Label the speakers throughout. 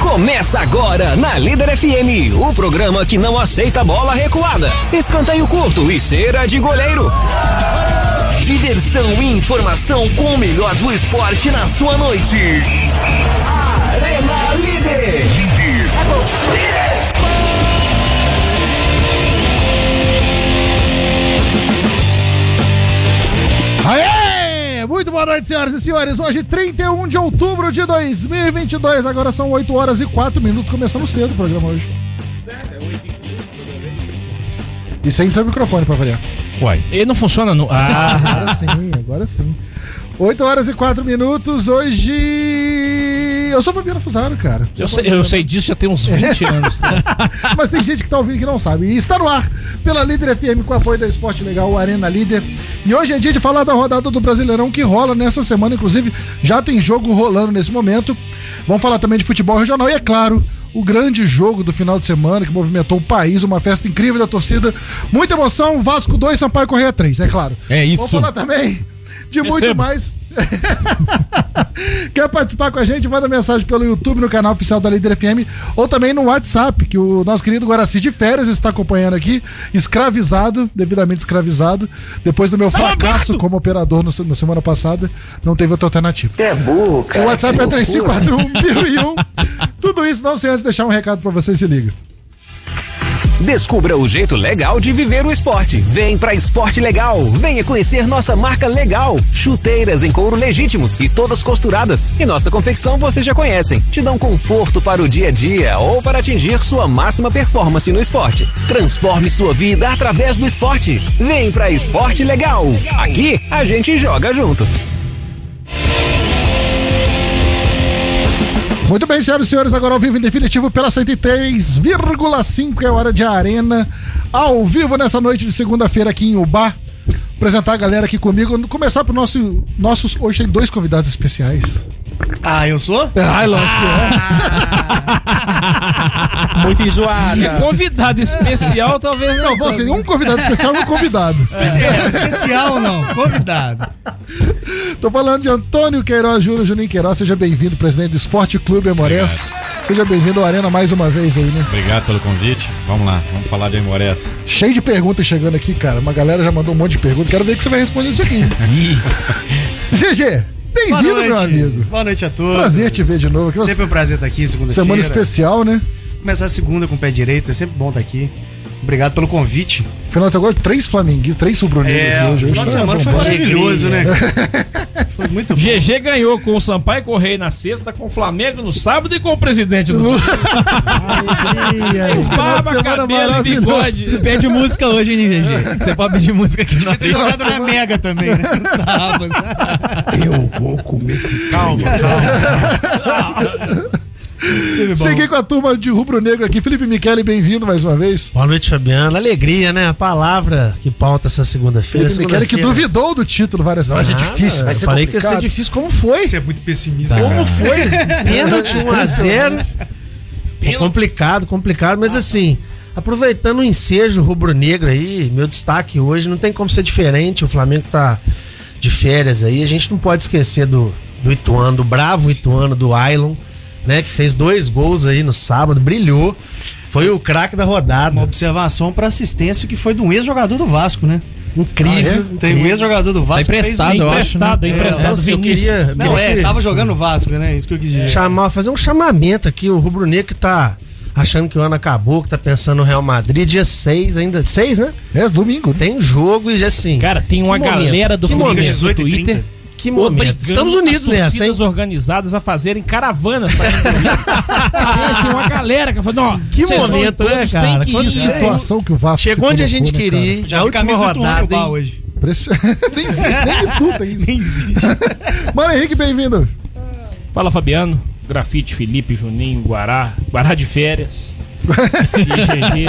Speaker 1: Começa agora na Líder FM, o programa que não aceita bola recuada, escanteio curto e cera de goleiro. Diversão e informação com o melhor do esporte na sua noite. Arena Líder. Líder.
Speaker 2: Aê! Muito boa noite, senhoras e senhores. Hoje, 31 de outubro de 2022. Agora são 8 horas e 4 minutos. Começando cedo o programa hoje. E sem seu microfone, pra variar.
Speaker 3: Uai. Ele não funciona no. Ah,
Speaker 2: Agora sim, agora sim. 8 horas e 4 minutos. Hoje. Eu sou Fabiano Fusaro, cara.
Speaker 3: eu, sei, eu sei disso já tem uns 20 anos. né?
Speaker 2: Mas tem gente que tá ouvindo que não sabe. E está no ar pela Líder FM com apoio da Esporte Legal, Arena Líder. E hoje é dia de falar da rodada do Brasileirão que rola nessa semana, inclusive já tem jogo rolando nesse momento. Vamos falar também de futebol regional e é claro. O grande jogo do final de semana que movimentou o país, uma festa incrível da torcida, muita emoção, Vasco 2, Sampaio Correia 3, é claro.
Speaker 4: É isso.
Speaker 2: Vamos falar também de muito
Speaker 3: Recebo.
Speaker 2: mais. Quer participar com a gente? Manda mensagem pelo YouTube no canal oficial da Líder FM ou também no WhatsApp, que o nosso querido Guaraci de férias está acompanhando aqui, escravizado, devidamente escravizado, depois do meu fracasso como operador no- na semana passada, não teve outra alternativa.
Speaker 5: Você é burro, cara.
Speaker 2: O WhatsApp é 3541 Tudo isso não sem antes deixar um recado pra vocês, se liga.
Speaker 1: Descubra o jeito legal de viver o esporte. Vem pra Esporte Legal. Venha conhecer nossa marca legal. Chuteiras em couro legítimos e todas costuradas. E nossa confecção vocês já conhecem. Te dão conforto para o dia a dia ou para atingir sua máxima performance no esporte. Transforme sua vida através do esporte. Vem pra Esporte Legal. Aqui a gente joga junto.
Speaker 2: Muito bem, senhoras e senhores, agora ao vivo em definitivo pela 103,5 é hora de Arena, ao vivo nessa noite de segunda-feira aqui em Ubá. Apresentar a galera aqui comigo, começar pro nosso nossos hoje tem dois convidados especiais.
Speaker 6: Ah, eu sou?
Speaker 2: Ai, lógico.
Speaker 5: Muito
Speaker 7: Ah,
Speaker 5: enjoado.
Speaker 3: E convidado especial, talvez não.
Speaker 2: Não, vão ser um convidado especial e um convidado.
Speaker 6: Especial, é especial não, convidado.
Speaker 2: Tô falando de Antônio Queiroz Júnior, Juninho Queiroz, seja bem-vindo, presidente do Esporte Clube Emorés. Seja bem-vindo à Arena mais uma vez aí, né?
Speaker 8: Obrigado pelo convite. Vamos lá, vamos falar de Aimorés.
Speaker 2: Cheio de perguntas chegando aqui, cara. Uma galera já mandou um monte de perguntas. Quero ver o que você vai responder isso aqui. GG,
Speaker 6: Boa
Speaker 2: bem-vindo,
Speaker 6: noite.
Speaker 2: meu amigo.
Speaker 6: Boa noite a todos.
Speaker 2: Prazer te ver de novo. Que você-
Speaker 6: Sempre um prazer estar aqui, segunda-feira.
Speaker 2: Semana especial, né?
Speaker 6: Começar a segunda com o pé direito, é sempre bom estar aqui. Obrigado pelo convite.
Speaker 2: Final de semana, três flamenguistas, três rubro-negros
Speaker 6: É,
Speaker 2: hoje.
Speaker 6: o
Speaker 2: Hoje
Speaker 6: final de
Speaker 2: tá
Speaker 6: semana foi
Speaker 2: bombando.
Speaker 6: maravilhoso, né? Foi muito bom.
Speaker 3: GG ganhou com o Sampaio Correia na sexta, com o Flamengo no sábado e com o presidente do.
Speaker 2: Final de
Speaker 3: Esbarba,
Speaker 2: semana
Speaker 3: cabelo e
Speaker 2: maravilhoso.
Speaker 3: bigode.
Speaker 9: Pede música hoje, hein, GG? Você pode pedir música aqui na
Speaker 6: Tem jogado na Mega também, né? No sábado.
Speaker 2: Segui com a turma de rubro-negro aqui. Felipe Michele, bem-vindo mais uma vez.
Speaker 7: Boa noite, Fabiano. Alegria, né? A palavra que pauta essa segunda-feira.
Speaker 2: Felipe Michele que duvidou do título várias vezes. Vai ser difícil, vai ser
Speaker 7: Falei que ia ser
Speaker 2: complicado.
Speaker 7: difícil. Como foi?
Speaker 6: Você é muito pessimista.
Speaker 9: Tá.
Speaker 7: Como foi? Pênalti 1x0. né? É Complicado, complicado. Mas assim, aproveitando o ensejo rubro-negro aí, meu destaque hoje não tem como ser diferente. O Flamengo tá de férias aí. A gente não pode esquecer do, do Ituano, do bravo Ituano, do Ailon, né? Que fez dois gols aí no sábado, brilhou. Foi o craque da
Speaker 6: Uma
Speaker 7: rodada.
Speaker 6: observação um pra assistência que foi de um ex-jogador do Vasco, né?
Speaker 9: Ah, é?
Speaker 7: Incrível.
Speaker 6: Tem um
Speaker 7: incrível.
Speaker 6: ex-jogador do Vasco. que fez
Speaker 9: Tá emprestado,
Speaker 6: um-
Speaker 9: eu acho. né? Tá
Speaker 3: Emprestado,
Speaker 7: Então,
Speaker 3: emprestado.
Speaker 7: assim, eu
Speaker 3: Vinícius.
Speaker 7: queria.
Speaker 6: Não,
Speaker 7: queria
Speaker 6: é, tava jogando o Vasco, né? Isso que eu quis
Speaker 9: É.
Speaker 6: dizer.
Speaker 7: chamar, fazer um chamamento aqui. O Rubro Negro que tá achando que o ano acabou, que tá pensando no Real Madrid. Dia 6 ainda. 6, né?
Speaker 2: É, domingo. né?
Speaker 7: Tem jogo e já assim.
Speaker 3: Cara, tem uma
Speaker 7: Que momento?
Speaker 3: galera do
Speaker 7: Que
Speaker 3: Fluminense no
Speaker 6: 18 e
Speaker 3: Twitter
Speaker 6: 30.
Speaker 7: que momento.
Speaker 3: obrigando
Speaker 7: Estamos
Speaker 3: as
Speaker 7: unidos nessa, hein?
Speaker 3: torcidas organizadas a fazerem caravana saindo do Rio. Tem assim, uma galera que falou, não,
Speaker 7: Que
Speaker 3: vocês vão
Speaker 7: momento,
Speaker 3: todos,
Speaker 7: né,
Speaker 3: tem
Speaker 7: cara?
Speaker 3: que
Speaker 7: Quando
Speaker 3: ir.
Speaker 7: você-
Speaker 2: Situação que o Vasco
Speaker 7: Chegou
Speaker 2: se
Speaker 7: onde a
Speaker 2: colocou,
Speaker 7: gente
Speaker 2: né, cara?
Speaker 7: queria.
Speaker 6: Já é
Speaker 7: a
Speaker 6: vi
Speaker 7: última
Speaker 6: camisa do
Speaker 7: rodada.
Speaker 6: Urubá
Speaker 7: hein?
Speaker 6: hoje.
Speaker 2: Impression- nem existe, nem YouTube tem isso. Mano Henrique, bem-vindo.
Speaker 3: Fala, Fabiano. Grafite, Felipe, Juninho, Guará. Guará de férias. E GG.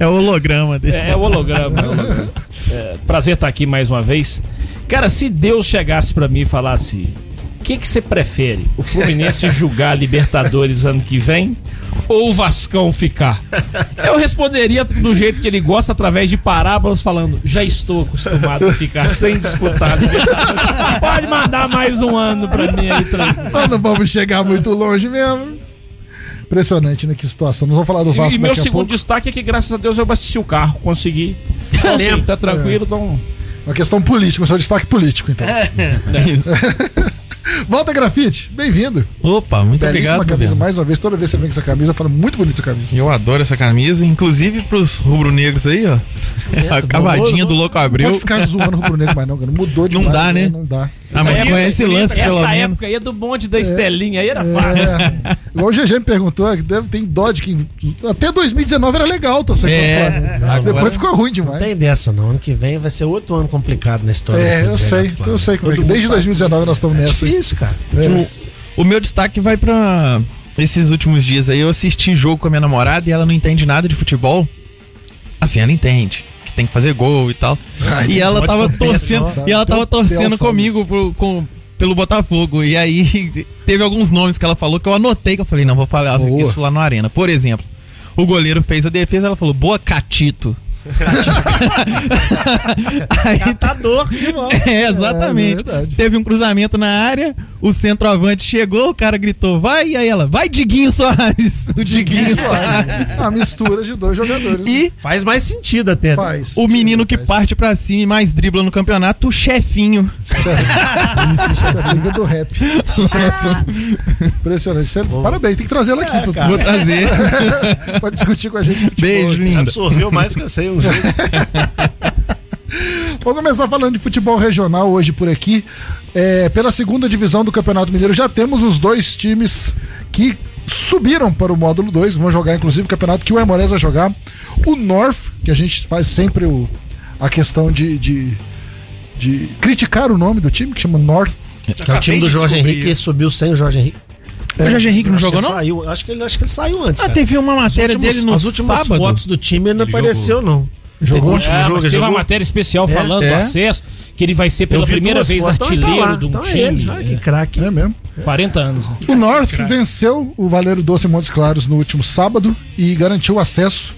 Speaker 9: É o holograma dele.
Speaker 3: É, é o holograma. é o holograma. É, prazer estar aqui mais uma vez. Cara, se Deus chegasse pra mim e falasse: o que, que você prefere? O Fluminense julgar a Libertadores ano que vem? Ou o Vascão ficar? Eu responderia do jeito que ele gosta, através de parábolas, falando: já estou acostumado a ficar sem disputar. a Libertadores. Pode mandar mais um ano pra mim aí, tranquilo.
Speaker 2: Mas não vamos chegar muito longe mesmo. Impressionante, né? Que situação. Nós vamos falar do
Speaker 3: E,
Speaker 2: Vasco
Speaker 3: e meu
Speaker 2: daqui a
Speaker 3: segundo
Speaker 2: pouco.
Speaker 3: destaque é que, graças a Deus, eu abasteci o carro, consegui. Então, assim, tá tranquilo, então.
Speaker 2: Uma questão política, um seu destaque político, então.
Speaker 9: Isso.
Speaker 2: Volta, Grafite. Bem-vindo.
Speaker 9: Opa, muito
Speaker 2: Belíssima
Speaker 9: obrigado.
Speaker 2: camisa,
Speaker 9: Fabiano.
Speaker 2: mais uma vez. Toda vez que você vem com essa camisa, eu falo muito bonita essa camisa.
Speaker 9: Eu adoro essa camisa, inclusive pros rubro-negros aí, ó. A cavadinha do Louco
Speaker 2: Não
Speaker 9: Abril.
Speaker 2: pode ficar zoando o Rubro Negro mais, não, cara. Mudou demais.
Speaker 9: dá, né?
Speaker 2: Não dá.
Speaker 9: Ah, mas
Speaker 3: Essa
Speaker 9: com esse
Speaker 3: época-
Speaker 9: lance, pelo
Speaker 3: Essa
Speaker 9: menos.
Speaker 3: época aí é do bonde da Estelinha, aí era fácil.
Speaker 2: É, igual o GG me perguntou, é que deve, tem dó de quem. Até 2019 era legal torcer
Speaker 9: É,
Speaker 2: contra o Flamengo. Depois
Speaker 9: agora-
Speaker 2: ficou ruim demais.
Speaker 7: Não tem dessa, não. Ano que vem vai ser outro ano complicado na história.
Speaker 2: É,
Speaker 7: do
Speaker 2: eu
Speaker 7: Campeonato
Speaker 2: sei,
Speaker 7: Flamengo.
Speaker 2: eu sei como é que
Speaker 7: Todo mundo
Speaker 2: desde
Speaker 7: sabe.
Speaker 2: 2019 nós estamos
Speaker 7: É
Speaker 2: nessa. aí.
Speaker 7: difícil, cara.
Speaker 2: É.
Speaker 9: O meu destaque vai pra esses últimos dias aí. Eu assisti jogo com a minha namorada e ela não entende nada de futebol. Assim, ela entende que tem que fazer gol e tal. e ela tava torcendo,
Speaker 2: Ah, só.
Speaker 9: e ela tava
Speaker 2: Tão pensa,
Speaker 9: torcendo
Speaker 2: né?
Speaker 9: comigo pro- com- pelo Botafogo. E aí teve alguns nomes que ela falou que eu anotei que eu falei, não, vou falar
Speaker 2: Boa.
Speaker 9: isso lá na arena. Por exemplo, o goleiro fez a defesa, ela falou: "Boa, Catito". aí
Speaker 7: Catador tá de bola.
Speaker 9: é, exatamente.
Speaker 2: É, verdade.
Speaker 9: Teve um cruzamento na área, o centroavante chegou, o cara gritou, vai, e aí ela, vai, Diguinho Soares. O Diguinho Soares.
Speaker 2: A mistura de dois jogadores.
Speaker 9: E
Speaker 7: Faz mais sentido até.
Speaker 2: Faz.
Speaker 9: o menino que
Speaker 2: Faz.
Speaker 9: parte pra cima e mais dribla no campeonato, o chefinho.
Speaker 2: Isso é a liga do rap. Impressionante. Você- Parabéns, tem que trazer ela aqui. pra-
Speaker 9: Vou trazer.
Speaker 2: Pode discutir com a gente.
Speaker 9: Beijo, linda.
Speaker 7: Absorveu mais que eu sei um jeito.
Speaker 2: Vamos começar falando de futebol regional hoje por aqui. É, pela segunda divisão do Campeonato Mineiro, já temos os dois times que subiram para o módulo 2, vão jogar inclusive o campeonato que o Emorés vai jogar. O North, que a gente faz sempre o- a questão de, de- de criticar o nome do time, que chama North.
Speaker 7: Que é o time do Jorge Henrique que subiu sem o Jorge Henrique.
Speaker 9: O Jorge Henrique não
Speaker 7: Acho que
Speaker 9: jogou,
Speaker 7: ele
Speaker 9: não?
Speaker 7: Saiu. Acho, que ele, acho que ele saiu antes.
Speaker 9: Ah,
Speaker 7: cara.
Speaker 9: teve uma matéria
Speaker 7: Últimos-
Speaker 9: dele no
Speaker 7: as últimas
Speaker 9: sábado.
Speaker 7: fotos do time ele não
Speaker 8: Ele
Speaker 7: apareceu, não.
Speaker 2: Jogou
Speaker 7: último
Speaker 3: É,
Speaker 7: jogo,
Speaker 3: mas
Speaker 7: ele
Speaker 3: teve uma
Speaker 7: jogou?
Speaker 3: matéria especial falando
Speaker 9: É.
Speaker 3: do acesso, que ele vai ser pela
Speaker 7: Eu vi
Speaker 3: primeira
Speaker 7: duas
Speaker 3: vez
Speaker 7: fotos, então ele tá
Speaker 3: artilheiro
Speaker 7: lá,
Speaker 3: de um
Speaker 7: então é
Speaker 3: time.
Speaker 7: ele. Ai, que craque.
Speaker 2: É mesmo.
Speaker 3: 40 anos. né?
Speaker 2: O North venceu o Valeiro Doce em Montes Claros no último sábado e garantiu acesso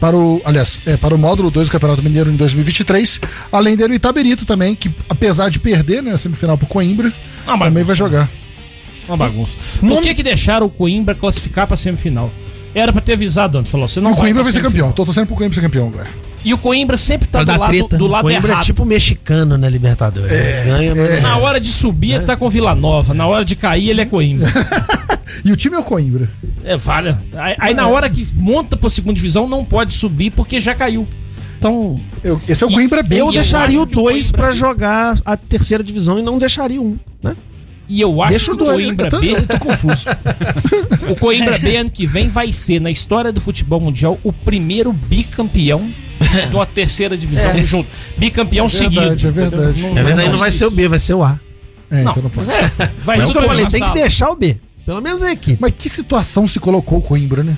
Speaker 2: para o, aliás, é, para o módulo 2 do Campeonato Mineiro em 2023, além dele o Itaberito também, que apesar de perder né, a semifinal pro Coimbra,
Speaker 3: Uma
Speaker 2: também
Speaker 3: bagunça.
Speaker 2: vai jogar.
Speaker 3: Uma bagunça. Por que, que deixaram o Coimbra classificar pra semifinal? Era pra ter avisado antes. Falou, você não
Speaker 2: o Coimbra vai ser
Speaker 3: semifinal.
Speaker 2: campeão. Tô torcendo pro Coimbra ser campeão agora.
Speaker 3: E o Coimbra sempre tá
Speaker 9: Pra
Speaker 3: do
Speaker 9: dar
Speaker 3: lado,
Speaker 9: treta.
Speaker 3: do lado
Speaker 7: Coimbra é
Speaker 3: errado. É,
Speaker 7: tipo mexicano na Libertadores. Ele Ganha, mas
Speaker 3: Na hora de subir, ele tá com Vila Nova. Na hora de cair, ele é Coimbra.
Speaker 2: E o time é o Coimbra.
Speaker 3: É, vale. Aí, aí
Speaker 2: É.
Speaker 3: na hora que monta pra segunda divisão, não pode subir porque já caiu. Então,
Speaker 2: Eu- esse é o
Speaker 3: E-
Speaker 2: Coimbra B.
Speaker 3: eu
Speaker 7: Eu deixaria
Speaker 3: acho
Speaker 7: o
Speaker 3: que o
Speaker 7: 2
Speaker 3: Coimbra-
Speaker 7: pra jogar a terceira divisão e não deixaria um, né?
Speaker 3: e eu acho
Speaker 2: Deixa o
Speaker 3: que o
Speaker 2: dois. Eu
Speaker 3: Coimbra
Speaker 2: tô,
Speaker 3: B
Speaker 2: eu tô confuso.
Speaker 3: O Coimbra B ano que vem vai ser, na história do futebol mundial, o primeiro bicampeão de uma terceira divisão junto. Bicampeão
Speaker 2: verdade,
Speaker 3: seguido.
Speaker 2: é verdade.
Speaker 3: entendeu?
Speaker 7: É, mas aí não vai ser o B, vai ser o A.
Speaker 2: É,
Speaker 3: Não,
Speaker 2: então não pode.
Speaker 3: mas é, vai
Speaker 7: Mas é o que eu
Speaker 3: resolver
Speaker 7: falei,
Speaker 3: na
Speaker 7: tem que
Speaker 3: sala.
Speaker 7: deixar o B. Pelo menos a equipe.
Speaker 2: Mas que situação se colocou o Coimbra, né?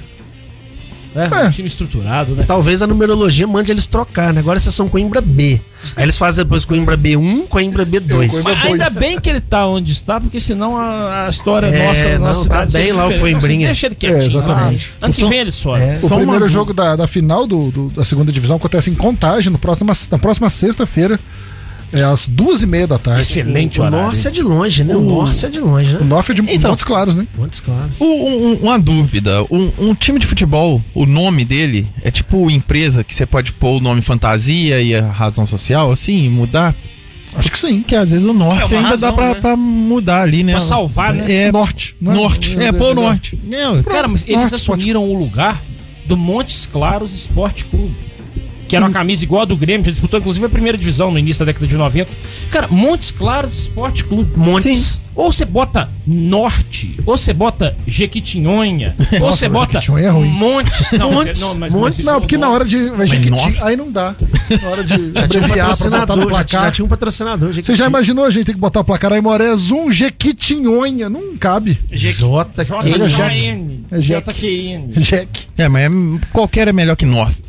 Speaker 3: É, um time estruturado, né?
Speaker 7: Talvez a numerologia mande eles trocar, né? Agora vocês são Coimbra B. Aí eles fazem depois Coimbra B1, Coimbra B2.
Speaker 2: Coimbra-
Speaker 3: Mas ainda bem que ele tá onde está, porque senão a, a história
Speaker 7: É,
Speaker 3: nossa, da
Speaker 7: não,
Speaker 3: nossa
Speaker 7: tá
Speaker 3: cidade.
Speaker 7: bem
Speaker 3: seria
Speaker 7: lá o
Speaker 3: diferente.
Speaker 7: Coimbrinha.
Speaker 3: Deixa ele quietinho.
Speaker 2: É, exatamente.
Speaker 3: lá. Ano que vem ele sobe.
Speaker 7: É.
Speaker 2: O
Speaker 9: Só uma
Speaker 2: primeiro
Speaker 9: dúvida.
Speaker 2: jogo da, da final do, do- da segunda divisão acontece em Contagem no próximo, na próxima sexta-feira, é, às duas e meia da tarde.
Speaker 3: Excelente
Speaker 7: O
Speaker 3: horário. Uh.
Speaker 7: Norte é de longe, né? O Norte é de longe,
Speaker 2: O
Speaker 7: né?
Speaker 2: Norte de
Speaker 9: Então.
Speaker 2: Montes Claros, né?
Speaker 7: Montes Claros.
Speaker 9: O- um- um- uma dúvida, um, um time de futebol, o nome dele é tipo empresa que você pode pôr o nome fantasia e a razão social, assim, e mudar.
Speaker 2: Acho que sim.
Speaker 9: Que às vezes o norte
Speaker 5: É uma
Speaker 9: ainda
Speaker 5: razão,
Speaker 9: dá pra,
Speaker 5: né?
Speaker 9: pra mudar ali, né?
Speaker 3: Pra salvar, né?
Speaker 9: É,
Speaker 2: norte. não
Speaker 9: norte. É, pô, norte. Não,
Speaker 3: Cara, mas eles
Speaker 2: Norte,
Speaker 3: assumiram o lugar do Montes Claros Esporte Clube. Que
Speaker 2: Uhum.
Speaker 3: era uma camisa igual a do Grêmio, já disputou inclusive a primeira divisão no início da década de 90. Cara, Montes Claros Esporte Clube.
Speaker 7: Montes.
Speaker 9: Sim.
Speaker 3: Ou você bota Norte, ou você bota Jequitinhonha, ou você bota
Speaker 2: Jequitinhonha é ruim.
Speaker 3: Montes. Não, é,
Speaker 7: Montes,
Speaker 3: não,
Speaker 7: Montes.
Speaker 3: esses
Speaker 2: Não,
Speaker 3: são
Speaker 2: porque na
Speaker 3: nomes.
Speaker 2: hora de. Vai Jequiti,
Speaker 9: norte?
Speaker 2: aí não dá. Na hora de
Speaker 7: Tinha um
Speaker 2: abreviar pra botar no
Speaker 7: patrocinador, já tinha, já
Speaker 2: placar.
Speaker 7: tinha um patrocinador.
Speaker 2: Você já imaginou, a gente tem que botar o placar aí, Morés, um Jequitinhonha. Não cabe.
Speaker 7: Jota,
Speaker 2: Ele é Jack.
Speaker 3: JQN.
Speaker 2: É Jack.
Speaker 3: JQN.
Speaker 2: Jeque.
Speaker 9: É, mas é- qualquer é melhor que norte.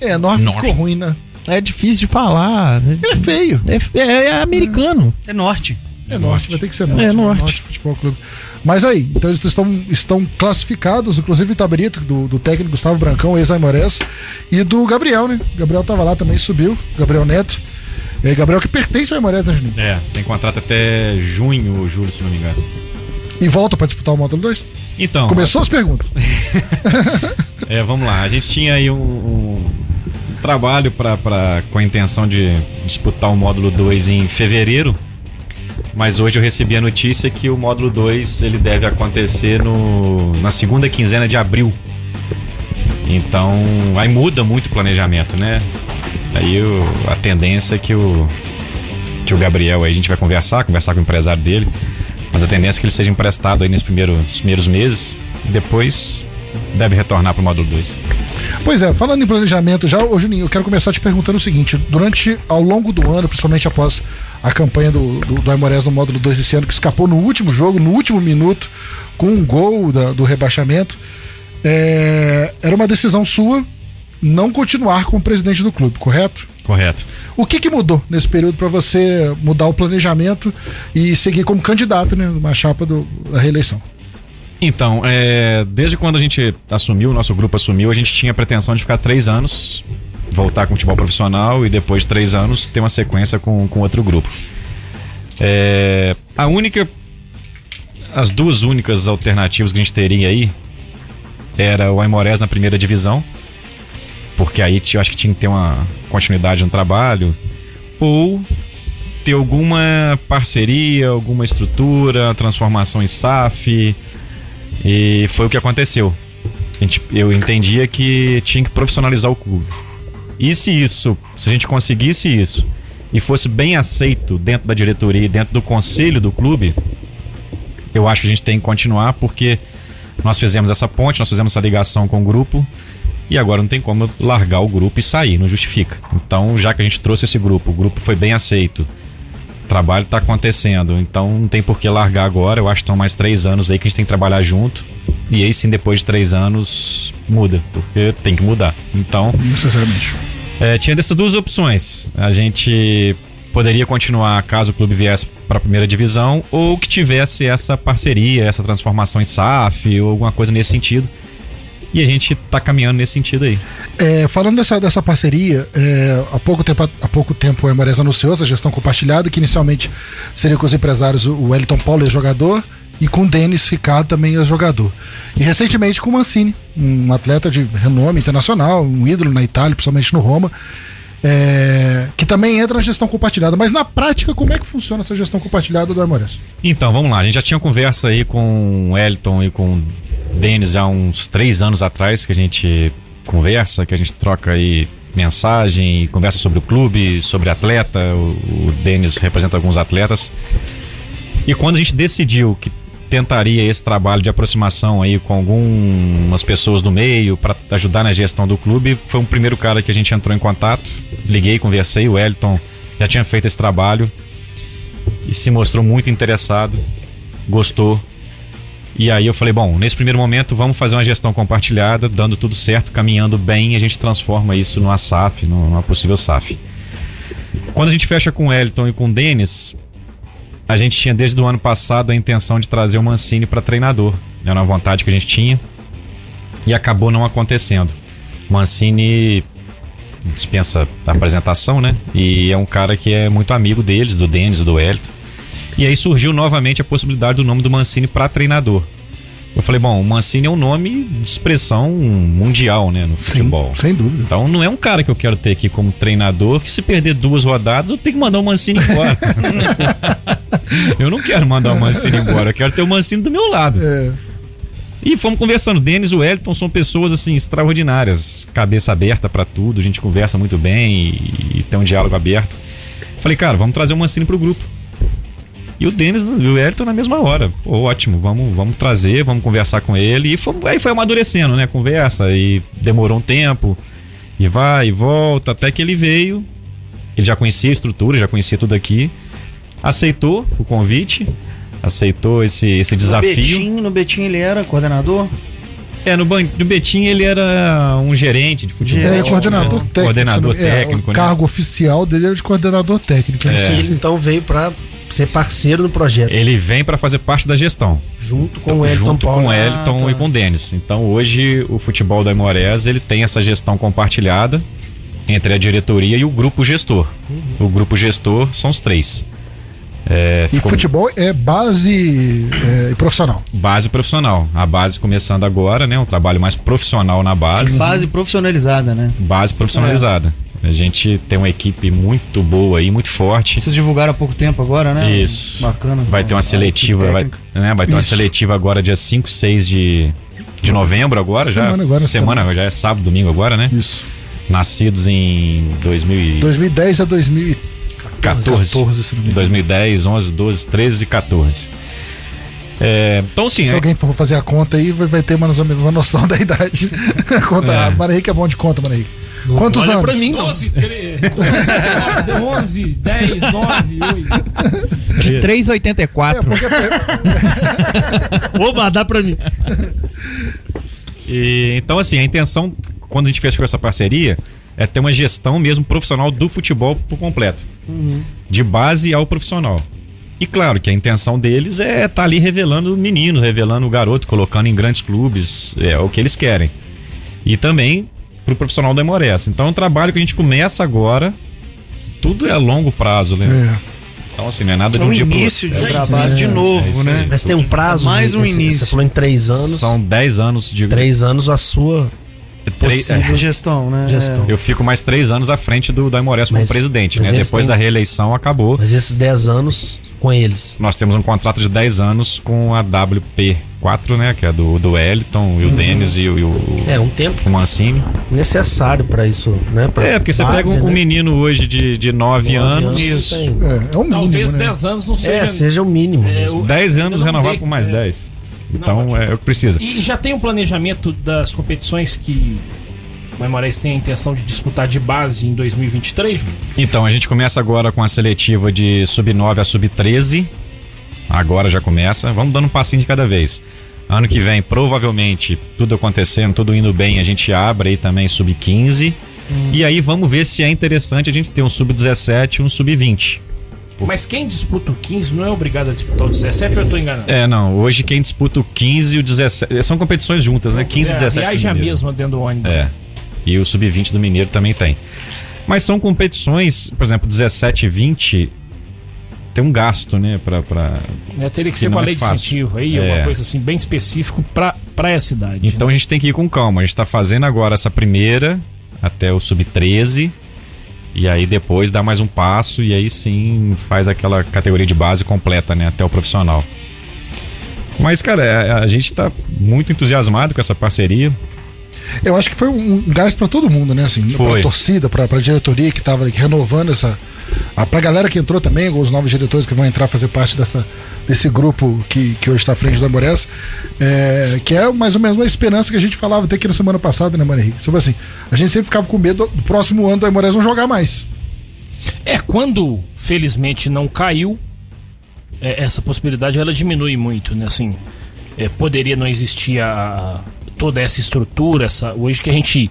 Speaker 2: É, norte,
Speaker 9: Norte.
Speaker 2: ficou ruim, né?
Speaker 9: É difícil de falar. né?
Speaker 2: Ele é feio.
Speaker 9: É, é- é americano.
Speaker 5: É norte.
Speaker 2: É norte, vai ter que ser norte.
Speaker 9: É
Speaker 2: né?
Speaker 9: norte.
Speaker 2: Futebol Clube. Mas aí, então eles estão, estão classificados, inclusive o Itaberito, do, do técnico Gustavo Brancão, ex-Aimorés, e do Gabriel, né? O Gabriel tava lá também, subiu, Gabriel Neto. É, Gabriel que pertence ao Aimorés, né, Juninho?
Speaker 8: É, tem contrato até junho ou julho, se não me engano.
Speaker 2: E volta pra disputar o módulo 2.
Speaker 8: Então,
Speaker 2: Começou as perguntas.
Speaker 8: é, vamos lá. A gente tinha aí um, um- um trabalho pra, pra, com a intenção de disputar o módulo 2 em fevereiro. Mas hoje eu recebi a notícia que o módulo 2 ele deve acontecer no, na segunda quinzena de abril. Então, aí muda muito o planejamento, né? Aí o- a tendência é que o, que o Gabriel aí a gente vai conversar, conversar com o empresário dele. Mas a tendência é que ele seja emprestado aí nesses primeiros, nos primeiros meses. E depois deve retornar para o módulo 2.
Speaker 2: Pois é, falando em planejamento já, ô Juninho, eu quero começar te perguntando o seguinte: durante, ao longo do ano, principalmente após a campanha do, do, do Aimorés no módulo 2 desse ano, que escapou no último jogo, no último minuto, com um gol da- do rebaixamento, é, era uma decisão sua não continuar como presidente do clube, correto?
Speaker 8: Correto.
Speaker 2: O que, que mudou nesse período para você mudar o planejamento e seguir como candidato, né, numa chapa do- da reeleição?
Speaker 8: Então, é, desde quando a gente assumiu, o nosso grupo assumiu, a gente tinha a pretensão de ficar três anos, voltar com o futebol profissional e depois de três anos ter uma sequência com, com outro grupo. É, a única. As duas únicas alternativas que a gente teria aí era o Aimorés na primeira divisão, porque aí eu acho que tinha que ter uma continuidade no trabalho, ou ter alguma parceria, alguma estrutura, transformação em SAF. E foi o que aconteceu. A gente- eu entendia que tinha que profissionalizar o clube. E se isso, se a gente conseguisse isso e fosse bem aceito dentro da diretoria e dentro do conselho do clube, eu acho que a gente tem que continuar porque nós fizemos essa ponte, nós fizemos essa ligação com o grupo e agora não tem como eu largar o grupo e sair, não justifica. Então, já que a gente trouxe esse grupo, o grupo foi bem aceito, o trabalho está acontecendo, então não tem por que largar agora. Eu acho que estão mais três anos aí que a gente tem que trabalhar junto. E aí sim, depois de três anos, muda, porque tem que mudar. Então,
Speaker 2: Necessariamente.
Speaker 8: é, tinha dessas duas opções. A gente poderia continuar caso o clube viesse para a primeira divisão ou que tivesse essa parceria, essa transformação em SAF ou alguma coisa nesse sentido. E a gente tá caminhando nesse sentido aí.
Speaker 2: É, falando dessa, dessa parceria, é, há, pouco tempo, há pouco tempo o Emores anunciou essa gestão compartilhada, que inicialmente seria com os empresários o o Wellington Paulo, ex-jogador, e com o Denis Ricardo, também ex-jogador. E recentemente com o Mancini, um atleta de renome internacional, um ídolo na Itália, principalmente no Roma, é, que também entra na gestão compartilhada. Mas na prática, como é que funciona essa gestão compartilhada do Emores?
Speaker 8: Então, vamos lá. A gente já tinha conversa aí com o Elton e com o Denis há uns três anos atrás que a gente conversa, que a gente troca aí mensagem, conversa sobre o clube, sobre atleta. O, o Denis representa alguns atletas. E quando a gente decidiu que tentaria esse trabalho de aproximação aí com algumas pessoas do meio para ajudar na gestão do clube, foi um primeiro cara que a gente entrou em contato. Liguei, conversei, o Elton já tinha feito esse trabalho e se mostrou muito interessado, gostou. E aí eu falei, bom, nesse primeiro momento vamos fazer uma gestão compartilhada, dando tudo certo, caminhando bem, e a gente transforma isso numa SAF, numa possível SAF. Quando a gente fecha com o Elton e com o Denis, a gente tinha desde o ano passado a intenção de trazer o Mancini para treinador. Era uma vontade que a gente tinha e acabou não acontecendo. Mancini dispensa a apresentação, né? E é um cara que é muito amigo deles, do Denis, do Elton. E aí surgiu novamente a possibilidade do nome do Mancini para treinador. Eu falei, bom, o Mancini é um nome de expressão mundial, né, no futebol.
Speaker 2: sem dúvida.
Speaker 8: Então não é um cara que eu quero ter aqui como treinador, que se perder duas rodadas, eu tenho que mandar o Mancini embora. eu não quero mandar o Mancini embora, eu quero ter o Mancini do meu lado.
Speaker 2: É,
Speaker 8: E fomos conversando. Denis e o Wellington são pessoas assim extraordinárias, cabeça aberta pra tudo, a gente conversa muito bem e, e tem um diálogo aberto. Falei, cara, vamos trazer o Mancini pro grupo. E o Denis e o Wellington na mesma hora. Pô, ótimo, vamos, vamos trazer, vamos conversar com ele. E foi- aí foi amadurecendo, né? a Conversa. E demorou um tempo. E vai e volta. Até que ele veio. Ele já conhecia a estrutura, já conhecia tudo aqui. Aceitou o convite. Aceitou esse, esse
Speaker 5: No
Speaker 8: desafio.
Speaker 5: Betinho, no Betinho ele era coordenador?
Speaker 8: É, no, ban- no Betim ele era um gerente de futebol.
Speaker 2: é,
Speaker 5: É,
Speaker 2: o coordenador
Speaker 8: né?
Speaker 2: técnico.
Speaker 8: Coordenador
Speaker 2: se não- é,
Speaker 8: técnico,
Speaker 2: O
Speaker 8: né?
Speaker 2: cargo oficial dele era de coordenador técnico.
Speaker 5: É.
Speaker 2: eu não sei
Speaker 7: Ele
Speaker 2: se-
Speaker 7: então veio pra ser parceiro no projeto,
Speaker 8: Ele vem para fazer parte da gestão,
Speaker 5: É.
Speaker 7: junto com o Elton
Speaker 8: junto
Speaker 7: Paulo.
Speaker 8: com o
Speaker 5: Ah,
Speaker 8: Elton
Speaker 5: tá.
Speaker 8: e com o Denis. Então hoje o futebol da Imorés ele tem essa gestão compartilhada
Speaker 7: Uhum.
Speaker 8: entre a diretoria e o grupo gestor. O grupo gestor são os três. É,
Speaker 2: E
Speaker 8: ficou
Speaker 2: futebol é base é, profissional.
Speaker 8: Base profissional. A base começando agora, né? Um trabalho mais profissional na base.
Speaker 5: Base profissionalizada, né? É.
Speaker 8: Base profissionalizada. A gente tem uma equipe muito boa aí, muito forte.
Speaker 5: Vocês divulgaram há pouco tempo agora, né?
Speaker 8: Isso.
Speaker 5: Bacana. Ah,
Speaker 8: Vai ter uma seletiva, vai,
Speaker 9: técnico.
Speaker 8: né, vai ter uma
Speaker 2: Isso.
Speaker 8: seletiva agora dia 5, 6 de, de novembro agora já.
Speaker 2: Semana agora,
Speaker 8: semana, já é sábado, domingo agora, né?
Speaker 2: Isso.
Speaker 8: Nascidos em 2014,
Speaker 2: 2010 a 2014. 14, se não me engano.
Speaker 8: 2010, 11, 12, 13 e 14. É, então sim,
Speaker 2: Se
Speaker 8: é,
Speaker 2: alguém for fazer a conta aí, vai vai ter mais ou menos uma noção da idade. conta,
Speaker 8: É.
Speaker 2: é. Henrique é bom de conta, Mano Henrique. Quantos
Speaker 7: olha
Speaker 2: anos?
Speaker 7: pra mim.
Speaker 3: 12, 13, 11, 10, 9, 8.
Speaker 9: De
Speaker 2: É,
Speaker 9: 3,84.
Speaker 2: porque
Speaker 7: Oba, dá pra mim.
Speaker 8: E, então, assim, a intenção, quando a gente fechou essa parceria, é ter uma gestão mesmo profissional do futebol por completo.
Speaker 5: Uhum.
Speaker 8: De base ao profissional. E claro que a intenção deles é estar ali revelando o menino, revelando o garoto, colocando em grandes clubes, é o que eles querem. E também pro profissional da Emoressa. Então é um trabalho que a gente começa agora. Tudo é a longo prazo, né?
Speaker 2: É.
Speaker 8: Então, assim, não é nada
Speaker 5: É
Speaker 8: de um
Speaker 5: um
Speaker 8: dia pro
Speaker 5: início de
Speaker 8: outro.
Speaker 5: trabalho de
Speaker 8: É
Speaker 5: novo,
Speaker 8: isso aí.
Speaker 5: né?
Speaker 7: Mas tem um prazo.
Speaker 5: Mais
Speaker 7: de-
Speaker 5: um
Speaker 7: você- Você
Speaker 5: início.
Speaker 7: falou em três anos.
Speaker 8: São 10 anos de.
Speaker 7: Três anos a sua.
Speaker 8: de- três- é.
Speaker 5: Possível gestão, né?
Speaker 7: Gestão.
Speaker 8: Eu fico mais três anos à frente do Daimorés como
Speaker 7: Mas-
Speaker 8: presidente,
Speaker 7: mas
Speaker 8: né?
Speaker 7: eles
Speaker 8: Depois
Speaker 7: têm-
Speaker 8: da reeleição acabou.
Speaker 7: Mas esses dez anos com eles.
Speaker 8: Nós temos um contrato de 10 anos com a WP4, né? Que é do, do Wellington, e o Denis e o, e o,
Speaker 7: Uhum. É um tempo
Speaker 8: o Mancini.
Speaker 7: necessário pra isso, né? Pra
Speaker 8: É, porque você
Speaker 7: base,
Speaker 8: pega um, um
Speaker 7: né?
Speaker 8: menino hoje de, de 9
Speaker 7: Nove
Speaker 8: anos.
Speaker 7: isso
Speaker 8: isso.
Speaker 7: tem.
Speaker 2: É, é um
Speaker 3: Talvez
Speaker 2: mínimo, né?
Speaker 3: 10 anos não seja.
Speaker 7: É, seja o mínimo. mesmo.
Speaker 8: 10 anos
Speaker 3: não
Speaker 8: renovar
Speaker 3: dei,
Speaker 8: por mais
Speaker 3: é.
Speaker 8: 10. Então é o que precisa.
Speaker 3: E já tem um planejamento das competições que o Memoriais tem a intenção de disputar de base em 2023? Júlio?
Speaker 8: Então, a gente começa agora com a seletiva de sub-9 a sub-13. Agora já começa. Vamos dando um passinho de cada vez. Ano que vem, provavelmente, tudo acontecendo, tudo indo bem, a gente abre aí também sub-15. E aí vamos ver se é interessante a gente ter um sub-17 e um sub-20.
Speaker 3: Mas quem disputa o 15 não é obrigado a disputar o 17 ou eu tô enganado?
Speaker 8: É, não. Hoje quem disputa o 15 e o 17. São competições juntas, né? 15 e
Speaker 3: É,
Speaker 8: 17.
Speaker 3: Viaja
Speaker 8: do
Speaker 3: a
Speaker 8: Mineiro.
Speaker 3: mesma dentro do ônibus.
Speaker 8: É. E o sub-20 do Mineiro também tem. Mas são competições, por exemplo, 17 e 20 tem um gasto, né, pra, pra...
Speaker 3: É, teria que
Speaker 8: Que
Speaker 3: ser com a
Speaker 8: não é
Speaker 3: lei de
Speaker 8: fácil.
Speaker 3: incentivo aí,
Speaker 8: É.
Speaker 3: uma coisa assim, bem específico pra, pra essa idade.
Speaker 8: Então a gente tem que ir com calma. A gente tá fazendo agora essa primeira até o sub-13 e aí depois dá mais um passo e aí sim faz aquela categoria de base completa, né, até o profissional. Mas cara, a, a gente tá muito entusiasmado com essa parceria.
Speaker 2: Eu acho que foi um um gás pra todo mundo, né? Assim,
Speaker 8: Foi.
Speaker 2: pra torcida, pra, pra diretoria que tava ali, que renovando essa. A, pra galera que entrou também, os novos diretores que vão entrar fazer parte dessa, desse grupo que, que hoje tá à frente do Amores, é, que é mais ou menos uma esperança que a gente falava até aqui na semana passada, né, Mano Henrique? Sobre assim, a gente sempre ficava com medo do próximo ano do Amores não jogar mais.
Speaker 3: É, quando felizmente não caiu, é, essa possibilidade ela diminui muito, né? Assim, é, poderia não existir a, toda essa estrutura, essa, hoje que a gente,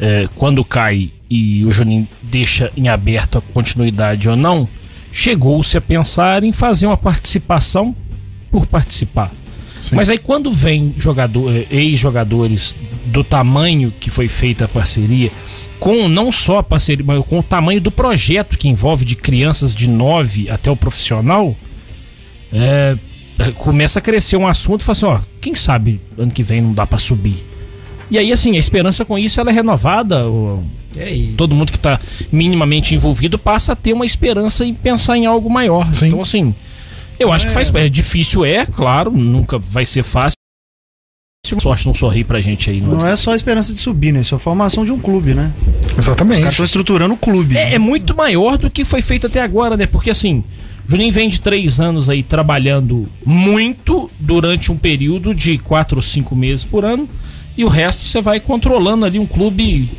Speaker 3: é, quando cai e o Juninho deixa em aberto a continuidade ou não, chegou-se a pensar em fazer uma participação por participar. Mas aí quando vem jogador, eh, ex-jogadores do tamanho que foi feita a parceria, com não só a parceria, mas com o tamanho do projeto que envolve de crianças de 9 até o profissional, eh, eh, começa a crescer um assunto e fala assim, ó, quem sabe ano que vem não dá pra subir. E aí, assim, a esperança com isso ela é renovada. o-
Speaker 7: É aí.
Speaker 3: todo mundo que está minimamente envolvido passa a ter uma esperança em pensar em algo maior. Então, assim, eu acho que faz. É difícil, é, claro, nunca vai ser fácil. Se sorte não sorri pra gente aí, não.
Speaker 5: Não é só a esperança de subir, né? Isso é a formação de um clube, né? Os
Speaker 2: Exatamente.
Speaker 5: caras estão estruturando o clube.
Speaker 3: É, é muito maior do que foi feito até agora, né? Porque assim, o Juninho vem de três anos aí trabalhando muito durante um período de quatro ou cinco meses por ano, e o resto você vai controlando ali um clube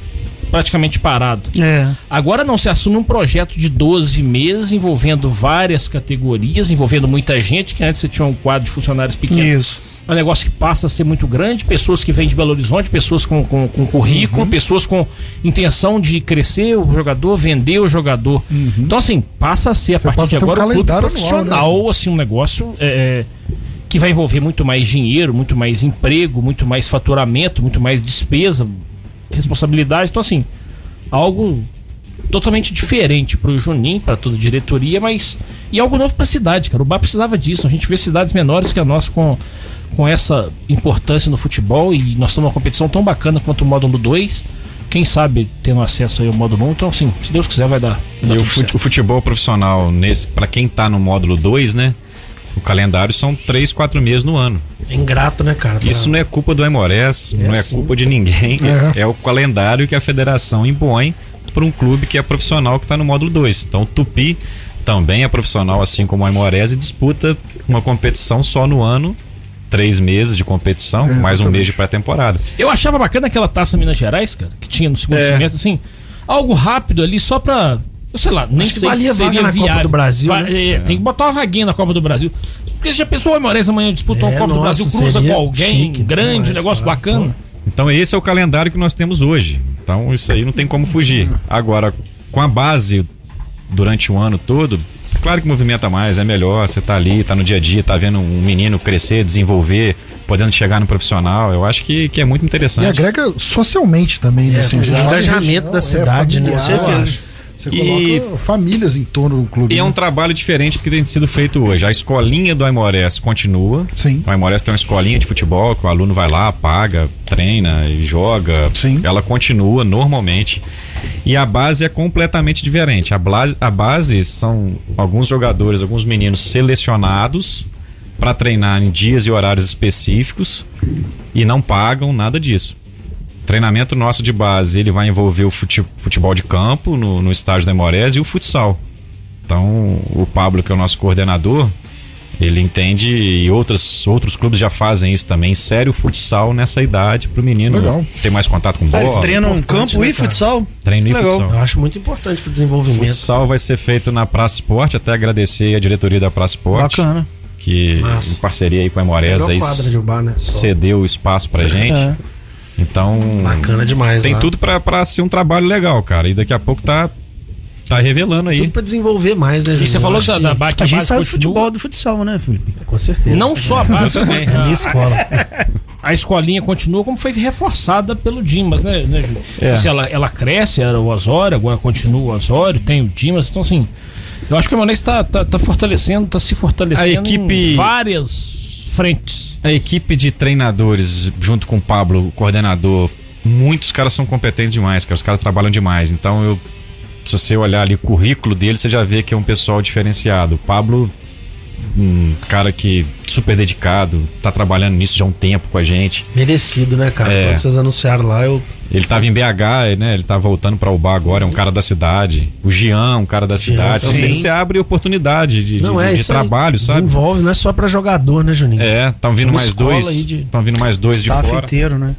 Speaker 3: praticamente parado.
Speaker 5: É.
Speaker 3: Agora não se assume um projeto de 12 meses envolvendo várias categorias, envolvendo muita gente, que antes você tinha um quadro de funcionários pequeno.
Speaker 5: Isso.
Speaker 3: É um negócio que passa a ser muito grande, pessoas que vêm de Belo Horizonte, pessoas com, com, com currículo,
Speaker 2: Uhum.
Speaker 3: pessoas com intenção de crescer o jogador, vender o jogador. Então, assim, passa a ser a
Speaker 2: Uhum. Você
Speaker 3: partir
Speaker 2: passa
Speaker 3: de
Speaker 2: a ter um
Speaker 3: agora um clube
Speaker 2: calendário anual, né?
Speaker 3: profissional, assim, um negócio é, é, que vai envolver muito mais dinheiro, muito mais emprego, muito mais faturamento, muito mais despesa, responsabilidade. Então, assim, algo totalmente diferente pro Juninho, pra toda a diretoria, mas. E algo novo pra cidade, cara. O Bar precisava disso. A gente vê cidades menores que a nossa com, com essa importância no futebol e nós estamos numa competição tão bacana quanto o módulo 2. Quem sabe tendo acesso aí ao módulo 1, então assim, se Deus quiser vai dar. Vai dar
Speaker 8: E o
Speaker 3: tudo
Speaker 8: fut-
Speaker 3: certo.
Speaker 8: o futebol profissional, nesse para quem tá no módulo 2, né? O calendário são três, quatro meses no ano.
Speaker 7: É ingrato, né, cara?
Speaker 8: Isso não é culpa do Emorés, não é
Speaker 7: assim.
Speaker 8: culpa de ninguém. É. o calendário que a federação impõe para um clube que é profissional que está no módulo 2. Então, o Tupi também é profissional, assim como o Emorés, e disputa uma competição só no ano. Três meses de competição, mais um mês de pré-temporada.
Speaker 3: Eu achava bacana aquela taça Minas Gerais, cara, que tinha no segundo
Speaker 8: É.
Speaker 3: semestre, assim, algo rápido ali só pra. Eu sei lá, nem
Speaker 7: Acho que
Speaker 3: sei
Speaker 7: valia
Speaker 3: se seria
Speaker 7: vaga na Copa
Speaker 3: viável.
Speaker 7: do Brasil,
Speaker 3: Va-
Speaker 7: né?
Speaker 3: é, Tem que botar uma vaguinha na Copa do Brasil. Porque já pensou o Emorés amanhã disputa uma
Speaker 7: É,
Speaker 3: Copa do
Speaker 7: nossa,
Speaker 3: Brasil, cruza com
Speaker 7: seria
Speaker 3: alguém
Speaker 7: chique
Speaker 3: grande,
Speaker 7: demais,
Speaker 3: negócio
Speaker 7: cara.
Speaker 3: bacana.
Speaker 8: Então esse é o calendário que nós temos hoje. Então isso aí não tem como fugir. Agora, com a base durante o ano todo, claro que movimenta mais, é melhor, você tá ali, tá no dia a dia, tá vendo um menino crescer, desenvolver, podendo chegar no profissional. Eu acho que, que é muito
Speaker 2: E
Speaker 8: interessante.
Speaker 2: agrega socialmente também, né? assim,
Speaker 7: o
Speaker 2: você fala de
Speaker 7: engajamento
Speaker 2: região,
Speaker 7: da cidade, né?
Speaker 2: familiar,
Speaker 7: Com certeza.
Speaker 2: Você
Speaker 8: E-
Speaker 2: coloca famílias em torno do clube.
Speaker 8: E é
Speaker 2: né?
Speaker 8: um trabalho diferente do que tem sido feito hoje. A escolinha do Aimorés continua.
Speaker 2: Sim.
Speaker 8: O Aimorés tem uma escolinha de futebol que o aluno vai lá, paga, treina e joga.
Speaker 2: Sim.
Speaker 8: Ela continua normalmente. E a base é completamente diferente. A base, a base são alguns jogadores, alguns meninos selecionados para treinar em dias e horários específicos e não pagam nada disso. Treinamento nosso de base, ele vai envolver o fute- futebol de campo no, no estádio da Emorés e o futsal. Então, o Pablo, que é o nosso coordenador, ele entende e outras, outros clubes já fazem isso também. Sério, futsal nessa idade pro menino
Speaker 2: Legal.
Speaker 8: ter mais contato
Speaker 7: Tá,
Speaker 8: com bola.
Speaker 5: Eles treinam campo
Speaker 3: né,
Speaker 5: e futsal?
Speaker 8: Treino e
Speaker 5: Legal.
Speaker 8: futsal.
Speaker 7: Eu acho muito importante pro desenvolvimento.
Speaker 8: Futsal vai ser feito na Praça Esporte, até agradecer a diretoria da Praça Esporte,
Speaker 5: Bacana.
Speaker 8: que
Speaker 7: Massa.
Speaker 8: em parceria aí com a Emorés
Speaker 7: Melhor
Speaker 8: aí
Speaker 7: quadra de Ubá, né? Só.
Speaker 8: cedeu o espaço pra gente.
Speaker 5: É.
Speaker 8: Então,
Speaker 7: Bacana demais, né?
Speaker 8: tem
Speaker 7: lá.
Speaker 8: tudo pra, pra ser um trabalho legal, cara. E daqui a pouco tá, tá revelando aí.
Speaker 7: Tudo pra desenvolver mais, né,
Speaker 3: E você
Speaker 7: Juninho?
Speaker 3: falou
Speaker 7: Acho
Speaker 3: da,
Speaker 7: que-
Speaker 3: da base, que
Speaker 5: A gente
Speaker 3: base
Speaker 5: saiu do
Speaker 3: continua.
Speaker 5: futebol do futsal, né, Felipe?
Speaker 7: Com certeza.
Speaker 3: Não É. só a base, né?
Speaker 8: também.
Speaker 3: a,
Speaker 7: Minha escola.
Speaker 3: a escolinha continua como foi reforçada pelo Dimas, né, né Ju? Assim, ela, ela cresce, era o Osório, agora continua o Osório, tem o Dimas, então assim. Eu acho que o Emanês está tá, tá fortalecendo, está se fortalecendo
Speaker 8: A equipe-
Speaker 3: em várias frentes.
Speaker 8: A equipe de treinadores, junto com o Pablo, o coordenador, muitos caras são competentes demais, cara. Os caras trabalham demais. Então, eu, se você olhar ali o currículo dele, você já vê que é um pessoal diferenciado. O Pablo, um cara que super dedicado, tá trabalhando nisso já há um tempo com a gente.
Speaker 7: Merecido, né, cara?
Speaker 8: É.
Speaker 7: Quando vocês anunciaram lá, eu.
Speaker 8: Ele tava em BH, né? Ele tá voltando pra Ubá agora, é um cara da cidade. O Jean, é um cara da cidade. Então,
Speaker 7: sim.
Speaker 8: você, você abre oportunidade de, de-
Speaker 7: Não,
Speaker 8: de-
Speaker 7: é
Speaker 8: de
Speaker 7: isso aí.
Speaker 8: trabalho, sabe?
Speaker 7: Desenvolve, não é só pra jogador, né, Juninho?
Speaker 8: É, estão vindo
Speaker 7: Uma
Speaker 8: mais
Speaker 7: escola
Speaker 8: dois.
Speaker 7: aí de-
Speaker 8: Estão vindo mais dois de
Speaker 5: Staff
Speaker 8: fora.
Speaker 5: inteiro, né?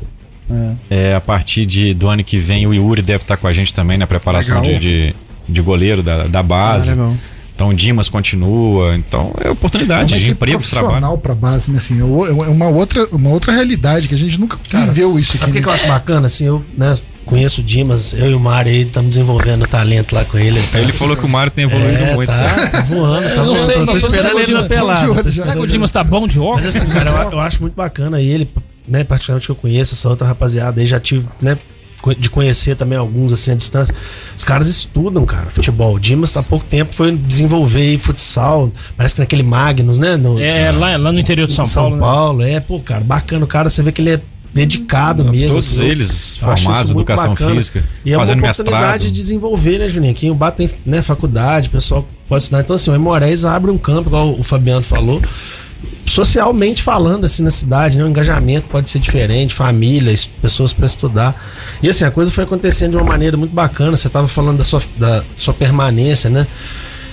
Speaker 5: É.
Speaker 8: É, a partir de, do ano que vem, o Yuri deve estar com a gente também na preparação de,
Speaker 5: Legal.
Speaker 8: de, de goleiro da, da base.
Speaker 5: Ah, legal.
Speaker 8: então o Dimas continua. Então é
Speaker 2: É
Speaker 8: oportunidade
Speaker 2: uma
Speaker 8: de
Speaker 2: equipe
Speaker 8: emprego, de trabalho.
Speaker 2: profissional pra base, né? Assim, é o- é uma outra, uma outra realidade que a gente nunca viveu isso
Speaker 7: Sabe o
Speaker 2: aqui.
Speaker 7: que,
Speaker 2: né?
Speaker 7: que eu acho bacana? Assim, eu né, conheço o Dimas, eu e o Mário aí estamos desenvolvendo talento lá com ele. Ele, tá-
Speaker 8: Ele falou que o Mário tem evoluído
Speaker 7: é,
Speaker 8: muito. né?
Speaker 7: Tá, tá voando, tá
Speaker 3: Eu não
Speaker 7: voando.
Speaker 3: sei,
Speaker 7: eu tô
Speaker 3: não sei se
Speaker 7: esperando
Speaker 3: o
Speaker 7: ele na
Speaker 3: Dimas-
Speaker 7: pelada.
Speaker 2: de olho
Speaker 7: tô
Speaker 2: já.
Speaker 7: esperando
Speaker 3: Será que o
Speaker 7: ele
Speaker 3: Dimas tá bom de óculos?
Speaker 7: Mas assim, cara, eu, eu acho muito bacana. E ele, né, particularmente que eu conheço, essa outra rapaziada aí, já tive, né, co- de conhecer também alguns, assim, à distância. Os caras estudam, cara, futebol. O Dimas, há pouco tempo, foi desenvolver aí futsal, parece que naquele Magnus, né, no
Speaker 3: É, lá, lá no interior de São,
Speaker 7: São,
Speaker 3: Paulo.
Speaker 7: Paulo.
Speaker 3: né?
Speaker 7: É, pô, cara, bacana. O cara, você vê que ele é dedicado mesmo.
Speaker 8: Todos
Speaker 7: assim.
Speaker 8: eles
Speaker 7: Eu acho isso
Speaker 8: formados em
Speaker 7: muito
Speaker 8: educação
Speaker 7: bacana.
Speaker 8: física,
Speaker 7: E é
Speaker 8: fazendo
Speaker 7: uma
Speaker 8: mestrado.
Speaker 7: oportunidade de desenvolver, né, Juninho? Aqui em Ubá tem né, faculdade, o pessoal pode estudar. Então, assim, o Emorés abre um campo, igual o Fabiano falou, socialmente falando, assim, na cidade, né? O engajamento pode ser diferente, famílias, pessoas para estudar. E, assim, a coisa foi acontecendo de uma maneira muito bacana. Você tava falando da sua, da sua permanência, né?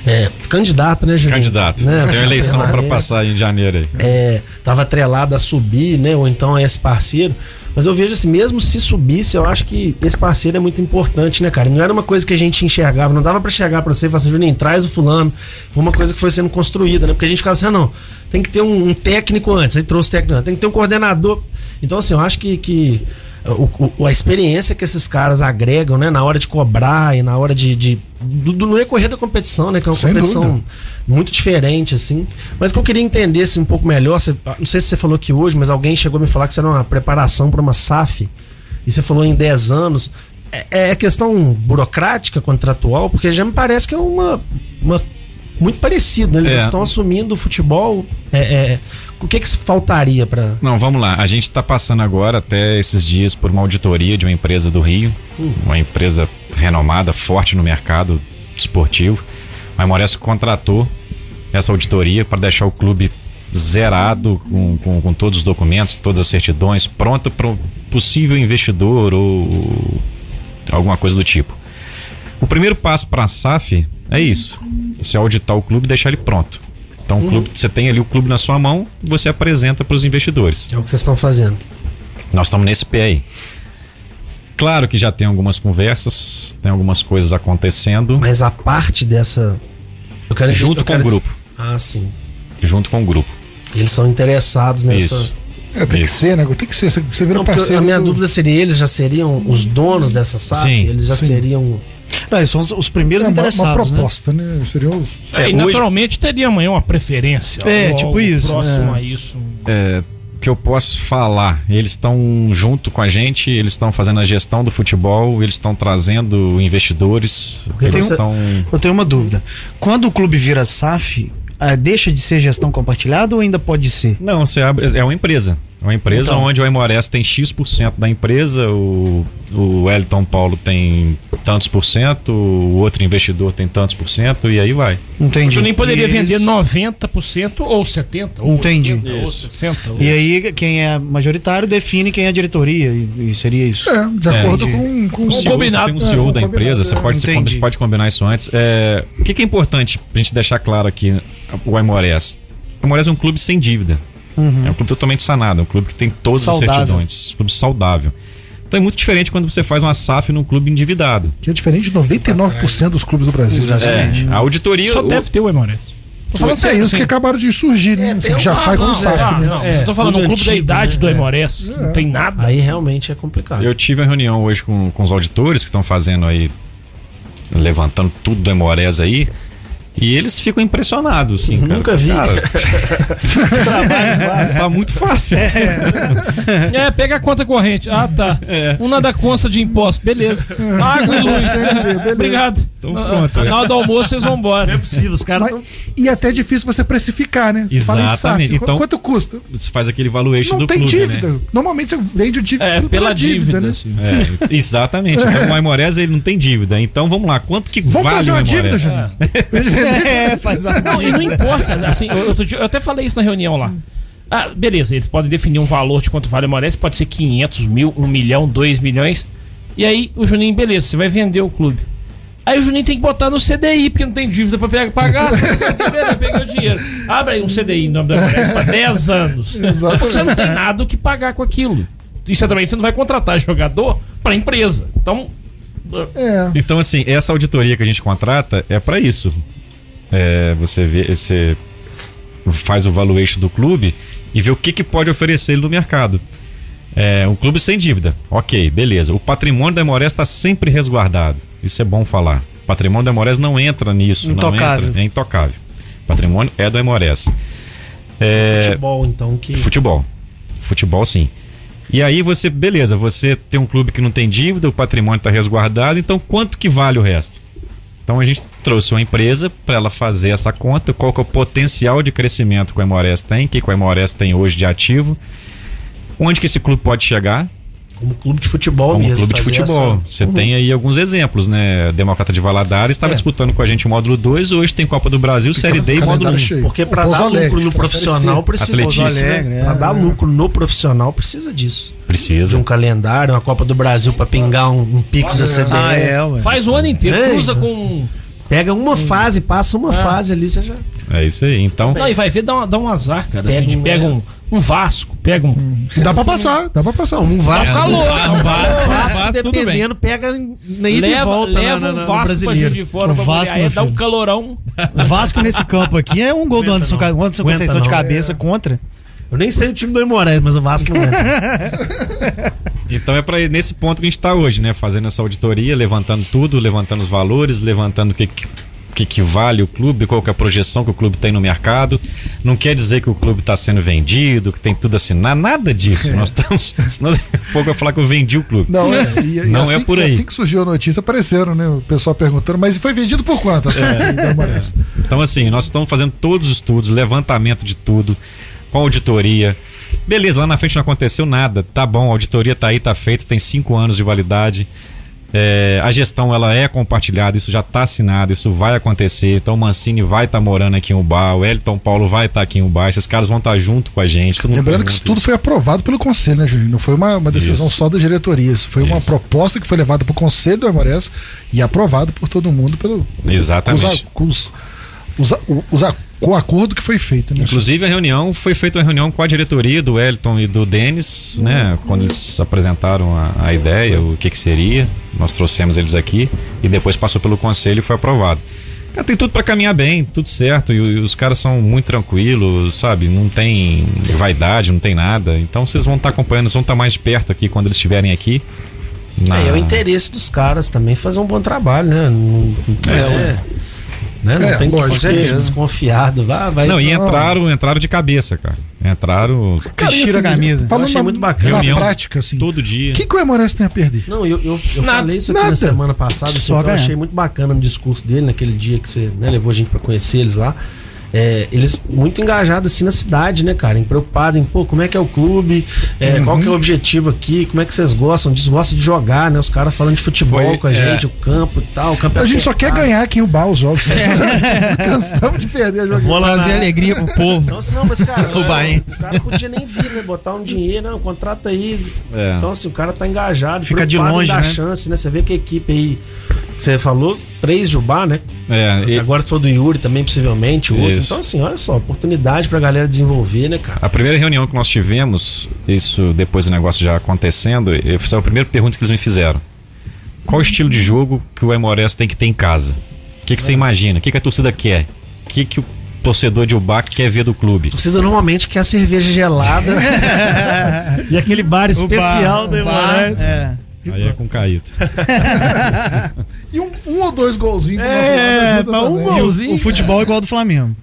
Speaker 7: É, candidato, né, Juninho?
Speaker 8: Candidato.
Speaker 7: Né?
Speaker 8: Tem uma eleição para
Speaker 7: Permanência
Speaker 8: passar em janeiro aí.
Speaker 7: é, tava atrelado a subir, né? Ou então a esse parceiro. Mas eu vejo assim, mesmo se subisse, eu acho que esse parceiro é muito importante, né, cara? Não era uma coisa que a gente enxergava, não dava pra chegar pra você e falar assim, Juninho, traz o fulano. Foi uma coisa que foi sendo construída, né? Porque a gente ficava assim, ah, não, tem que ter um, um técnico antes, aí trouxe o técnico antes, tem que ter um coordenador. Então, assim, eu acho que. que o- o- a experiência que esses caras agregam, né, na hora de cobrar e na hora de. de do, do no decorrer da competição, né? Que é uma
Speaker 2: Sem
Speaker 7: competição
Speaker 2: dúvida.
Speaker 7: muito diferente, assim. Mas que eu queria entender assim, um pouco melhor. Você, não sei se você falou aqui hoje, mas alguém chegou a me falar que isso era uma preparação para uma SAF. E você falou em 10 anos. é- é questão burocrática, contratual, porque já me parece que é uma. uma- muito parecido, né? eles
Speaker 8: É.
Speaker 7: estão assumindo o futebol. é, é, o que, que faltaria para
Speaker 8: Não, vamos lá. A gente está passando agora, até esses dias, por uma auditoria de uma empresa do Rio, uma empresa renomada, forte no mercado esportivo. A Imores contratou essa auditoria para deixar o clube zerado, com, com, com todos os documentos, todas as certidões, pronto para um possível investidor ou alguma coisa do tipo. O primeiro passo para a SAF é isso: você auditar o clube e deixar ele pronto. Então, o clube, você tem ali o clube na sua mão, você apresenta para os investidores.
Speaker 7: É o que vocês estão fazendo.
Speaker 8: Nós estamos nesse pé aí. Claro que já tem algumas conversas, tem algumas coisas acontecendo,
Speaker 7: Mas a parte dessa. Eu quero
Speaker 8: junto
Speaker 7: eu
Speaker 8: com o
Speaker 7: quero-
Speaker 8: grupo.
Speaker 7: Ah, sim.
Speaker 8: Junto com o grupo.
Speaker 7: Eles são interessados nessa.
Speaker 8: Isso.
Speaker 2: É, tem que
Speaker 8: Isso.
Speaker 2: ser, né? Gu? Tem que ser. Você- Você vira
Speaker 7: Não, porque
Speaker 2: parceiro.
Speaker 7: a minha
Speaker 2: do-
Speaker 7: dúvida seria: eles já seriam os donos dessa SAF?
Speaker 8: Sim,
Speaker 7: eles já
Speaker 2: sim.
Speaker 7: seriam.
Speaker 5: Não, eles são os, os
Speaker 2: É
Speaker 5: primeiros
Speaker 2: uma, uma
Speaker 5: interessados, né?
Speaker 2: proposta, né? Seria os.
Speaker 3: É, e
Speaker 8: hoje-
Speaker 3: naturalmente teria amanhã uma preferência.
Speaker 5: É,
Speaker 3: algo-
Speaker 5: tipo
Speaker 3: algo
Speaker 5: isso,
Speaker 3: Próximo
Speaker 5: é.
Speaker 3: a isso.
Speaker 8: É, O que eu posso falar? Eles estão junto com a gente, eles estão fazendo a gestão do futebol, eles estão trazendo investidores, então, eles
Speaker 7: você-
Speaker 8: estão.
Speaker 5: Eu tenho uma dúvida. Quando o clube vira SAF, ah, deixa de ser gestão compartilhada ou ainda pode ser?
Speaker 8: Não, você abre. É uma empresa. É uma empresa
Speaker 5: Então.
Speaker 8: onde o Aimorés tem X% da empresa, o, o Elton Paulo tem tantos por cento, o outro investidor tem tantos por cento, e aí vai.
Speaker 5: Entendi.
Speaker 3: Eu nem poderia
Speaker 5: E
Speaker 3: vender
Speaker 5: eles-
Speaker 3: 90% ou 70%, ou
Speaker 5: Entendi.
Speaker 3: 80%, ou
Speaker 8: Isso.
Speaker 3: 60%. ou-
Speaker 5: E aí, quem é majoritário define quem é a diretoria, e, e seria isso.
Speaker 2: É, de
Speaker 8: É,
Speaker 2: acordo
Speaker 5: entendi.
Speaker 2: com, com
Speaker 8: O
Speaker 2: o
Speaker 8: CEO, você tem um
Speaker 2: É,
Speaker 8: CEO
Speaker 2: com
Speaker 8: da
Speaker 2: combinado,
Speaker 8: empresa, você
Speaker 2: é.
Speaker 8: pode, você
Speaker 5: Entendi.
Speaker 8: pode combinar isso antes. É, o que, que é importante pra gente deixar claro aqui, o Aimorés? O Aimorés é um clube sem dívida.
Speaker 5: Uhum.
Speaker 8: É um clube totalmente sanado, é um clube que tem todas as
Speaker 5: Saudável.
Speaker 8: certidões. Um clube saudável. Então é muito diferente quando você faz uma SAF num clube endividado.
Speaker 2: Que é diferente de 99% dos clubes do Brasil.
Speaker 5: Exato.
Speaker 2: É.
Speaker 5: Exatamente.
Speaker 8: a auditoria.
Speaker 3: Só
Speaker 8: o-
Speaker 3: deve ter o Emores.
Speaker 2: Tô falando assim, é isso que acabaram de surgir,
Speaker 7: É,
Speaker 2: né?
Speaker 7: um
Speaker 2: Assim, já sai como SAF, né?
Speaker 3: Não, você tá falando um
Speaker 7: clube
Speaker 3: clube da
Speaker 7: antigo,
Speaker 3: idade
Speaker 7: É, né?
Speaker 3: do
Speaker 7: É.
Speaker 3: Emores. Não tem nada.
Speaker 7: Aí realmente é complicado.
Speaker 8: Eu tive uma reunião hoje com, com os auditores que estão fazendo aí, levantando tudo do Emorés aí. E eles ficam impressionados, assim, cara.
Speaker 7: Nunca vi.
Speaker 8: Cara, tá muito fácil.
Speaker 3: É, pega a conta corrente. Ah, tá.
Speaker 7: É.
Speaker 3: Um nada consta de imposto. Beleza. Água e luz. Obrigado.
Speaker 8: Então,
Speaker 3: Na- na, hora do almoço vocês vão embora.
Speaker 7: possível, os caras
Speaker 2: Mas- e até é difícil você precificar, né? Você fala em SAF.
Speaker 8: Exatamente.
Speaker 2: qu-
Speaker 8: Então-
Speaker 2: Quanto custa?
Speaker 8: Você faz aquele valuation
Speaker 2: Não
Speaker 8: do
Speaker 2: tem
Speaker 8: clube,
Speaker 2: dívida.
Speaker 8: né?
Speaker 2: Normalmente você vende o dívida
Speaker 3: É, pela, dívida. assim.
Speaker 8: É, exatamente. Então, o Aimorés ele não tem dívida. Então vamos lá, quanto que
Speaker 2: Vamos
Speaker 8: vale
Speaker 2: fazer
Speaker 8: o
Speaker 2: uma dívida,
Speaker 8: Aimorés?
Speaker 2: Júnior?
Speaker 5: É, faz a...
Speaker 3: Não, e não importa. Assim, eu, outro dia- eu até falei isso na reunião lá. Ah, beleza, eles podem definir um valor de quanto vale o Morés, pode ser 500 mil, 1 milhão, 2 milhões. E aí o Juninho, beleza, você vai vender o clube. Aí o Juninho tem que botar no CDI, porque não tem dívida pra pegar, pagar. Você beleza, peguei né? o dinheiro. Abre aí um CDI em nome do Morés pra 10 anos.
Speaker 2: Exatamente.
Speaker 3: Porque você não tem nada o que pagar com aquilo. E você também você não vai contratar jogador pra empresa. Então,
Speaker 2: É.
Speaker 8: Então, assim, essa auditoria que a gente contrata é pra isso. É, você vê, você faz o valuation do clube e vê o que, que pode oferecer ele no mercado. É, um clube sem dívida. Ok, beleza. O patrimônio da Emorés está sempre resguardado. Isso é bom falar. O patrimônio da Emorés não entra nisso.
Speaker 5: Intocável.
Speaker 8: Não entra, é intocável. O patrimônio é do Emorés. É,
Speaker 7: futebol, então, que.
Speaker 8: Futebol. Futebol, sim. E aí você, beleza, você tem um clube que não tem dívida, o patrimônio está resguardado, então quanto que vale o resto? Então a gente trouxe uma empresa para ela fazer essa conta, qual que é o potencial de crescimento que o Emorés tem, o que que o Emorés tem hoje de ativo, onde que esse clube pode chegar,
Speaker 7: Como clube de futebol
Speaker 8: como um
Speaker 7: mesmo.
Speaker 8: clube de
Speaker 7: fazer
Speaker 8: futebol.
Speaker 7: essa- Uhum.
Speaker 8: Você tem aí alguns exemplos, né? Democrata de Valadares
Speaker 7: É.
Speaker 8: estava disputando com a gente o módulo 2, hoje tem Copa do Brasil, Série D e módulo
Speaker 2: Calendário
Speaker 8: 1.
Speaker 2: cheio.
Speaker 7: Porque pra
Speaker 2: Pouso
Speaker 7: dar
Speaker 2: Alegre,
Speaker 7: lucro no
Speaker 2: tá na Série C.
Speaker 7: profissional precisa
Speaker 8: Atletismo,
Speaker 7: disso, né?
Speaker 5: né?
Speaker 7: Pra dar lucro no profissional precisa disso. De
Speaker 8: Precisa.
Speaker 7: um calendário, uma Copa do Brasil pra pingar um, um Pix da CBF.
Speaker 5: Ah, é, ué.
Speaker 3: faz o ano inteiro,
Speaker 7: Ei.
Speaker 3: cruza com. um
Speaker 7: Pega uma fase, passa uma fase ali, você já.
Speaker 8: É isso aí. Então,
Speaker 3: Não, e vai ver, dá, um- dá um azar, cara. Assim,
Speaker 7: Pega
Speaker 3: de
Speaker 7: um-
Speaker 3: pega um, um Vasco, pega um.
Speaker 2: Dá pra passar, dá pra passar.
Speaker 7: Um Vasco
Speaker 3: Fica é louco.
Speaker 9: Vasco, tudo bem.
Speaker 7: dependendo, pega na ida e
Speaker 3: Leva,
Speaker 7: volta né,
Speaker 3: leva
Speaker 7: na- na-
Speaker 3: um
Speaker 7: no
Speaker 3: Vasco pra
Speaker 7: brasileiro.
Speaker 3: Juiz de Fora,
Speaker 5: O
Speaker 3: pra
Speaker 5: Vasco,
Speaker 3: Vasco,
Speaker 5: meu
Speaker 3: dá um
Speaker 5: filho.
Speaker 3: calorão.
Speaker 5: O Vasco nesse campo aqui é um gol do Anderson,
Speaker 7: não.
Speaker 5: Ca- o Anderson
Speaker 7: Aguenta
Speaker 5: Conceição de
Speaker 7: não.
Speaker 5: cabeça contra.
Speaker 7: Eu nem sei o time do Emoré, mas o Vasco não é.
Speaker 8: Então é para nesse ponto que a gente está hoje, né? Fazendo essa auditoria, levantando tudo, levantando os valores, levantando o que, que que, que vale o clube, qual que é a projeção que o clube tem no mercado. Não quer dizer que o clube está sendo vendido, que tem tudo assinado, nada disso. Nós estamos. Senão daqui a pouco eu falar que eu vendi o clube.
Speaker 2: Não, é, e, e
Speaker 8: Não é
Speaker 2: assim-
Speaker 8: por aí.
Speaker 2: Assim que surgiu a notícia, apareceram, né? O pessoal perguntando, mas foi vendido por quanto? Assim,
Speaker 8: É.
Speaker 2: da Moraes?
Speaker 8: Então, assim, nós estamos fazendo todos os estudos, levantamento de tudo, com auditoria. Beleza, lá na frente não aconteceu nada. Tá bom, a auditoria tá aí, tá feita, tem cinco anos de validade. É, a gestão ela é compartilhada, isso já está assinado, isso vai acontecer. Então o Mancini vai estar morando aqui em Ubar, o Elton Paulo vai estar aqui em Ubar, esses caras vão estar junto com a gente. todo mundo tá
Speaker 2: Lembrando que
Speaker 8: junto,
Speaker 2: isso tudo foi aprovado pelo conselho, né, Julinho? Não foi uma, uma decisão
Speaker 8: Isso.
Speaker 2: só da diretoria. Isso foi uma
Speaker 8: Isso.
Speaker 2: proposta que foi levada para o conselho do Amores e aprovado por todo mundo pelo
Speaker 8: Exatamente.
Speaker 2: com os, os, os, os a- com o acordo que foi feito, né?
Speaker 8: Inclusive, a reunião foi feita uma reunião com a diretoria do Elton e do Denis, né? Quando eles apresentaram a, a ideia, o que, que seria. Nós trouxemos eles aqui e depois passou pelo conselho e foi aprovado. Cara, tem tudo pra caminhar bem, tudo certo. E, o- e os caras são muito tranquilos, sabe? Não tem vaidade, não tem nada. Então vocês vão estar acompanhando, vocês vão estar mais de perto aqui quando eles estiverem aqui. Na...
Speaker 7: É, é o interesse dos caras também fazer um bom trabalho, né? Não, não-
Speaker 8: É,
Speaker 7: é, né? não
Speaker 2: É,
Speaker 7: tem que
Speaker 2: lógico,
Speaker 7: ser
Speaker 2: né?
Speaker 7: desconfiado. Vai, vai,
Speaker 8: Não, e entraram, entraram de cabeça, cara. Entraram
Speaker 2: Cara, e
Speaker 6: Tira a camisa.
Speaker 2: Falando
Speaker 7: Eu achei
Speaker 2: na-
Speaker 7: muito bacana.
Speaker 2: Na
Speaker 8: Reunião.
Speaker 2: prática, assim. O
Speaker 8: todo dia.
Speaker 2: que, que o Amores tem a perder?
Speaker 7: Não, eu, eu, eu
Speaker 3: Nada,
Speaker 7: falei isso aqui
Speaker 2: nada.
Speaker 7: na semana passada, assim,
Speaker 5: Só
Speaker 7: que eu
Speaker 5: ganhar.
Speaker 7: achei muito bacana no discurso dele, naquele dia que você né, levou a gente pra conhecer eles lá. É, eles muito engajados assim na cidade, né, cara? Em- Preocupado em, pô, como é que é o clube, É,
Speaker 2: Uhum.
Speaker 7: qual que é o objetivo aqui, como é que vocês gostam, desgostam de jogar, né? Os caras falando de futebol
Speaker 8: Foi,
Speaker 7: com a
Speaker 8: é.
Speaker 7: gente, o campo e tal, o
Speaker 8: Tá
Speaker 7: campeonato.
Speaker 2: A gente só
Speaker 8: Ah.
Speaker 2: quer
Speaker 7: apertado.
Speaker 2: ganhar aqui em Ubar os jogos. Cansamos de perder a jogo.
Speaker 9: Trazer alegria pro
Speaker 7: Então,
Speaker 9: povo.
Speaker 7: assim, não, mas cara,
Speaker 9: O
Speaker 7: é,
Speaker 9: Baense.
Speaker 7: o cara não podia nem vir, né? Botar um dinheiro, não, contrata aí.
Speaker 8: É.
Speaker 7: Então, assim, o cara tá engajado,
Speaker 6: Fica de
Speaker 7: preocupado em
Speaker 6: longe,
Speaker 7: dar
Speaker 6: né?
Speaker 7: chance, né? Você vê que a equipe aí, que você falou, três Jubá, né?
Speaker 8: É, e-
Speaker 7: Agora foi do Yuri também, possivelmente, o outro.
Speaker 8: Isso.
Speaker 7: Então, assim, olha só, oportunidade pra galera desenvolver, né, cara?
Speaker 8: A primeira reunião que nós tivemos, isso depois do negócio já acontecendo, eu fiz a primeira pergunta que eles me fizeram. Qual o estilo de jogo que o Aimorés tem que ter em casa? O que, que você imagina? O que, que a torcida quer? O que, que o torcedor de Ubac quer ver do clube?
Speaker 7: A torcida normalmente quer a cerveja gelada e aquele bar especial do Emanuel.
Speaker 5: É.
Speaker 8: Aí é com caído.
Speaker 2: E um, um ou dois golzinhos pro nosso lado
Speaker 7: É,
Speaker 2: ajuda
Speaker 7: pra um
Speaker 2: também.
Speaker 7: golzinho.
Speaker 5: O futebol é igual ao do Flamengo.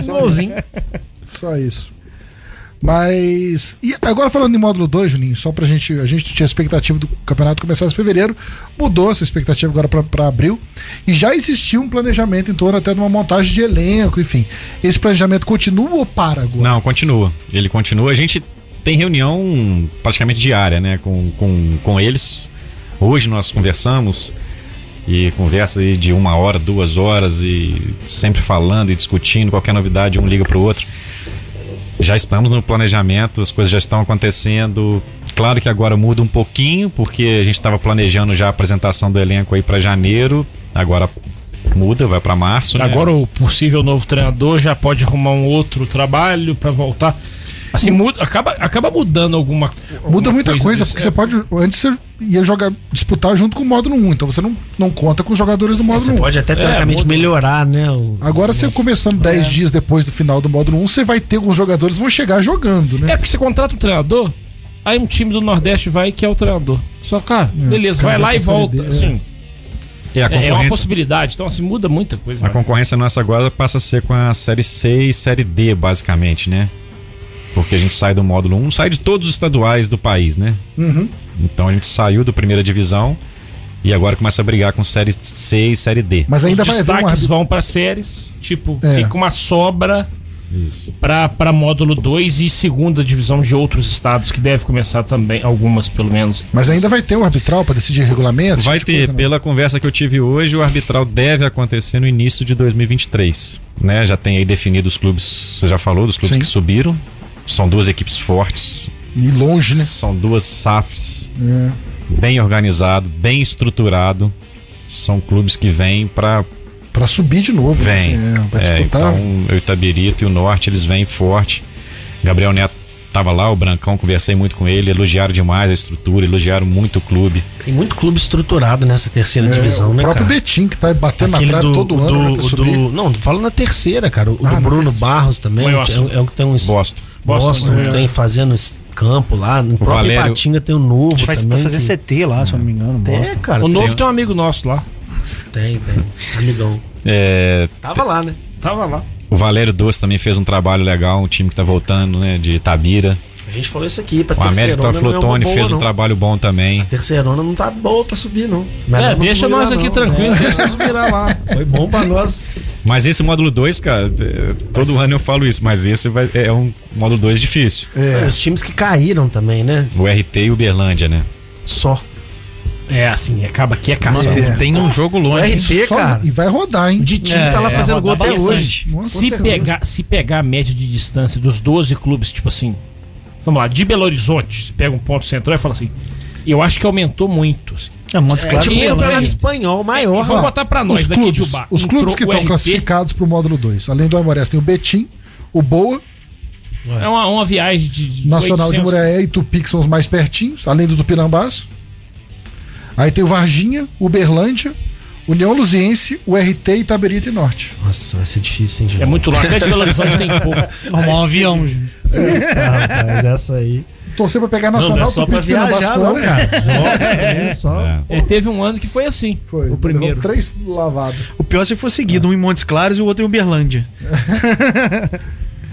Speaker 7: Um golzinho.
Speaker 2: Só isso. Mas. E agora falando em módulo 2, Juninho, só pra gente. A gente tinha expectativa do campeonato começar em fevereiro, mudou essa expectativa agora pra, pra abril. E já existia um planejamento em torno até de uma montagem de elenco, enfim. Esse planejamento continua ou para agora?
Speaker 8: Não, continua. Ele continua. A gente tem reunião praticamente diária, né? Com, com, com eles. Hoje nós conversamos e conversa aí de uma hora, duas horas e sempre falando e discutindo. Qualquer novidade, um liga pro outro. Já estamos no planejamento, as coisas já estão acontecendo. Claro que agora muda um pouquinho, porque a gente estava planejando já a apresentação do elenco aí para janeiro. Agora muda, vai para março. né?
Speaker 3: Agora o possível novo treinador já pode arrumar um outro trabalho pra voltar. Assim, muda, acaba, acaba mudando alguma
Speaker 2: Muda
Speaker 3: alguma
Speaker 2: muita coisa,
Speaker 3: desse-
Speaker 2: porque você pode. Antes você ia jogar, disputar junto com o módulo 1, então você não, não conta com os jogadores do módulo
Speaker 7: Você
Speaker 2: 1.
Speaker 7: pode até teoricamente
Speaker 3: muito.
Speaker 7: melhorar, né? o-
Speaker 2: Agora você começando 10 dias depois do final do módulo 1, você vai ter alguns jogadores que vão chegar jogando, né?
Speaker 3: É porque você contrata um treinador, aí um time do Nordeste vai que é o treinador. Só, cara, beleza,
Speaker 2: cara
Speaker 3: vai lá
Speaker 2: da
Speaker 3: e
Speaker 2: Série
Speaker 3: volta.
Speaker 2: D, é.
Speaker 3: assim,
Speaker 8: E a
Speaker 3: é, é uma
Speaker 8: concorrência-
Speaker 3: possibilidade. Então, assim, muda muita coisa.
Speaker 8: A
Speaker 3: velho.
Speaker 8: concorrência nossa agora passa a ser com a série C e série D, basicamente, né? Porque a gente sai do módulo 1, sai de todos os estaduais do país, né?
Speaker 2: Uhum.
Speaker 8: Então a gente saiu do primeira divisão e agora começa a brigar com série C e série D.
Speaker 2: Mas ainda
Speaker 3: Os
Speaker 2: vai haver um
Speaker 3: destaques
Speaker 2: árbitro.
Speaker 3: vão pra séries, tipo,
Speaker 2: É.
Speaker 3: fica uma sobra pra pra módulo 2 e segunda divisão de outros estados que deve começar também, algumas pelo menos.
Speaker 2: Mas ainda vai ter o arbitral para decidir regulamentos?
Speaker 8: Vai
Speaker 2: esse tipo de
Speaker 8: ter,
Speaker 2: coisa, né?
Speaker 8: pela conversa que eu tive hoje, o arbitral deve acontecer no início de 2023. Né? Já tem aí definido os clubes, você já falou, dos clubes
Speaker 2: Sim.
Speaker 8: que subiram. São duas equipes fortes,
Speaker 2: E longe, né?
Speaker 8: São duas SAFs.
Speaker 7: É.
Speaker 8: Bem organizado, bem estruturado. São clubes que vêm para.
Speaker 2: Pra subir de novo. né?
Speaker 8: Vem.
Speaker 2: Assim, é, pra
Speaker 8: É,
Speaker 2: disputar.
Speaker 8: então, o Itabirito e o Norte, eles vêm forte. Gabriel Neto tava lá, o Brancão, conversei muito com ele, elogiaram demais a estrutura, elogiaram muito o clube.
Speaker 7: Tem muito clube estruturado nessa terceira
Speaker 2: É,
Speaker 7: divisão,
Speaker 2: o
Speaker 7: né,
Speaker 2: próprio
Speaker 7: cara?
Speaker 2: Betim, que tá batendo
Speaker 7: Aquele
Speaker 2: na trave todo
Speaker 7: do-
Speaker 2: ano né, pra
Speaker 7: o
Speaker 2: subir.
Speaker 7: do- não, falo na terceira, cara. O
Speaker 2: Ah, na
Speaker 7: do Bruno
Speaker 2: terceira.
Speaker 7: Barros também.
Speaker 3: Põe o
Speaker 7: É,
Speaker 3: assunto.
Speaker 7: é o que tem uns
Speaker 8: Boston.
Speaker 7: Boston,
Speaker 2: é.
Speaker 7: tem fazendo esse campo lá. No próprio
Speaker 8: Valério-
Speaker 7: Patinga tem o novo
Speaker 5: Faz, tá
Speaker 7: também.
Speaker 5: fazendo
Speaker 7: que-
Speaker 2: né?
Speaker 5: CT lá, se eu não me engano. um
Speaker 7: É,
Speaker 5: Boston.
Speaker 7: cara.
Speaker 3: O
Speaker 7: tem-
Speaker 3: novo tem um amigo nosso lá.
Speaker 7: Tem, tem. Amigão.
Speaker 8: É,
Speaker 7: Tava lá, né?
Speaker 3: Tava lá.
Speaker 8: o Valério Doce também fez um trabalho legal, um time que tá voltando, né? De Itabira.
Speaker 7: A gente falou isso aqui. Pra
Speaker 8: O Américo
Speaker 7: terceirona não é uma
Speaker 8: Flotone
Speaker 7: boa,
Speaker 8: fez um
Speaker 7: não.
Speaker 8: trabalho bom também.
Speaker 7: Terceirona não tá boa pra subir, não. Mas
Speaker 3: É,
Speaker 7: não
Speaker 3: deixa
Speaker 7: vamos
Speaker 3: nós
Speaker 7: lá,
Speaker 3: aqui
Speaker 7: não,
Speaker 2: É.
Speaker 3: tranquilo,
Speaker 7: né?
Speaker 3: deixa eles virar lá.
Speaker 7: Foi bom pra nós.
Speaker 8: Mas esse módulo 2, cara, é, todo ano eu falo isso, mas esse vai- é um módulo 2 difícil.
Speaker 2: É,
Speaker 7: Os times que caíram também, né?
Speaker 8: O RT e o Uberlândia, né?
Speaker 7: Só.
Speaker 3: É, assim, acaba aqui é caçado.
Speaker 2: É.
Speaker 9: Tem um jogo longe.
Speaker 7: RT,
Speaker 2: Só-
Speaker 7: cara.
Speaker 2: E É, vai rodar, hein?
Speaker 7: De time tá lá fazendo gol até hoje.
Speaker 2: Com
Speaker 3: Se
Speaker 2: certeza.
Speaker 3: pegar, se pegar a média de distância dos 12 clubes, tipo assim, vamos lá, de Belo Horizonte, você pega um ponto central e fala assim, eu acho que aumentou muito. assim.
Speaker 5: É, Montes Claros
Speaker 3: tipo,
Speaker 7: Tinha
Speaker 3: eu-
Speaker 7: um campeonato
Speaker 3: É, eu-
Speaker 7: espanhol maior.
Speaker 3: Vamos botar pra nós
Speaker 2: os
Speaker 3: daqui
Speaker 2: clubes,
Speaker 3: de Ubá.
Speaker 2: Os
Speaker 3: Entrou
Speaker 2: clubes que
Speaker 3: o
Speaker 2: estão
Speaker 3: RT,
Speaker 2: classificados pro módulo 2. Além do Aimorés, tem o Betim, o Boa,
Speaker 3: É uma, uma viagem de.
Speaker 2: Nacional de
Speaker 3: 800.
Speaker 2: Muriaé e Tupi, que são os mais pertinhos, além do Tupinambás. Aí tem o Varginha, Uberlândia, União Luziense, o RT, Itaberita e Norte.
Speaker 7: Nossa, vai ser difícil, hein,
Speaker 3: É
Speaker 7: Gilmar?
Speaker 3: muito longe. Até de Belo Horizonte tem pouco.
Speaker 5: arrumar um avião. gente.
Speaker 7: Ah, mas essa aí.
Speaker 2: Torcer pra pegar
Speaker 7: Não, não é
Speaker 2: Nacional,
Speaker 7: só
Speaker 2: Tupi
Speaker 7: pra
Speaker 2: e Tupinambás
Speaker 7: viajar, não,
Speaker 2: fora.
Speaker 7: cara. Só, só.
Speaker 8: É.
Speaker 3: É, teve um ano que foi assim.
Speaker 2: Foi,
Speaker 3: o
Speaker 2: levou
Speaker 3: primeiro.
Speaker 2: Três lavados.
Speaker 5: O pior se for seguido, um em Montes Claros e o outro em Uberlândia.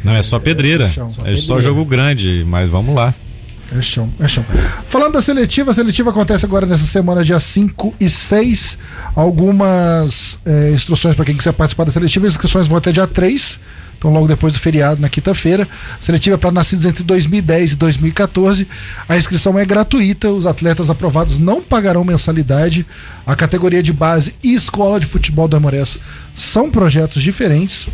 Speaker 8: Não, é só pedreira.
Speaker 2: é chão,
Speaker 8: É, só jogo grande, mas vamos lá.
Speaker 2: É chão, é chão. Falando da seletiva, a seletiva acontece agora nessa semana, dia 5 e 6. Algumas eh, instruções para quem quiser participar da seletiva. As inscrições vão até dia 3. Então, logo depois do feriado, na quinta-feira. Seletiva para nascidos entre 2010 e 2014. A inscrição é gratuita. Os atletas aprovados não pagarão mensalidade. A categoria de base e escola de futebol do Amorés são projetos diferentes.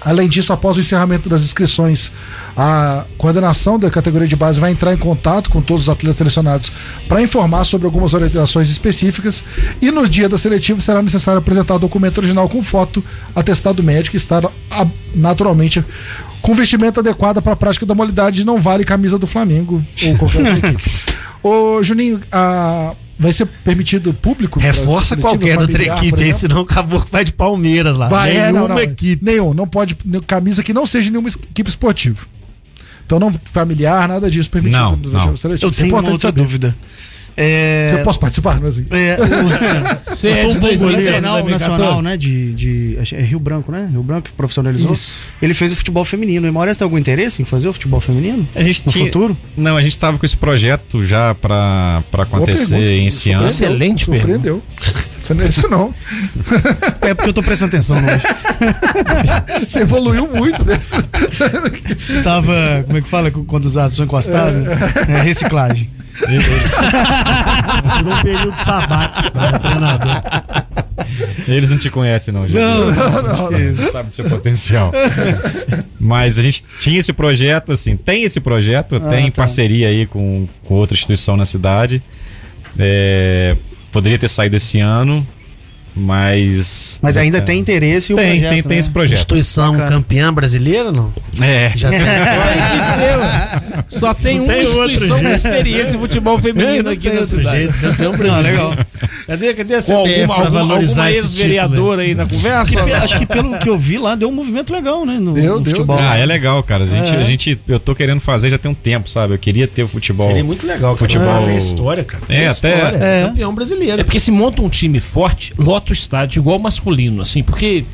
Speaker 2: Além disso, após o encerramento das inscrições, a coordenação da categoria de base vai entrar em contato com todos os atletas selecionados para informar sobre algumas orientações específicas. E no dia da seletiva será necessário apresentar o documento original com foto, atestado médico e estar a- naturalmente com vestimenta adequada para a prática da modalidade. Não vale camisa do Flamengo ou qualquer outra equipe. Ô, Juninho, a- vai ser permitido público? pra
Speaker 7: Reforça
Speaker 2: seletiva
Speaker 7: qualquer outra
Speaker 2: familiar, por
Speaker 7: equipe aí,
Speaker 2: exemplo?
Speaker 7: senão acabou que vai de Palmeiras lá.
Speaker 2: Vai, é,
Speaker 7: Nenhuma
Speaker 2: não, não,
Speaker 7: equipe.
Speaker 2: Nenhum, não pode. ne- Camisa que não seja nenhuma es- equipe esportiva. Então não familiar, nada disso permitido
Speaker 8: Não,
Speaker 2: no
Speaker 8: não.
Speaker 2: jogo seletivo.
Speaker 5: Eu
Speaker 2: Isso é
Speaker 5: tenho uma
Speaker 2: importante
Speaker 5: outra
Speaker 2: saber.
Speaker 5: dúvida. É,
Speaker 2: Se eu posso participar, não é assim?
Speaker 5: é, o,
Speaker 3: Você é
Speaker 5: eu
Speaker 3: de
Speaker 5: sou um bom
Speaker 3: 2010,
Speaker 5: goleiro. nacional,
Speaker 3: 2014?
Speaker 5: nacional, né? De, de- acho- é Rio Branco, né? Rio Branco que profissionalizou.
Speaker 2: Isso.
Speaker 5: Ele fez o futebol feminino. E Maurício tem algum interesse em fazer o futebol feminino?
Speaker 8: A gente
Speaker 5: No
Speaker 8: tinha-
Speaker 5: futuro?
Speaker 8: Não, a gente tava com esse projeto já pra, pra
Speaker 2: pergunta,
Speaker 8: acontecer esse ano.
Speaker 3: Excelente pergunta.
Speaker 2: Surpreendeu. Você não é isso não.
Speaker 5: É porque eu tô prestando atenção no
Speaker 2: Você evoluiu muito. né?
Speaker 5: Tava, como é que fala quando os árbitros são encostados? É, reciclagem.
Speaker 7: Por um período sabático para treinador.
Speaker 8: Eles não te conhecem, não, gente.
Speaker 5: Não,
Speaker 2: Não, não, não.
Speaker 8: Eles sabem do seu potencial. Mas a gente tinha esse projeto, assim, tem esse projeto, tem
Speaker 5: tá.
Speaker 8: parceria aí com, com outra instituição na cidade. É, poderia ter saído esse ano, mas. é,
Speaker 5: Mas ainda tem interesse e o
Speaker 8: Tem,
Speaker 5: projeto,
Speaker 8: tem, tem
Speaker 5: né?
Speaker 8: esse projeto.
Speaker 7: Instituição
Speaker 5: Bacana.
Speaker 7: campeã brasileira, não?
Speaker 8: É.
Speaker 7: Já tem.
Speaker 3: Tem que ser, ué. é Só tem uma
Speaker 7: tem outro
Speaker 3: instituição com
Speaker 7: jeito.
Speaker 3: experiência em futebol feminino aqui na cidade.
Speaker 7: campeão
Speaker 5: Não,
Speaker 7: brasileiro.
Speaker 5: Ah, legal.
Speaker 7: Cadê, cadê a
Speaker 3: Com
Speaker 7: CBF
Speaker 3: alguma,
Speaker 7: pra
Speaker 3: alguma,
Speaker 7: valorizar
Speaker 3: alguma
Speaker 7: esse título,
Speaker 3: ex-vereadora
Speaker 8: né?
Speaker 3: aí na
Speaker 5: Que
Speaker 3: conversa?
Speaker 5: pe- tipo? acho que pelo que eu vi lá, deu um movimento legal, né? No,
Speaker 2: Deu,
Speaker 7: Um
Speaker 5: no
Speaker 2: deu,
Speaker 5: futebol.
Speaker 8: Ah, é legal, cara. A gente,
Speaker 5: É.
Speaker 8: a gente, eu tô querendo fazer já tem um tempo, sabe? Eu queria ter o futebol.
Speaker 7: velho? Seria muito legal. cara.
Speaker 8: Futebol-
Speaker 7: Ah, Tem história, cara.
Speaker 8: É,
Speaker 7: Tem
Speaker 8: até-
Speaker 7: história.
Speaker 5: É.
Speaker 7: Campeão brasileiro.
Speaker 3: É porque se monta um time forte, lota o estádio igual o masculino, assim, porque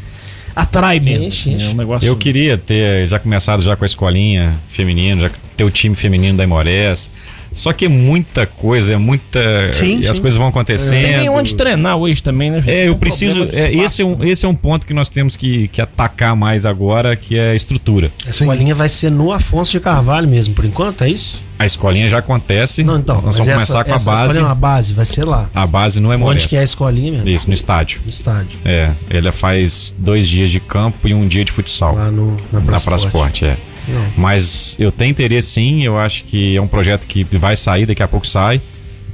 Speaker 3: atrai mesmo.
Speaker 7: Enche, enche.
Speaker 3: É um negócio.
Speaker 8: Eu queria ter já começado já com a escolinha feminina, já ter o time feminino da Imorés. Só que é muita coisa, é muita.
Speaker 5: Sim,
Speaker 8: e as
Speaker 5: sim.
Speaker 8: coisas vão
Speaker 3: Não
Speaker 8: acontecendo.
Speaker 3: tem nem onde treinar hoje também, né? gente?
Speaker 8: É,
Speaker 3: Tem
Speaker 8: eu
Speaker 3: um
Speaker 8: preciso.
Speaker 3: problema
Speaker 8: é,
Speaker 3: de
Speaker 8: esse, é um,
Speaker 3: espaço, né?
Speaker 8: esse é um ponto que nós temos que, que atacar mais agora, que é a estrutura.
Speaker 7: A escolinha vai ser no Afonso de Carvalho mesmo, por enquanto, é isso?
Speaker 8: A escolinha já acontece.
Speaker 7: Não, então.
Speaker 8: Nós
Speaker 7: mas
Speaker 8: vamos
Speaker 7: essa-
Speaker 8: começar com a
Speaker 7: essa
Speaker 8: base.
Speaker 7: escolinha, A base vai ser lá.
Speaker 8: A base não é
Speaker 7: Onde
Speaker 8: Imorés.
Speaker 7: que é a escolinha mesmo?
Speaker 8: Isso, no estádio.
Speaker 7: No estádio.
Speaker 8: É, ela faz dois dias de campo e um dia de futsal.
Speaker 7: Lá no, na
Speaker 8: Na
Speaker 7: Praça Esporte.
Speaker 8: Prasporte, é.
Speaker 7: Não.
Speaker 8: Mas eu tenho interesse sim, eu acho que é um projeto que vai sair, daqui a pouco sai.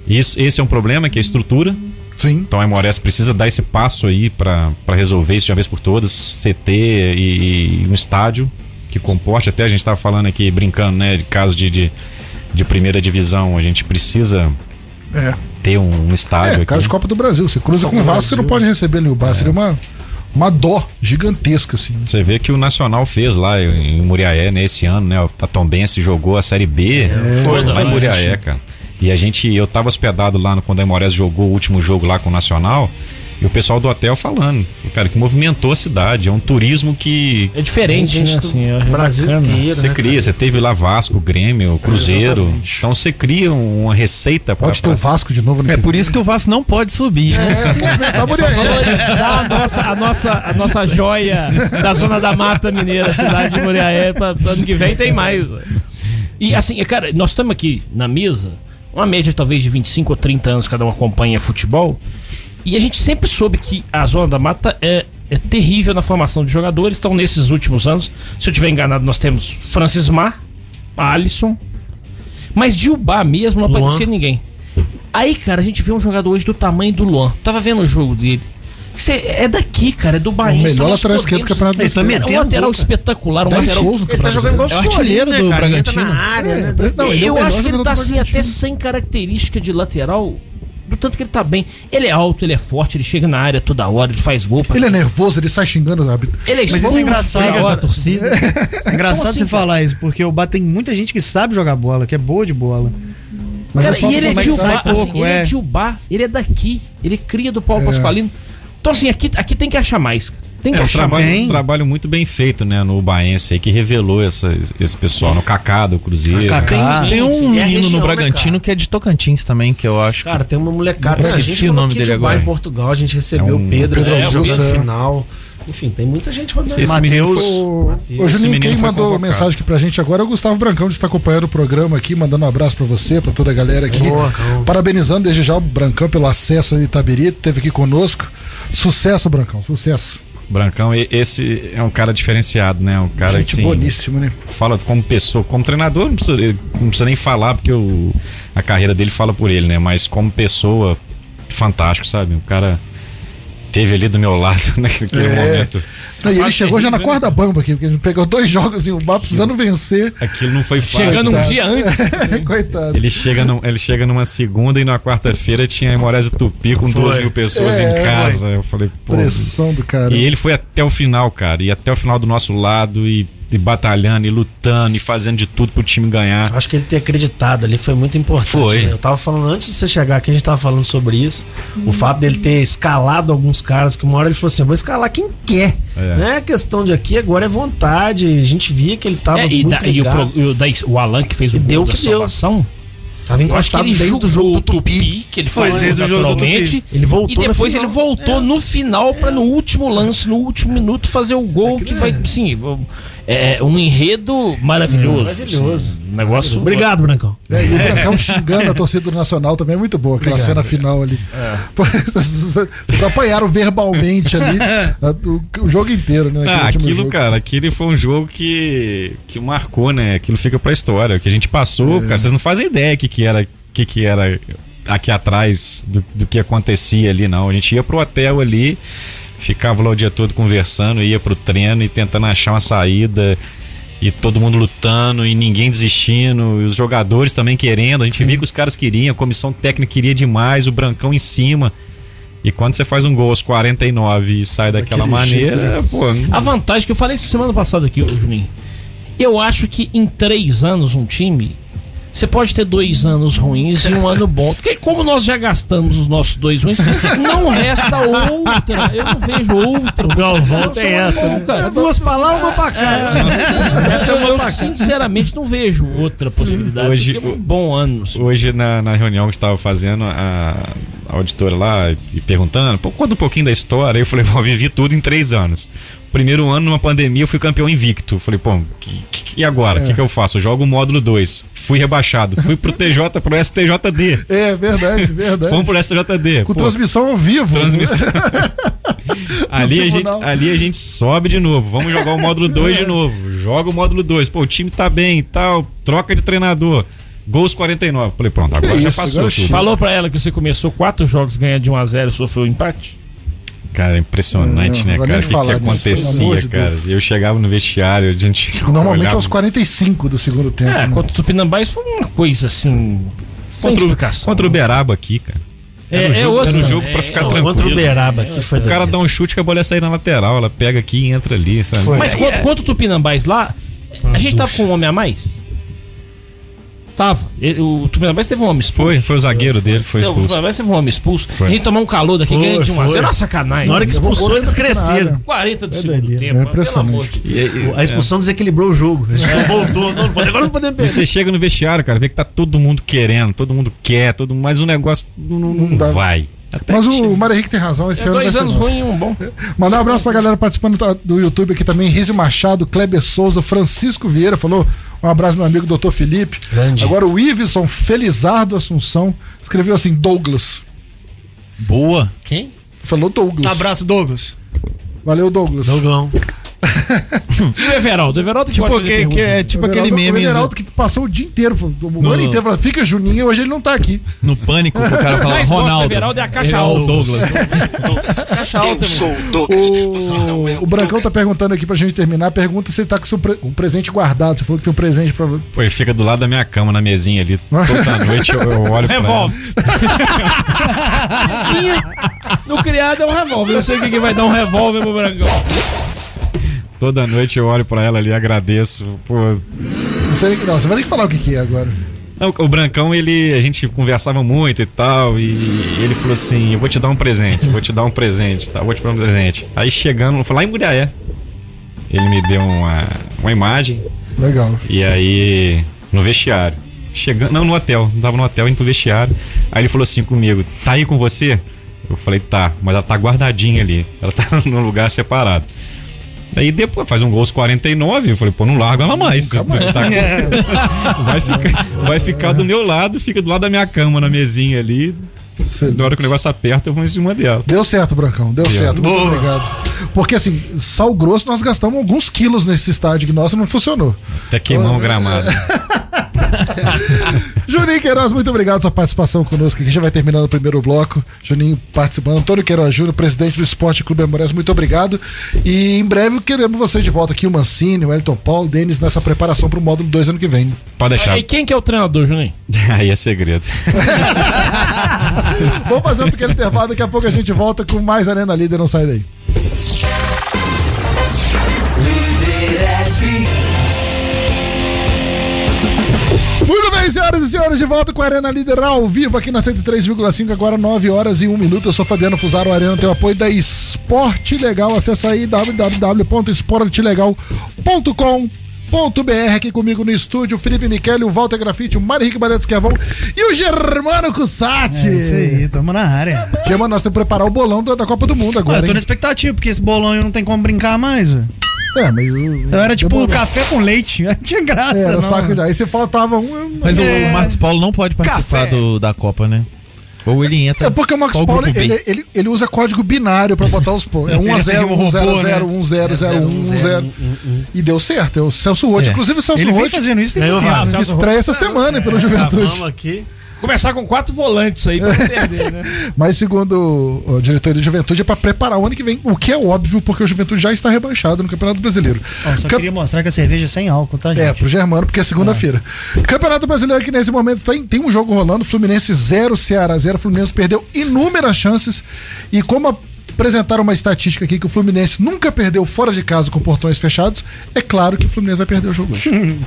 Speaker 8: Isso, esse é um problema, que é a estrutura.
Speaker 2: Sim.
Speaker 8: Então a Emores precisa dar esse passo aí pra pra resolver isso de uma vez por todas, CT e, e um estádio que comporte. Até a gente estava falando aqui, brincando, né, de caso de, de, de primeira divisão, a gente precisa
Speaker 2: É.
Speaker 8: ter um, um estádio
Speaker 2: É, caso
Speaker 8: aqui.
Speaker 2: de
Speaker 7: né?
Speaker 2: Copa do Brasil. Você cruza
Speaker 7: um
Speaker 2: com o Vasco, você não pode receber ali o
Speaker 7: É.
Speaker 2: Vasco. Seria uma, uma dó gigantesca, assim.
Speaker 8: Você vê que o Nacional fez lá em Muriaé, né, esse ano, né? A Tombense jogou a Série B. foi lá em Muriaé, cara. E a gente, eu tava hospedado lá no, quando a Imorés jogou o último jogo lá com o Nacional. E o pessoal do hotel falando, cara, que movimentou a cidade. É um turismo que
Speaker 3: É diferente,
Speaker 7: Gente,
Speaker 3: né?
Speaker 7: do
Speaker 3: Assim, é
Speaker 7: Brasil
Speaker 3: bacana.
Speaker 7: inteiro,
Speaker 8: você
Speaker 7: né,
Speaker 8: cria. Você teve lá Vasco, Grêmio, Cruzeiro. Então você cria uma receita para
Speaker 2: Pode ter o Vasco de novo no
Speaker 9: É
Speaker 2: que
Speaker 9: por isso que o Vasco não pode subir.
Speaker 2: tá Muriel.
Speaker 3: Valorizar a nossa, a, nossa, a nossa joia da zona da mata mineira, cidade de Muriaé, pra, pra ano que vem tem mais. ué. E assim, cara, nós estamos aqui na mesa, uma média talvez de 25 ou 30 anos, cada um acompanha futebol, e a gente sempre soube que a zona da mata é, é terrível na formação de jogadores, então nesses últimos anos, se eu tiver enganado, nós temos Francis Mar, Alisson, mas de Ubá mesmo não
Speaker 7: Luan.
Speaker 3: aparecia ninguém. Aí, cara, a gente vê um jogador hoje do tamanho do Luan. Tava vendo o jogo dele. Cê, é daqui, cara, é do
Speaker 2: O
Speaker 3: Bahia.
Speaker 2: melhor
Speaker 3: nós
Speaker 2: lateral esquerdo do
Speaker 3: podemos-
Speaker 2: campeonato
Speaker 9: Ele tá
Speaker 2: brasileiro.
Speaker 3: É
Speaker 9: metendo
Speaker 3: um lateral
Speaker 9: gol, cara.
Speaker 3: espetacular, um
Speaker 2: Dez
Speaker 3: lateral.
Speaker 2: gols no
Speaker 7: Ele tá
Speaker 2: Campeonato
Speaker 7: jogando igual
Speaker 9: É o
Speaker 7: o Sorin,
Speaker 9: artilheiro
Speaker 7: né,
Speaker 9: do
Speaker 7: cara? Ele entra
Speaker 9: Bragantino.
Speaker 7: na área, né?
Speaker 2: Brasileiro. Não, ele é o
Speaker 3: eu
Speaker 2: melhor
Speaker 3: acho que ele
Speaker 2: jogador
Speaker 3: tá
Speaker 2: do
Speaker 3: assim, até
Speaker 2: Bragantino.
Speaker 3: sem característica de lateral. Do tanto que ele tá bem. Ele é alto, ele é forte, ele chega na área toda hora, ele faz gol. pra-
Speaker 2: Ele é nervoso, ele sai xingando o árbitro.
Speaker 3: ele é
Speaker 5: Mas isso é engraçado,
Speaker 3: toda
Speaker 5: né,
Speaker 3: hora.
Speaker 5: É engraçado
Speaker 3: assim,
Speaker 5: você
Speaker 3: cara?
Speaker 5: falar isso, porque o Bar tem muita gente que sabe jogar bola, que é boa de bola.
Speaker 2: Mas
Speaker 3: Cara,
Speaker 2: é só
Speaker 3: e ele é
Speaker 2: como
Speaker 3: de
Speaker 2: que sai
Speaker 3: Ubá, assim,
Speaker 5: pouco,
Speaker 3: ele é
Speaker 5: é.
Speaker 3: de Ubá, ele é daqui, ele é cria do Paulo Pasqualino. Então, assim, aqui, aqui tem que achar mais. cara. Tem que
Speaker 8: É, um
Speaker 3: achar
Speaker 8: trabalho,
Speaker 3: mais.
Speaker 8: um trabalho muito bem feito, né, no Baense aí, que revelou essa- esse pessoal no Cacá do Cruzeiro.
Speaker 9: Tem,
Speaker 5: Ah,
Speaker 9: tem
Speaker 7: sim, sim.
Speaker 9: um
Speaker 7: E
Speaker 9: menino
Speaker 7: é região,
Speaker 9: no
Speaker 7: né,
Speaker 9: Bragantino que é de Tocantins também, que eu acho.
Speaker 7: Cara, tem uma molecada.
Speaker 9: Eu
Speaker 7: né? A gente
Speaker 9: esqueci o
Speaker 7: falou
Speaker 9: nome
Speaker 7: aqui
Speaker 9: dele
Speaker 7: de Dubai,
Speaker 9: agora.
Speaker 7: em Portugal, a gente recebeu
Speaker 8: É
Speaker 7: o
Speaker 8: um-
Speaker 7: Pedro,
Speaker 2: Pedro
Speaker 7: né,
Speaker 2: Augusto,
Speaker 7: jogando
Speaker 2: é.
Speaker 7: final. Enfim, tem muita gente rodando.
Speaker 8: Esse menino
Speaker 9: Mateus-
Speaker 8: foi-
Speaker 2: O, o
Speaker 8: Esse
Speaker 2: Juninho,
Speaker 8: menino
Speaker 2: quem
Speaker 8: foi
Speaker 2: mandou
Speaker 8: convocado.
Speaker 2: mensagem aqui pra gente agora é o Gustavo Brancão, que está acompanhando o programa aqui, mandando um abraço pra você, pra toda a galera aqui.
Speaker 7: Boa, Cão.
Speaker 2: Parabenizando desde já o Brancão pelo acesso a Itabirito, teve aqui conosco. Sucesso, Brancão, sucesso.
Speaker 8: Brancão, e- esse é um cara diferenciado, né? Um cara
Speaker 2: gente
Speaker 8: que assim,
Speaker 2: boníssima, né?
Speaker 8: fala como pessoa, como treinador, não precisa, ele não precisa nem falar, porque o- a carreira dele fala por ele, né? Mas como pessoa, fantástico, sabe? O cara teve ali do meu lado né, naquele
Speaker 2: É.
Speaker 8: momento.
Speaker 2: Não, e ele
Speaker 3: fase
Speaker 2: chegou já na
Speaker 3: terrível,
Speaker 2: corda bamba aqui, porque ele pegou dois jogos em Ubá precisando vencer.
Speaker 8: Aquilo não foi fácil.
Speaker 3: Chegando um
Speaker 8: cara.
Speaker 3: dia antes.
Speaker 2: Coitado.
Speaker 8: Ele chega, num- ele chega numa segunda e na quarta-feira tinha a Emorés do Tupi com duas mil pessoas
Speaker 2: É,
Speaker 8: em casa. Eu falei, pô.
Speaker 2: Pressão do cara.
Speaker 8: é E ele foi até o final, cara. E até o final do nosso lado e, e batalhando e lutando e fazendo de tudo pro time ganhar.
Speaker 7: Acho que ele ter acreditado ali foi muito importante.
Speaker 8: Foi.
Speaker 7: né? Eu tava falando, antes de você chegar aqui, a gente tava falando sobre isso. O fato dele ter escalado alguns caras, que uma hora ele falou assim: "Eu vou escalar quem quer.
Speaker 8: É.
Speaker 7: Não é questão de aqui, agora é vontade. A gente via que ele tava.
Speaker 3: É, e
Speaker 7: muito
Speaker 3: da- e o,
Speaker 7: ligado.
Speaker 3: pro- e o da- o Alan que fez o
Speaker 7: E
Speaker 3: gol
Speaker 7: deu
Speaker 3: da
Speaker 7: que deu.
Speaker 3: salvação,
Speaker 7: Tava
Speaker 3: eu acho que
Speaker 7: encostado
Speaker 3: ele
Speaker 7: desde
Speaker 3: jogou
Speaker 7: o jogo
Speaker 3: o
Speaker 7: do
Speaker 3: Tupi,
Speaker 7: Tupi.
Speaker 3: que ele faz
Speaker 5: Pois, desde o jogo do
Speaker 3: naturalmente,
Speaker 7: Ele
Speaker 3: e
Speaker 7: voltou. no
Speaker 3: depois ele
Speaker 7: final.
Speaker 3: voltou no final pra no último lance, no último minuto fazer o gol que vai, sim, é um enredo maravilhoso.
Speaker 7: Maravilhoso.
Speaker 3: assim, um negócio
Speaker 7: Obrigado, Brancão.
Speaker 2: É, e o Brancão xingando a torcida do Nacional também é muito boa, aquela cena final ali. Pô,
Speaker 3: É.
Speaker 2: Vocês vocês apanharam verbalmente ali a- o, o jogo inteiro, né? naquele
Speaker 8: Ah,
Speaker 2: último
Speaker 8: aquilo,
Speaker 2: jogo.
Speaker 8: cara, aquilo foi um jogo que, que marcou, né? Aquilo fica pra história. O que a gente passou, cara, vocês não fazem ideia o que, que era que, que era aqui atrás do, do que acontecia ali, não. A gente ia pro hotel ali, ficava lá o dia todo conversando, ia pro treino e tentando achar uma saída. E todo mundo lutando e ninguém desistindo, e os jogadores também querendo. A gente via que os caras queriam, a comissão técnica queria demais, o Brancão em cima. E quando você faz um gol aos 49 e sai daquela
Speaker 2: Daquele jeito, né?
Speaker 8: maneira, pô. não-
Speaker 3: A vantagem que eu falei isso semana passada aqui, ô Juninho. Eu acho que em três anos um time. Você pode ter dois anos ruins e um ano bom. Porque como nós já gastamos os nossos dois ruins, não resta outra. Eu não vejo outra.
Speaker 7: Galvão
Speaker 3: Não,
Speaker 7: tem
Speaker 3: são
Speaker 7: essa.
Speaker 3: bom,
Speaker 7: né?
Speaker 2: Tá,
Speaker 8: é
Speaker 3: cara.
Speaker 2: é
Speaker 7: Duas palavras, uma pra cá.
Speaker 3: É, essa eu, eu sinceramente não vejo outra possibilidade
Speaker 8: Hoje,
Speaker 3: do que um
Speaker 8: o-
Speaker 3: bom ano. assim.
Speaker 8: Hoje, na, na reunião que estava fazendo, a, a auditora lá e perguntando, pô, conta um pouquinho da história. Eu falei, pô, vivi tudo em três anos. Primeiro ano, numa pandemia, eu fui campeão invicto. Falei, pô, que- que- e agora? O
Speaker 2: É.
Speaker 8: que, que eu faço? Eu jogo o módulo 2. Fui rebaixado. Fui pro TJ, pro STJD.
Speaker 2: É, verdade, verdade.
Speaker 8: Fomos pro STJD.
Speaker 2: Com
Speaker 8: Pô,
Speaker 2: transmissão ao vivo. né?
Speaker 8: transmissão. ali, a gente,
Speaker 2: tribunal. É.
Speaker 8: ali a gente sobe de novo. Vamos jogar o módulo 2 de novo. Joga o módulo 2. Pô, o time tá bem e tal. Troca de treinador. Gols 49. Falei, pronto, agora já
Speaker 2: isso,
Speaker 8: passou
Speaker 2: agora
Speaker 8: tudo.
Speaker 3: Falou pra ela que você começou quatro jogos ganhando de 1 a 0 e sofreu um empate?
Speaker 8: Cara, impressionante,
Speaker 2: Não,
Speaker 8: né,
Speaker 2: não vou
Speaker 8: cara?
Speaker 2: nem
Speaker 8: O que, que
Speaker 2: falar disso, pelo amor
Speaker 8: acontecia,
Speaker 2: de
Speaker 8: cara?
Speaker 2: Deus.
Speaker 8: Eu chegava no vestiário, a gente.
Speaker 2: Normalmente é
Speaker 8: olhava-
Speaker 2: aos 45 do segundo tempo.
Speaker 3: É,
Speaker 2: né?
Speaker 3: contra o Tupinambás foi uma coisa assim. Sem
Speaker 8: Contra o-
Speaker 3: explicação.
Speaker 8: Contra o Beraba aqui, cara.
Speaker 3: É,
Speaker 8: Era um
Speaker 3: é
Speaker 8: jogo-
Speaker 3: outro.
Speaker 8: era um jogo pra
Speaker 3: é,
Speaker 8: ficar
Speaker 3: é outro.
Speaker 8: tranquilo.
Speaker 7: Contra o Beraba aqui foi
Speaker 8: O cara
Speaker 7: doido.
Speaker 8: dá um chute que a bola ia sair na lateral, ela pega aqui e entra ali, sabe?
Speaker 3: Mas quanto, quanto o Tupinambás lá, a gente tava com um homem a mais? estava. Ele- O Tupinambás teve um homem expulso.
Speaker 8: Foi, foi o zagueiro dele, foi
Speaker 3: Não, O
Speaker 8: expulso.
Speaker 3: Tupinambás teve um homem expulso.
Speaker 8: Foi.
Speaker 3: A gente tomou um calor daqui,
Speaker 7: Foi,
Speaker 3: ganhou de 1 a 0
Speaker 7: foi.
Speaker 3: Olha a sacanagem.
Speaker 7: Na hora que expulsou, eles cresceram.
Speaker 3: 40 do segundo
Speaker 7: doideira,
Speaker 3: tempo.
Speaker 2: é
Speaker 3: pelo amor de
Speaker 2: impressionante.
Speaker 3: Deus.
Speaker 7: A expulsão desequilibrou o jogo. A gente não voltou. Não, pode- agora não podemos
Speaker 8: E
Speaker 7: perder.
Speaker 8: você chega no vestiário, cara, vê que tá todo mundo querendo, todo mundo quer, todo mundo, mas o negócio não, não- não
Speaker 2: Não dá.
Speaker 8: vai. Até
Speaker 2: Mas
Speaker 8: que
Speaker 2: o Mário Henrique tem razão, esse
Speaker 3: É
Speaker 2: ano vai
Speaker 3: dois
Speaker 2: ser
Speaker 3: anos
Speaker 2: nosso.
Speaker 3: ruins e um bom.
Speaker 2: Mandar um abraço pra galera participando tá- do YouTube aqui também. Rizzi Machado, Kleber Souza, Francisco Vieira falou. Um abraço, meu amigo Dr. Felipe.
Speaker 7: Grande.
Speaker 2: Agora o Iveson Felizardo Assunção escreveu assim: Douglas.
Speaker 9: Boa.
Speaker 7: Quem?
Speaker 2: Falou Douglas.
Speaker 5: Abraço, Douglas.
Speaker 2: Valeu, Douglas.
Speaker 7: Dogão.
Speaker 3: E o Everaldo? O Everaldo que
Speaker 9: Tipo,
Speaker 3: gosta de um
Speaker 9: que,
Speaker 3: fazer
Speaker 9: que é
Speaker 3: pergunta.
Speaker 9: tipo
Speaker 2: O
Speaker 9: aquele
Speaker 2: Everaldo- O
Speaker 9: meme
Speaker 2: Everaldo que passou o dia inteiro, o ano
Speaker 9: No-
Speaker 2: inteiro, falando, fica Juninho, hoje ele não tá aqui.
Speaker 9: no pânico que o cara
Speaker 3: O
Speaker 9: fala
Speaker 3: mais gosta do
Speaker 9: Ronaldo.
Speaker 3: Everaldo é a caixa
Speaker 9: Ele é o
Speaker 3: alta.
Speaker 9: Douglas.
Speaker 3: Caixa alta, meu.
Speaker 2: O, o Brancão tá perguntando aqui pra gente terminar. Pergunta se ele tá com o seu pre- um presente guardado. Você falou que tem um presente pra.
Speaker 8: Pô, ele fica do lado da minha cama, na mesinha ali. Toda noite eu, eu olho pra ele.
Speaker 3: Revolve. Sim, no criado é um revólver. Eu Não sei o que, que vai dar um revólver pro Brancão.
Speaker 8: Toda noite eu olho pra ela ali, agradeço. Pô,
Speaker 2: Não sei nem que. Não, você vai ter que falar o que, que é agora.
Speaker 8: Não, o Brancão, ele, a gente conversava muito e tal, e ele falou assim: Eu vou te dar um presente, vou te dar um presente, tá? Vou te dar um presente. Aí chegando, eu falei, lá em Muriaé. Ele me deu uma, uma imagem,
Speaker 2: Legal.
Speaker 8: e aí, no vestiário. Chegando, não, no hotel, não tava no hotel, indo pro vestiário. Aí ele falou assim comigo: Tá aí com você? Eu falei: Tá, mas ela tá guardadinha ali, ela tá num lugar separado. Aí depois faz um gol aos 49, eu falei, pô, não largo ela mais. Tá com- Vai ficar, vai ficar do meu lado, fica do lado da minha cama, na mesinha ali.
Speaker 2: Você-
Speaker 8: Na hora que o negócio aperta, eu vou em cima dela.
Speaker 2: Deu certo, Brancão. Deu certo. Muito obrigado. Porque assim, sal grosso nós gastamos alguns quilos nesse estádio que nosso não funcionou.
Speaker 8: Até queimar o gramado.
Speaker 2: Juninho Queiroz, muito obrigado pela sua participação conosco aqui. Já vai terminando o primeiro bloco. Juninho participando. Antônio Queiroz Júnior, presidente do Esporte Clube Amores, muito obrigado. E em breve queremos você de volta aqui, o Mancini, o Elton Paul, o Denis, nessa preparação para o módulo 2 ano que vem.
Speaker 8: Pode deixar.
Speaker 3: E quem que é o treinador, Juninho?
Speaker 8: Aí é segredo.
Speaker 2: Vamos fazer um pequeno intervalo, daqui a pouco a gente volta com mais Arena Líder, não sai daí. Muito bem, senhoras e senhores, de volta com a Arena Líder ao vivo aqui na 103,5, agora 9 horas e 1 minuto. Eu sou Fabiano Fusaro, a Arena tem o apoio da Esporte Legal. Acesse aí www.esportelegal.com.br aqui comigo no estúdio, Felipe Michele, o Walter Grafite, o Mário Henrique Barreto Esquervão e o Germano Cussati.
Speaker 5: É isso aí, tamo na área.
Speaker 2: Chama nós tem que preparar o bolão da, da Copa do Mundo
Speaker 5: Pô,
Speaker 2: agora.
Speaker 5: Ah, eu tô na
Speaker 2: hein?
Speaker 5: expectativa, porque esse bolão eu não tem como brincar mais. velho. Ah,
Speaker 2: É, mas o-
Speaker 5: Eu era tipo
Speaker 2: demorou.
Speaker 5: café com leite, não tinha graça,
Speaker 2: É, era
Speaker 5: não.
Speaker 2: saco de- Aí se faltava um.
Speaker 9: Mas
Speaker 5: É.
Speaker 9: o Marcos Paulo não pode participar
Speaker 5: Café.
Speaker 9: do- da Copa, né? Ou ele entra.
Speaker 2: É porque o Marcos
Speaker 9: só
Speaker 2: Paulo
Speaker 9: grupo B.
Speaker 2: ele, é ele, ele usa código binário pra botar os pontos. É 1 a
Speaker 5: Ele
Speaker 2: 0
Speaker 5: tem um
Speaker 2: 1 0
Speaker 5: robô, um
Speaker 2: 0 1 0 0 1 0 um E deu certo. É o Celso Roth.
Speaker 9: É.
Speaker 2: Inclusive o Celso
Speaker 5: Ele vem
Speaker 2: Roth
Speaker 5: fazendo isso tem
Speaker 3: Ganhou
Speaker 5: muito tempo. Ah,
Speaker 3: vários.
Speaker 2: que estreia essa semana
Speaker 5: é.
Speaker 2: hein, pelo
Speaker 7: Vamos
Speaker 2: Juventude.
Speaker 7: aqui.
Speaker 3: Começar com quatro volantes aí pra não perder, né?
Speaker 2: Mas segundo o diretor de Juventude é pra preparar o ano que vem, o que é óbvio porque o Juventude já está rebaixado no Campeonato Brasileiro.
Speaker 5: Ó, só
Speaker 2: Campe-
Speaker 5: queria mostrar que a cerveja é sem álcool, tá, gente?
Speaker 2: É, pro Germano, porque é segunda-feira. Campeonato Brasileiro que nesse momento tem, tem um jogo rolando, Fluminense 0, Ceará 0. Fluminense perdeu inúmeras chances e como apresentaram uma estatística aqui que o Fluminense nunca perdeu fora de casa com portões fechados, é claro que o Fluminense vai perder o jogo hoje.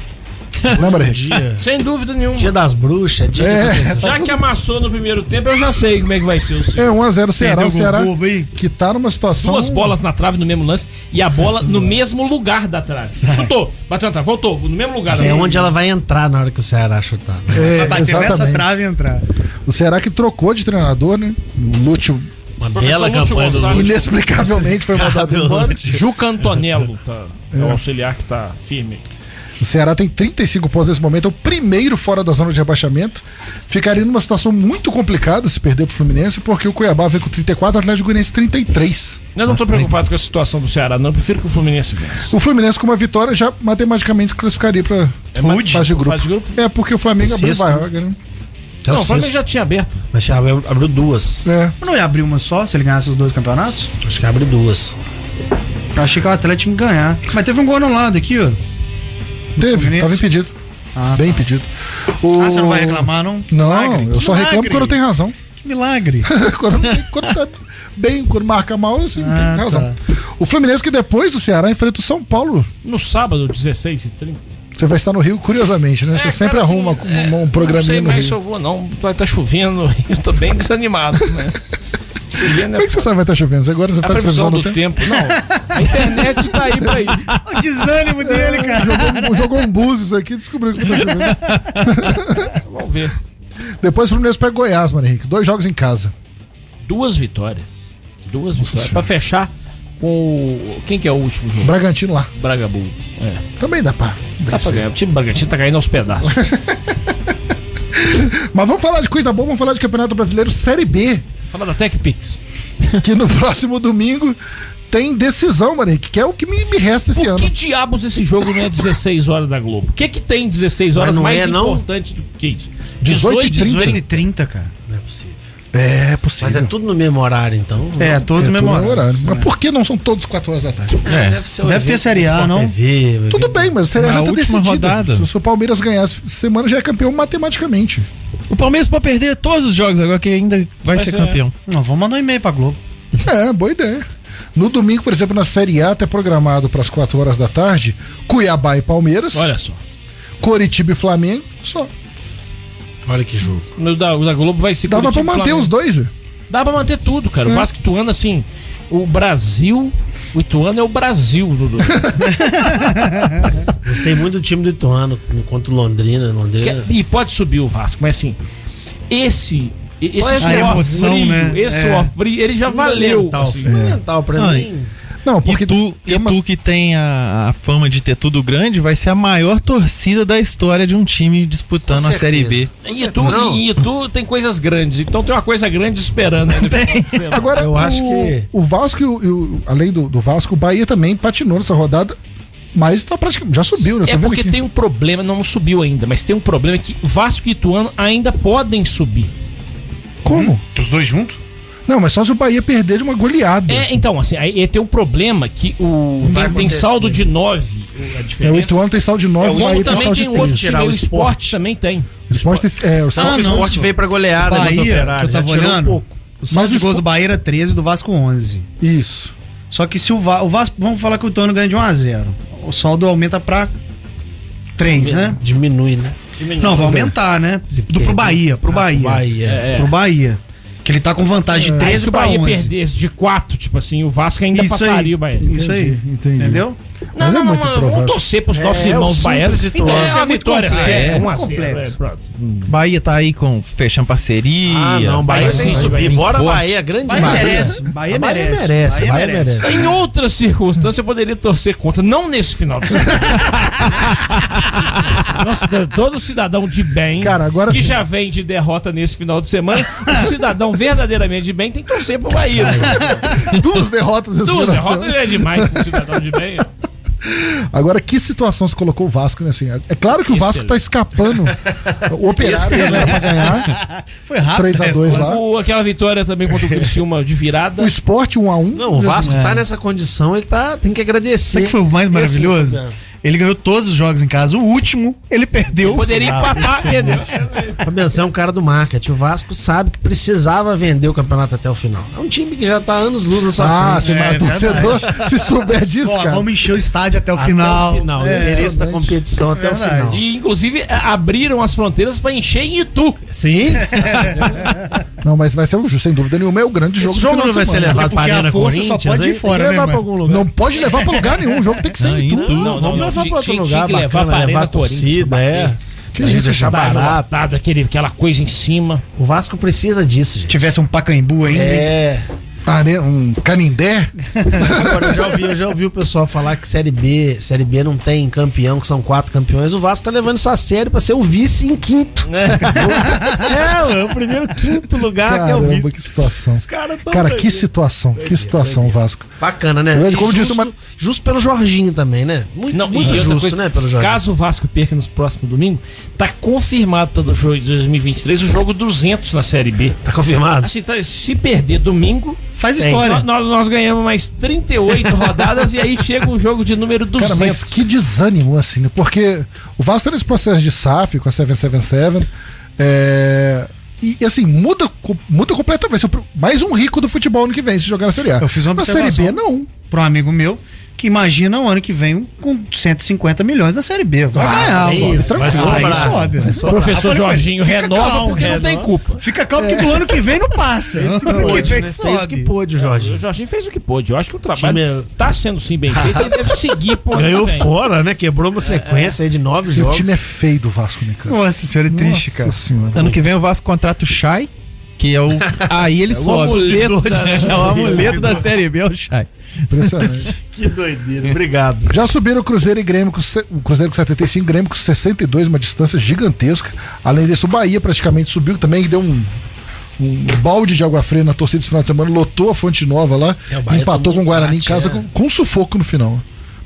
Speaker 2: Lembra, Regi?
Speaker 3: Sem dúvida nenhuma.
Speaker 7: Dia é das bruxas, dia
Speaker 2: É.
Speaker 7: do professor.
Speaker 3: Já que amassou no primeiro tempo, eu já sei como é que vai ser o seu.
Speaker 2: É 1x0 Ceará,
Speaker 5: Perdeu
Speaker 2: o Ceará
Speaker 5: gol bobo aí.
Speaker 2: que tá numa situação...
Speaker 3: Duas bolas na trave no mesmo lance e a bola no
Speaker 2: é.
Speaker 3: mesmo lugar da trave. Chutou, bateu na trave, voltou, no mesmo lugar.
Speaker 7: É onde ela vai entrar na hora que o Ceará chutar. né?
Speaker 2: É,
Speaker 5: Pra bater nessa
Speaker 2: exatamente.
Speaker 5: trave e entrar.
Speaker 2: O Ceará que trocou de treinador, né? O Lúcio
Speaker 7: Uma
Speaker 3: Professor
Speaker 7: bela
Speaker 3: Lúcio
Speaker 7: campanha do
Speaker 3: Gonçalves.
Speaker 7: Lúcio.
Speaker 2: inexplicavelmente foi mandado embora.
Speaker 3: Juca Antonello tá, é o auxiliar que tá firme.
Speaker 2: O Ceará tem 35 pontos nesse momento, é o primeiro fora da zona de rebaixamento. Ficaria numa situação muito complicada se perder pro Fluminense, porque o Cuiabá vem com 34, o Atlético Goianiense 33.
Speaker 3: Eu não tô preocupado com a situação do Ceará, não. Eu prefiro que o Fluminense vença.
Speaker 2: O Fluminense com uma vitória já matematicamente se classificaria para
Speaker 5: É,
Speaker 2: fase de grupo.
Speaker 3: Fase de grupo?
Speaker 2: É porque o Flamengo
Speaker 7: O
Speaker 2: abriu
Speaker 7: sexto.
Speaker 2: vaga, né?
Speaker 7: É o
Speaker 3: não, o Flamengo
Speaker 7: sexto.
Speaker 3: já tinha aberto.
Speaker 7: Mas já abriu abriu duas.
Speaker 2: É.
Speaker 5: Mas não ia abrir uma só se ele ganhasse os dois campeonatos?
Speaker 7: Acho que abre duas.
Speaker 5: Eu achei que o Atlético ia ganhar. Mas teve um gol anulado aqui, ó.
Speaker 2: Teve,
Speaker 5: Fluminense?
Speaker 2: tava impedido.
Speaker 5: Ah,
Speaker 2: Bem impedido. O-
Speaker 5: Ah, você não vai reclamar, não?
Speaker 2: Não,
Speaker 5: Milagre,
Speaker 2: eu
Speaker 5: que
Speaker 2: só reclamo
Speaker 5: milagre.
Speaker 2: quando tem razão.
Speaker 5: Que milagre.
Speaker 2: quando, não tem- quando tá bem, quando marca mal, assim, não
Speaker 5: Ah,
Speaker 2: tem razão. O Fluminense que depois do Ceará enfrenta o São Paulo
Speaker 3: No sábado, 16 e 30.
Speaker 2: Você vai estar no Rio, curiosamente, né? Você
Speaker 3: É,
Speaker 2: sempre
Speaker 3: cara,
Speaker 2: arruma
Speaker 3: assim, é,
Speaker 2: um, um
Speaker 3: Não sei
Speaker 2: programinha no
Speaker 3: mais
Speaker 2: Rio.
Speaker 3: se eu vou, não. Vai tá chovendo, eu tô bem desanimado, né? Chovendo é
Speaker 2: Como é que você sabe que vai estar chovendo? Você agora você
Speaker 3: a
Speaker 2: faz
Speaker 3: previsão do
Speaker 2: tempo?
Speaker 3: tempo. Não, a internet tá aí pra isso.
Speaker 5: O desânimo dele, cara.
Speaker 2: É, Jogou, jogou um búzios aqui e descobriu que tá chovendo.
Speaker 3: Vamos ver.
Speaker 2: Depois o Fluminense pega Goiás, mano Henrique. Dois jogos em casa.
Speaker 3: Duas vitórias. Duas vitórias. Pra fechar com o. Quem que é o último jogo?
Speaker 2: Bragantino lá.
Speaker 3: Bragabu. É.
Speaker 2: Também dá pra.
Speaker 3: Dá pra ganhar. O time Bragantino tá caindo aos pedaços.
Speaker 2: Mas vamos falar de coisa boa, vamos falar de Campeonato Brasileiro Série B.
Speaker 3: Fala da TechPix.
Speaker 2: que no próximo domingo tem decisão, Marique, que é o que me, me resta esse
Speaker 3: Por
Speaker 2: ano.
Speaker 3: que diabos esse jogo não é 16 horas da Globo? O que que tem 16 horas
Speaker 7: não
Speaker 3: mais
Speaker 7: é, não?
Speaker 3: importante do que isso?
Speaker 2: 18 e
Speaker 5: 18 e 30, cara.
Speaker 7: Não é possível.
Speaker 2: É possível.
Speaker 7: Mas é tudo no mesmo horário, então.
Speaker 5: É,
Speaker 2: É tudo
Speaker 5: todos
Speaker 2: no
Speaker 5: memoráveis.
Speaker 2: horário. Mas por que não são todos 4 horas da tarde?
Speaker 3: É, deve ser o
Speaker 5: Deve ter
Speaker 3: evento
Speaker 5: Série A,
Speaker 7: Sport
Speaker 5: não?
Speaker 7: TV, vai
Speaker 2: Tudo
Speaker 7: ver.
Speaker 2: bem, mas o Série A
Speaker 9: Mas
Speaker 2: já
Speaker 9: a
Speaker 2: tá
Speaker 9: última
Speaker 2: decidido.
Speaker 9: rodada.
Speaker 2: Se o semana ganhar essa semana, já é campeão matematicamente.
Speaker 9: O Palmeiras pode perder todos os jogos agora, que ainda vai, ser,
Speaker 3: ser,
Speaker 9: campeão.
Speaker 5: Não, vamos mandar um e-mail pra Globo.
Speaker 2: É, boa ideia. No domingo, por exemplo, na Série A, até programado para as 4 horas da tarde, Cuiabá e Palmeiras,
Speaker 3: Olha só.
Speaker 2: Coritiba e Flamengo, só.
Speaker 7: Olha que jogo.
Speaker 3: O da, o da Globo vai se
Speaker 2: Dava para
Speaker 3: Curitiba e
Speaker 2: manter
Speaker 3: Flamengo.
Speaker 2: os É. dois, viu?
Speaker 3: Dá pra manter tudo, cara. O Vasco e Ituano, assim. O Brasil. O Ituano é o Brasil, Dudu.
Speaker 7: Gostei muito do time do Ituano contra o Londrina. Londrina.
Speaker 3: Que- é- E pode subir o Vasco, mas assim. Esse. Esse
Speaker 7: Só essa
Speaker 3: suor
Speaker 5: emoção,
Speaker 3: frio,
Speaker 5: né?
Speaker 3: Esse
Speaker 5: É.
Speaker 3: suor frio, ele já
Speaker 7: é
Speaker 3: valeu.
Speaker 7: um Fundamental,
Speaker 3: assim.
Speaker 7: fundamental pra
Speaker 9: Ai.
Speaker 7: mim.
Speaker 2: Não, porque
Speaker 9: e tu,
Speaker 2: tem
Speaker 9: e
Speaker 2: umas-
Speaker 9: tu que tem a, a fama de ter tudo grande, vai ser a maior torcida da história de um time disputando
Speaker 7: Com
Speaker 9: a Série B.
Speaker 7: certeza.
Speaker 3: Em Itu,
Speaker 7: Não.
Speaker 3: em Itu tem coisas grandes, então tem uma coisa grande esperando. Né?
Speaker 2: Agora,
Speaker 7: Eu
Speaker 2: o,
Speaker 7: acho que-
Speaker 2: o Vasco, e o- e o- além do, do Vasco, o Bahia também patinou nessa rodada, mas tá praticamente, já subiu, né? Tá
Speaker 3: É
Speaker 2: vendo
Speaker 3: porque
Speaker 2: aqui.
Speaker 3: tem um problema, não subiu ainda, mas tem um problema que Vasco e Ituano ainda podem subir. um
Speaker 2: Como?
Speaker 6: Os dois juntos?
Speaker 2: Não, mas só se o Bahia perder de uma goleada.
Speaker 3: É, então, assim, aí aí tem um problema que o
Speaker 7: Vai
Speaker 3: tem, tem
Speaker 7: acontecer.
Speaker 3: saldo de 9, a
Speaker 2: É,
Speaker 3: diferença.
Speaker 2: o Ituano tem saldo de 9, o
Speaker 3: o
Speaker 2: Bahia tá
Speaker 3: Ituano
Speaker 2: tem
Speaker 3: também
Speaker 2: saldo
Speaker 3: tem um
Speaker 2: de
Speaker 3: outro
Speaker 2: 3.
Speaker 3: time, o esporte também tem.
Speaker 2: O esporte tem- é, o saldo-
Speaker 7: o
Speaker 5: Ah, não,
Speaker 7: esporte
Speaker 5: senhor.
Speaker 7: veio pra goleada.
Speaker 5: Bahia,
Speaker 7: contra o
Speaker 5: que eu
Speaker 7: já
Speaker 5: tava
Speaker 7: tirou um
Speaker 5: olhando.
Speaker 7: pouco.
Speaker 5: O saldo de
Speaker 2: o
Speaker 5: gols do Bahia era 13, do Vasco 11.
Speaker 2: Isso.
Speaker 5: Só que se o, Va- o Vasco, vamos falar que o Ituano ganha de 1 a 0 O saldo aumenta pra 3, né?
Speaker 7: Diminui, né?
Speaker 5: Não, vai aumentar, né? Do, pro Bahia, pro Bahia.
Speaker 7: Bahia.
Speaker 3: É, é.
Speaker 5: Pro Bahia. Que ele tá com vantagem de
Speaker 3: Aí se
Speaker 5: 13
Speaker 3: o
Speaker 5: pra
Speaker 3: Bahia
Speaker 5: 11.
Speaker 3: perdesse de 4, tipo assim, o Vasco ainda
Speaker 5: Isso aí.
Speaker 3: passaria o Bahia.
Speaker 5: Isso aí.
Speaker 2: Entendi.
Speaker 5: Entendeu?
Speaker 3: Não,
Speaker 2: Mas é
Speaker 3: não, não,
Speaker 2: muito
Speaker 3: mano, vamos
Speaker 2: provável.
Speaker 3: torcer pros nossos
Speaker 7: É,
Speaker 3: irmãos
Speaker 7: o
Speaker 3: baianos.
Speaker 7: simples
Speaker 3: Então é
Speaker 5: Ituano.
Speaker 3: uma
Speaker 5: É muito
Speaker 3: vitória
Speaker 5: complexo.
Speaker 3: séria,
Speaker 5: É,
Speaker 3: 1 a 0, é,
Speaker 5: complexo.
Speaker 3: pronto.
Speaker 9: Bahia tá aí com, fechando parceria.
Speaker 7: Ah, não, Bahia
Speaker 3: Bahia
Speaker 7: tem que
Speaker 3: sim, Bahia
Speaker 7: subir.
Speaker 3: sim.
Speaker 7: Bora,
Speaker 9: Forte.
Speaker 7: Bahia, grande
Speaker 5: Bahia merece. Bahia
Speaker 7: A Bahia
Speaker 5: merece.
Speaker 7: merece. a Bahia merece.
Speaker 3: Em outras circunstâncias, eu poderia torcer contra. Não nesse final de semana. Nossa, todo cidadão de bem
Speaker 2: Cara, agora
Speaker 3: que
Speaker 2: sim.
Speaker 3: já vem de derrota nesse final de semana, um cidadão verdadeiramente de bem tem que torcer pro Bahia.
Speaker 2: É, Duas derrotas esse
Speaker 3: Duas
Speaker 2: final de
Speaker 3: derrotas
Speaker 2: semana.
Speaker 3: é demais pro cidadão de bem.
Speaker 2: Agora, que situação se colocou o Vasco, né? Assim, é claro que o Vasco tá escapando. O Operário já era pra ganhar.
Speaker 5: Foi rápido. né?
Speaker 2: 3x2 lá.
Speaker 3: O, aquela vitória também contra o Criciúma de virada.
Speaker 2: O um esporte 1x1.
Speaker 7: Não, o Vasco
Speaker 5: é.
Speaker 7: tá nessa condição, ele tá, tem que agradecer.
Speaker 5: Sabe o que foi o mais
Speaker 7: Esse
Speaker 5: maravilhoso?
Speaker 7: foi o-
Speaker 5: Ele ganhou todos os jogos em casa. O último, ele perdeu.
Speaker 3: Poderia empatar. entendeu?
Speaker 7: Fabiano, você é um cara do marketing. O Vasco sabe que precisava vender o campeonato até o final. É um time que já tá é anos luz na sua
Speaker 2: Ah,
Speaker 7: frente.
Speaker 2: se mas o torcedor, se souber disso,
Speaker 5: Ó,
Speaker 2: cara.
Speaker 5: vamos encher o estádio até o
Speaker 7: Até
Speaker 5: final.
Speaker 7: o final. né?
Speaker 5: É.
Speaker 7: O interesse da competição até o
Speaker 5: Verdade.
Speaker 7: final.
Speaker 3: E, inclusive, a- abriram as fronteiras pra encher em Itu.
Speaker 7: Sim,
Speaker 2: Não, mas vai ser o jogo, sem dúvida nenhuma, é o grande jogo.
Speaker 7: esse
Speaker 2: do
Speaker 7: jogo
Speaker 2: final
Speaker 7: não
Speaker 2: de
Speaker 7: vai ser
Speaker 2: semana.
Speaker 7: levado
Speaker 5: Até
Speaker 7: pra
Speaker 5: porque a
Speaker 7: Arena
Speaker 5: força
Speaker 7: Corinthians.
Speaker 5: só pode
Speaker 7: aí
Speaker 5: ir fora,
Speaker 7: tem que
Speaker 5: né,
Speaker 7: levar pra
Speaker 5: mano?
Speaker 7: algum lugar.
Speaker 2: Não pode levar pra lugar nenhum, o jogo tem que ser
Speaker 9: Não,
Speaker 2: em
Speaker 9: em
Speaker 2: Itu.
Speaker 9: Itu.
Speaker 3: Não, não,
Speaker 7: Vamos
Speaker 3: não.
Speaker 7: levar pra
Speaker 3: Tinha,
Speaker 7: outro
Speaker 3: tinha
Speaker 7: lugar
Speaker 3: que levar
Speaker 7: bacana,
Speaker 3: pra Arena
Speaker 7: levar a
Speaker 3: Corinthians.
Speaker 7: torcida, é.
Speaker 2: Que
Speaker 7: A gente
Speaker 2: isso,
Speaker 7: deixar
Speaker 2: gente.
Speaker 7: barato.
Speaker 3: Lotada, aquele, aquela coisa em cima.
Speaker 7: O Vasco precisa disso, gente.
Speaker 5: Tivesse um Pacaembu ainda. hein?
Speaker 7: É.
Speaker 2: Are- um canindé?
Speaker 7: Agora, eu já ouvi, eu já ouvi o pessoal falar que Série B, Série B não tem campeão, que são quatro campeões. O Vasco tá levando isso a sério pra ser o vice em quinto.
Speaker 3: Né?
Speaker 7: É, é o primeiro quinto lugar que é o
Speaker 2: Caramba,
Speaker 7: vice.
Speaker 2: que situação.
Speaker 7: Os caras tão
Speaker 2: Cara, que
Speaker 7: doidinhos.
Speaker 2: situação, que situação, Vasco.
Speaker 7: Bacana, né?
Speaker 2: Como
Speaker 7: E
Speaker 2: disse
Speaker 7: justo,
Speaker 2: uma-
Speaker 7: justo pelo Jorginho também, né? Muito,
Speaker 3: Não, e
Speaker 7: muito
Speaker 3: outra
Speaker 7: justo,
Speaker 3: coisa,
Speaker 7: né, pelo Jorginho.
Speaker 3: Caso o Vasco perca nos próximos domingo, tá confirmado para o jogo de 2023 o jogo 200 na Série B.
Speaker 7: Tá confirmado?
Speaker 3: Assim, tá, se perder domingo,
Speaker 5: Faz
Speaker 7: Tem.
Speaker 5: história.
Speaker 3: nó- nós, nós ganhamos mais 38 rodadas e aí chega um jogo de número
Speaker 2: Cara,
Speaker 3: 200.
Speaker 2: mas que desânimo, assim, né? Porque o Vasco tá nesse processo de SAF com a 777. É... E e, assim, muda, co- muda completamente. Vai ser o pr- mais um rico do futebol ano que vem se jogar na Série A.
Speaker 5: Eu fiz uma
Speaker 2: Na Série
Speaker 5: observação.
Speaker 2: B, não.
Speaker 5: Pra um amigo meu, que imagina o ano que vem com 150 milhões na Série B. Vai ganhar,
Speaker 7: é
Speaker 5: sobe,
Speaker 7: isso, vai
Speaker 5: Ah, tranquilo. Aí
Speaker 7: sobrar.
Speaker 5: sobe.
Speaker 3: Professor
Speaker 5: Eu falei, mas
Speaker 3: Jorginho
Speaker 5: fica
Speaker 3: renova
Speaker 5: calmo,
Speaker 3: porque não tem
Speaker 5: renova.
Speaker 3: culpa.
Speaker 5: Fica calmo que do ano que vem não passa. ano que
Speaker 7: Pode,
Speaker 5: vem
Speaker 7: né?
Speaker 5: sobe.
Speaker 7: Fez o que pôde, é. Jorge.
Speaker 3: O Jorginho fez o que pôde. Eu acho que o trabalho
Speaker 7: Time-
Speaker 3: tá sendo sim bem feito. Ele deve seguir por ano
Speaker 7: Ganhou
Speaker 3: que vem.
Speaker 7: fora, né? Quebrou uma sequência aí de nove
Speaker 2: E o
Speaker 7: jogos.
Speaker 2: time é feio do Vasco, né, cara?
Speaker 9: Nossa senhora, é triste, cara.
Speaker 2: Nossa senhora.
Speaker 9: Ano que vem o Vasco contrata o Shai, que é o. Aí ele
Speaker 3: O
Speaker 9: sobe.
Speaker 3: amuleto
Speaker 9: É
Speaker 3: da-
Speaker 9: o amuleto da Série B, é o Shai.
Speaker 2: Impressionante.
Speaker 7: Que doideira, obrigado.
Speaker 2: Já subiram o Cruzeiro e Grêmio com, se- o Cruzeiro com 75, Grêmio com 62, uma distância gigantesca. Além disso, o Bahia praticamente subiu também, deu um, um balde de água fria na torcida esse final de semana, lotou a Fonte Nova lá,
Speaker 7: É, o Bahia
Speaker 2: empatou
Speaker 7: tomou
Speaker 2: com o Guarani em
Speaker 7: empate,
Speaker 2: casa
Speaker 7: é.
Speaker 2: com, com sufoco no final.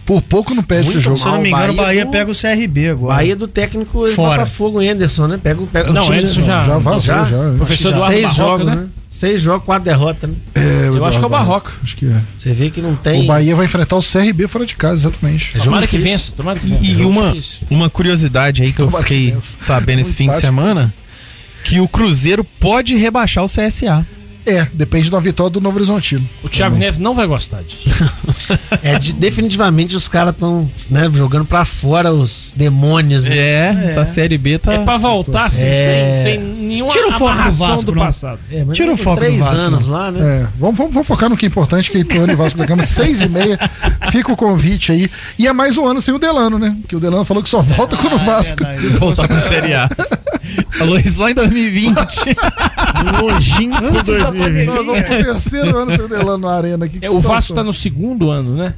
Speaker 2: Por pouco não perde esse jogo.
Speaker 5: Se eu não me engano, o
Speaker 7: Bahia
Speaker 5: Bahia
Speaker 7: do-
Speaker 5: pega o CRB agora.
Speaker 7: Bahia é do técnico
Speaker 5: Fora.
Speaker 7: Botafogo e Anderson, né? Pega, pega
Speaker 3: Não,
Speaker 7: o time
Speaker 3: Anderson
Speaker 7: do-
Speaker 3: já-
Speaker 2: já vazou, já.
Speaker 7: Ah, já?
Speaker 3: Professor Eduardo
Speaker 7: Seis
Speaker 3: Barroca,
Speaker 7: jogos,
Speaker 3: né?
Speaker 7: né? Seis jogos, quatro derrotas, né?
Speaker 2: É,
Speaker 3: Eu acho que é o
Speaker 2: Eduardo,
Speaker 3: Barroca.
Speaker 2: Acho que é.
Speaker 7: Você vê que não tem.
Speaker 2: O Bahia vai enfrentar o CRB fora de casa, exatamente.
Speaker 5: Tá
Speaker 3: Tomara que
Speaker 7: difícil.
Speaker 3: vença. Tomara que vença.
Speaker 9: E, e
Speaker 3: Jogo
Speaker 9: uma,
Speaker 3: difícil.
Speaker 9: uma curiosidade aí que eu
Speaker 2: Tomara que
Speaker 9: fiquei
Speaker 2: vença.
Speaker 9: sabendo esse fim de
Speaker 2: Empate.
Speaker 9: semana: que o Cruzeiro pode rebaixar o CSA.
Speaker 2: É, depende da vitória do Novo Horizontino.
Speaker 3: O Thiago
Speaker 5: Uhum.
Speaker 3: Neves não vai gostar disso.
Speaker 7: É, de- definitivamente os caras estão né, jogando pra fora os demônios. né?
Speaker 9: É, essa Série B tá.
Speaker 3: É pra voltar assim,
Speaker 7: É.
Speaker 3: sem, sem nenhuma
Speaker 5: Tira o foco do
Speaker 3: amarração
Speaker 5: Vasco,
Speaker 3: do
Speaker 5: não.
Speaker 3: passado.
Speaker 7: É, mas
Speaker 5: Tira o
Speaker 7: com
Speaker 5: foco do
Speaker 7: Três
Speaker 5: Vasco,
Speaker 7: anos lá, né?
Speaker 2: É, vamos, vamos- vamos focar no que é importante, que é Ituano e Vasco da Gama, seis e meia. Fica o convite aí. E é mais um ano sem o Delano, né? Porque o Delano falou que só volta quando o Vasco.
Speaker 9: Se voltar pra Série A. Falou isso lá em 2020.
Speaker 7: Longínquo
Speaker 9: Antes da
Speaker 7: 2020.
Speaker 5: é
Speaker 2: Nós vamos pro terceiro ano sem o Delano na arena aqui. que
Speaker 3: É, o Vasco
Speaker 2: situação.
Speaker 3: tá no segundo ano, né?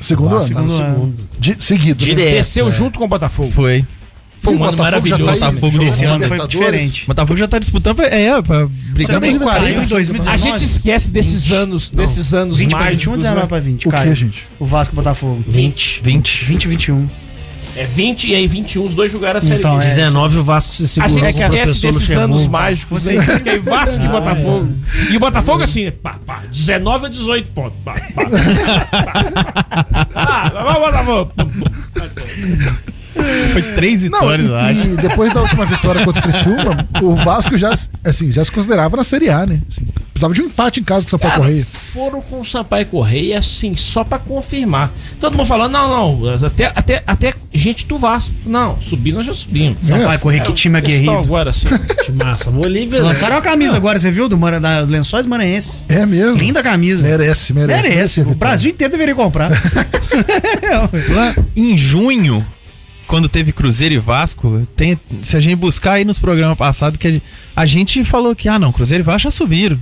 Speaker 2: Segundo
Speaker 7: Tá
Speaker 2: ano?
Speaker 7: no segundo.
Speaker 2: De- seguido. né?
Speaker 7: Direto.
Speaker 3: Desceu junto com o Botafogo.
Speaker 9: Foi.
Speaker 3: Foi um
Speaker 2: O
Speaker 3: ano
Speaker 2: Botafogo já
Speaker 3: maravilhoso.
Speaker 2: tá aí,
Speaker 9: Botafogo
Speaker 2: jogou
Speaker 9: desse
Speaker 2: na
Speaker 5: ano foi
Speaker 2: Libertadores.
Speaker 5: diferente.
Speaker 9: O Botafogo já tá disputando pra, é, pra brigar
Speaker 2: Também
Speaker 9: pelo
Speaker 2: quarenta.
Speaker 5: Caiu em
Speaker 2: tá
Speaker 5: 2019.
Speaker 3: A gente esquece desses anos, desses anos
Speaker 5: 20 pra
Speaker 3: mais.
Speaker 5: 21, 19 pra 20.
Speaker 2: O que,
Speaker 5: Caiu.
Speaker 2: gente?
Speaker 5: O Vasco e o Botafogo.
Speaker 3: 20.
Speaker 9: 20.
Speaker 5: 20 e 21.
Speaker 3: É 20 e aí 21, os dois jogaram a série
Speaker 5: Então,
Speaker 3: B.
Speaker 5: é.
Speaker 7: 19 o Vasco se
Speaker 5: Tipo,
Speaker 3: A
Speaker 7: segurou.
Speaker 3: gente
Speaker 7: com o
Speaker 3: esquece
Speaker 7: professor
Speaker 3: desses
Speaker 7: Luxemburgo.
Speaker 3: anos mágicos, né? Que aí Vasco e
Speaker 5: Ah,
Speaker 3: Botafogo.
Speaker 5: é.
Speaker 3: E o Botafogo assim, pá, pá, 19 a 18 pontos. Pá, pá, pá, pá. Ah, vai o Botafogo.
Speaker 9: Foi três
Speaker 2: Não, então,
Speaker 9: vitórias lá.
Speaker 2: e, e depois da última vitória contra o Criciúma, o Vasco já, se- assim, já se considerava na Série A, né? Assim, precisava de um empate em casa com o São Paulo
Speaker 3: Cara,
Speaker 2: Correia.
Speaker 3: foram com o Sampaio Correia, assim, só pra confirmar. Todo mundo falando, não, não, até, até, até gente do Vasco. Não, subir nós já subimos.
Speaker 5: Sampaio Correia, que time
Speaker 3: Estão
Speaker 5: aguerrido.
Speaker 3: agora, assim.
Speaker 7: Massa, Bolívia. né?
Speaker 5: Lançaram a camisa agora, você viu? Do, Mara, da Lençóis Maranhenses.
Speaker 2: É mesmo.
Speaker 5: Linda camisa.
Speaker 2: Merece, merece.
Speaker 5: Merece. É
Speaker 2: a
Speaker 5: O
Speaker 2: vitória.
Speaker 5: Brasil inteiro deveria comprar.
Speaker 9: Lá em junho, quando teve Cruzeiro e Vasco, tem- se a gente buscar aí nos programas passados, que a, a gente falou que, ah não, Cruzeiro e Vasco já subiram.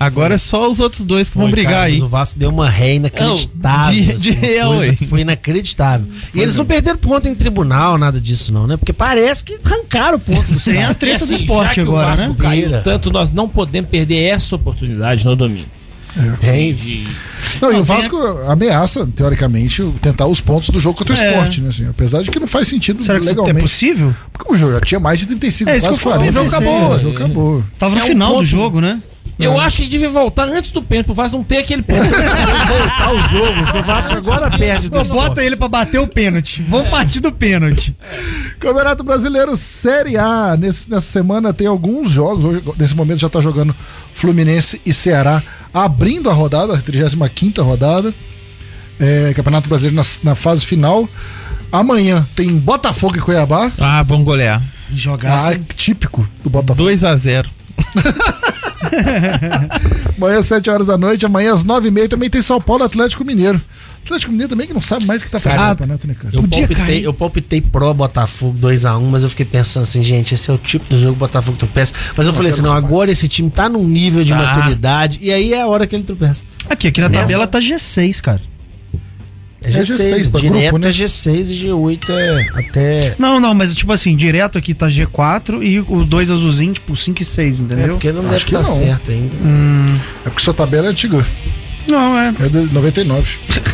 Speaker 9: Agora é só os outros dois que vão
Speaker 7: Foi,
Speaker 9: brigar
Speaker 7: cara, mas
Speaker 9: aí.
Speaker 7: O Vasco deu uma ré inacreditável. assim,
Speaker 9: Não, de- de-
Speaker 7: uma coisa
Speaker 9: é,
Speaker 7: que foi inacreditável. e eles não perderam ponto em tribunal, nada disso, não, né? Porque parece que arrancaram o ponto do
Speaker 5: Tem a
Speaker 7: Santos.
Speaker 5: treta
Speaker 3: E assim,
Speaker 5: do esporte
Speaker 3: já que
Speaker 5: agora,
Speaker 3: o Vasco
Speaker 5: né?
Speaker 3: Caiu
Speaker 7: Vira.
Speaker 3: tanto, nós não podemos perder essa oportunidade no domingo. De-
Speaker 2: Não, e o Vasco ameaça, teoricamente, o- tentar os pontos do jogo contra o
Speaker 5: É.
Speaker 2: esporte, né? Assim, apesar de que não faz sentido
Speaker 5: Será que isso é
Speaker 2: legalmente.
Speaker 5: possível?
Speaker 2: porque o jogo já tinha mais de 35,
Speaker 5: É isso
Speaker 2: quase
Speaker 5: que eu falei,
Speaker 2: 40.
Speaker 5: o jogo
Speaker 2: É,
Speaker 3: acabou.
Speaker 2: O jogo acabou.
Speaker 5: Tava no
Speaker 3: É um
Speaker 5: final
Speaker 3: ponto.
Speaker 5: do jogo, né?
Speaker 7: Hum.
Speaker 3: Eu acho que devia voltar antes do pênalti, pro Vasco não ter aquele pênalti.
Speaker 7: voltar o jogo, que o Vasco agora perde do
Speaker 5: Pô, bota ele pra bater o pênalti. Vamos partir do pênalti.
Speaker 2: Campeonato Brasileiro Série A. Nesse- nessa semana tem alguns jogos. Hoje, nesse momento já tá jogando Fluminense e Ceará, abrindo a rodada, a 35 rodada. É, Campeonato Brasileiro na, na fase final. Amanhã tem Botafogo e Cuiabá.
Speaker 9: Ah, vão golear.
Speaker 5: Jogar
Speaker 2: Ah,
Speaker 5: assim.
Speaker 2: típico do Botafogo.
Speaker 9: 2 a 0
Speaker 2: Amanhã às 7 horas da noite, amanhã às 9 e meia também tem São Paulo e Atlético Mineiro. Atlético Mineiro também que não sabe mais o que tá fazendo
Speaker 9: Cara,
Speaker 2: no campeonato, né, cara?
Speaker 7: Eu
Speaker 9: Podia
Speaker 7: palpitei,
Speaker 9: cair.
Speaker 7: eu palpitei pró Botafogo 2x1, mas eu fiquei pensando assim, gente, esse é o tipo do jogo que o Botafogo tropeça. Mas eu falei assim, não, agora esse time tá num nível de
Speaker 9: Tá.
Speaker 7: maturidade, e aí é a hora que ele tropeça.
Speaker 5: Aqui, aqui na
Speaker 7: Nessa-
Speaker 5: tabela tá G6, cara.
Speaker 7: É G6,
Speaker 2: G6 pra
Speaker 7: direto
Speaker 2: grupo, né?
Speaker 7: é G6 e G8 é até...
Speaker 5: Não, não, mas tipo assim, direto aqui tá G4 e os dois azulzinhos, tipo 5 e 6,
Speaker 7: É
Speaker 5: entendeu?
Speaker 7: porque não
Speaker 2: Acho
Speaker 7: deve
Speaker 2: que
Speaker 7: estar
Speaker 2: não.
Speaker 7: certo ainda.
Speaker 2: É porque sua tabela é antiga.
Speaker 5: Não, é.
Speaker 2: É de 99.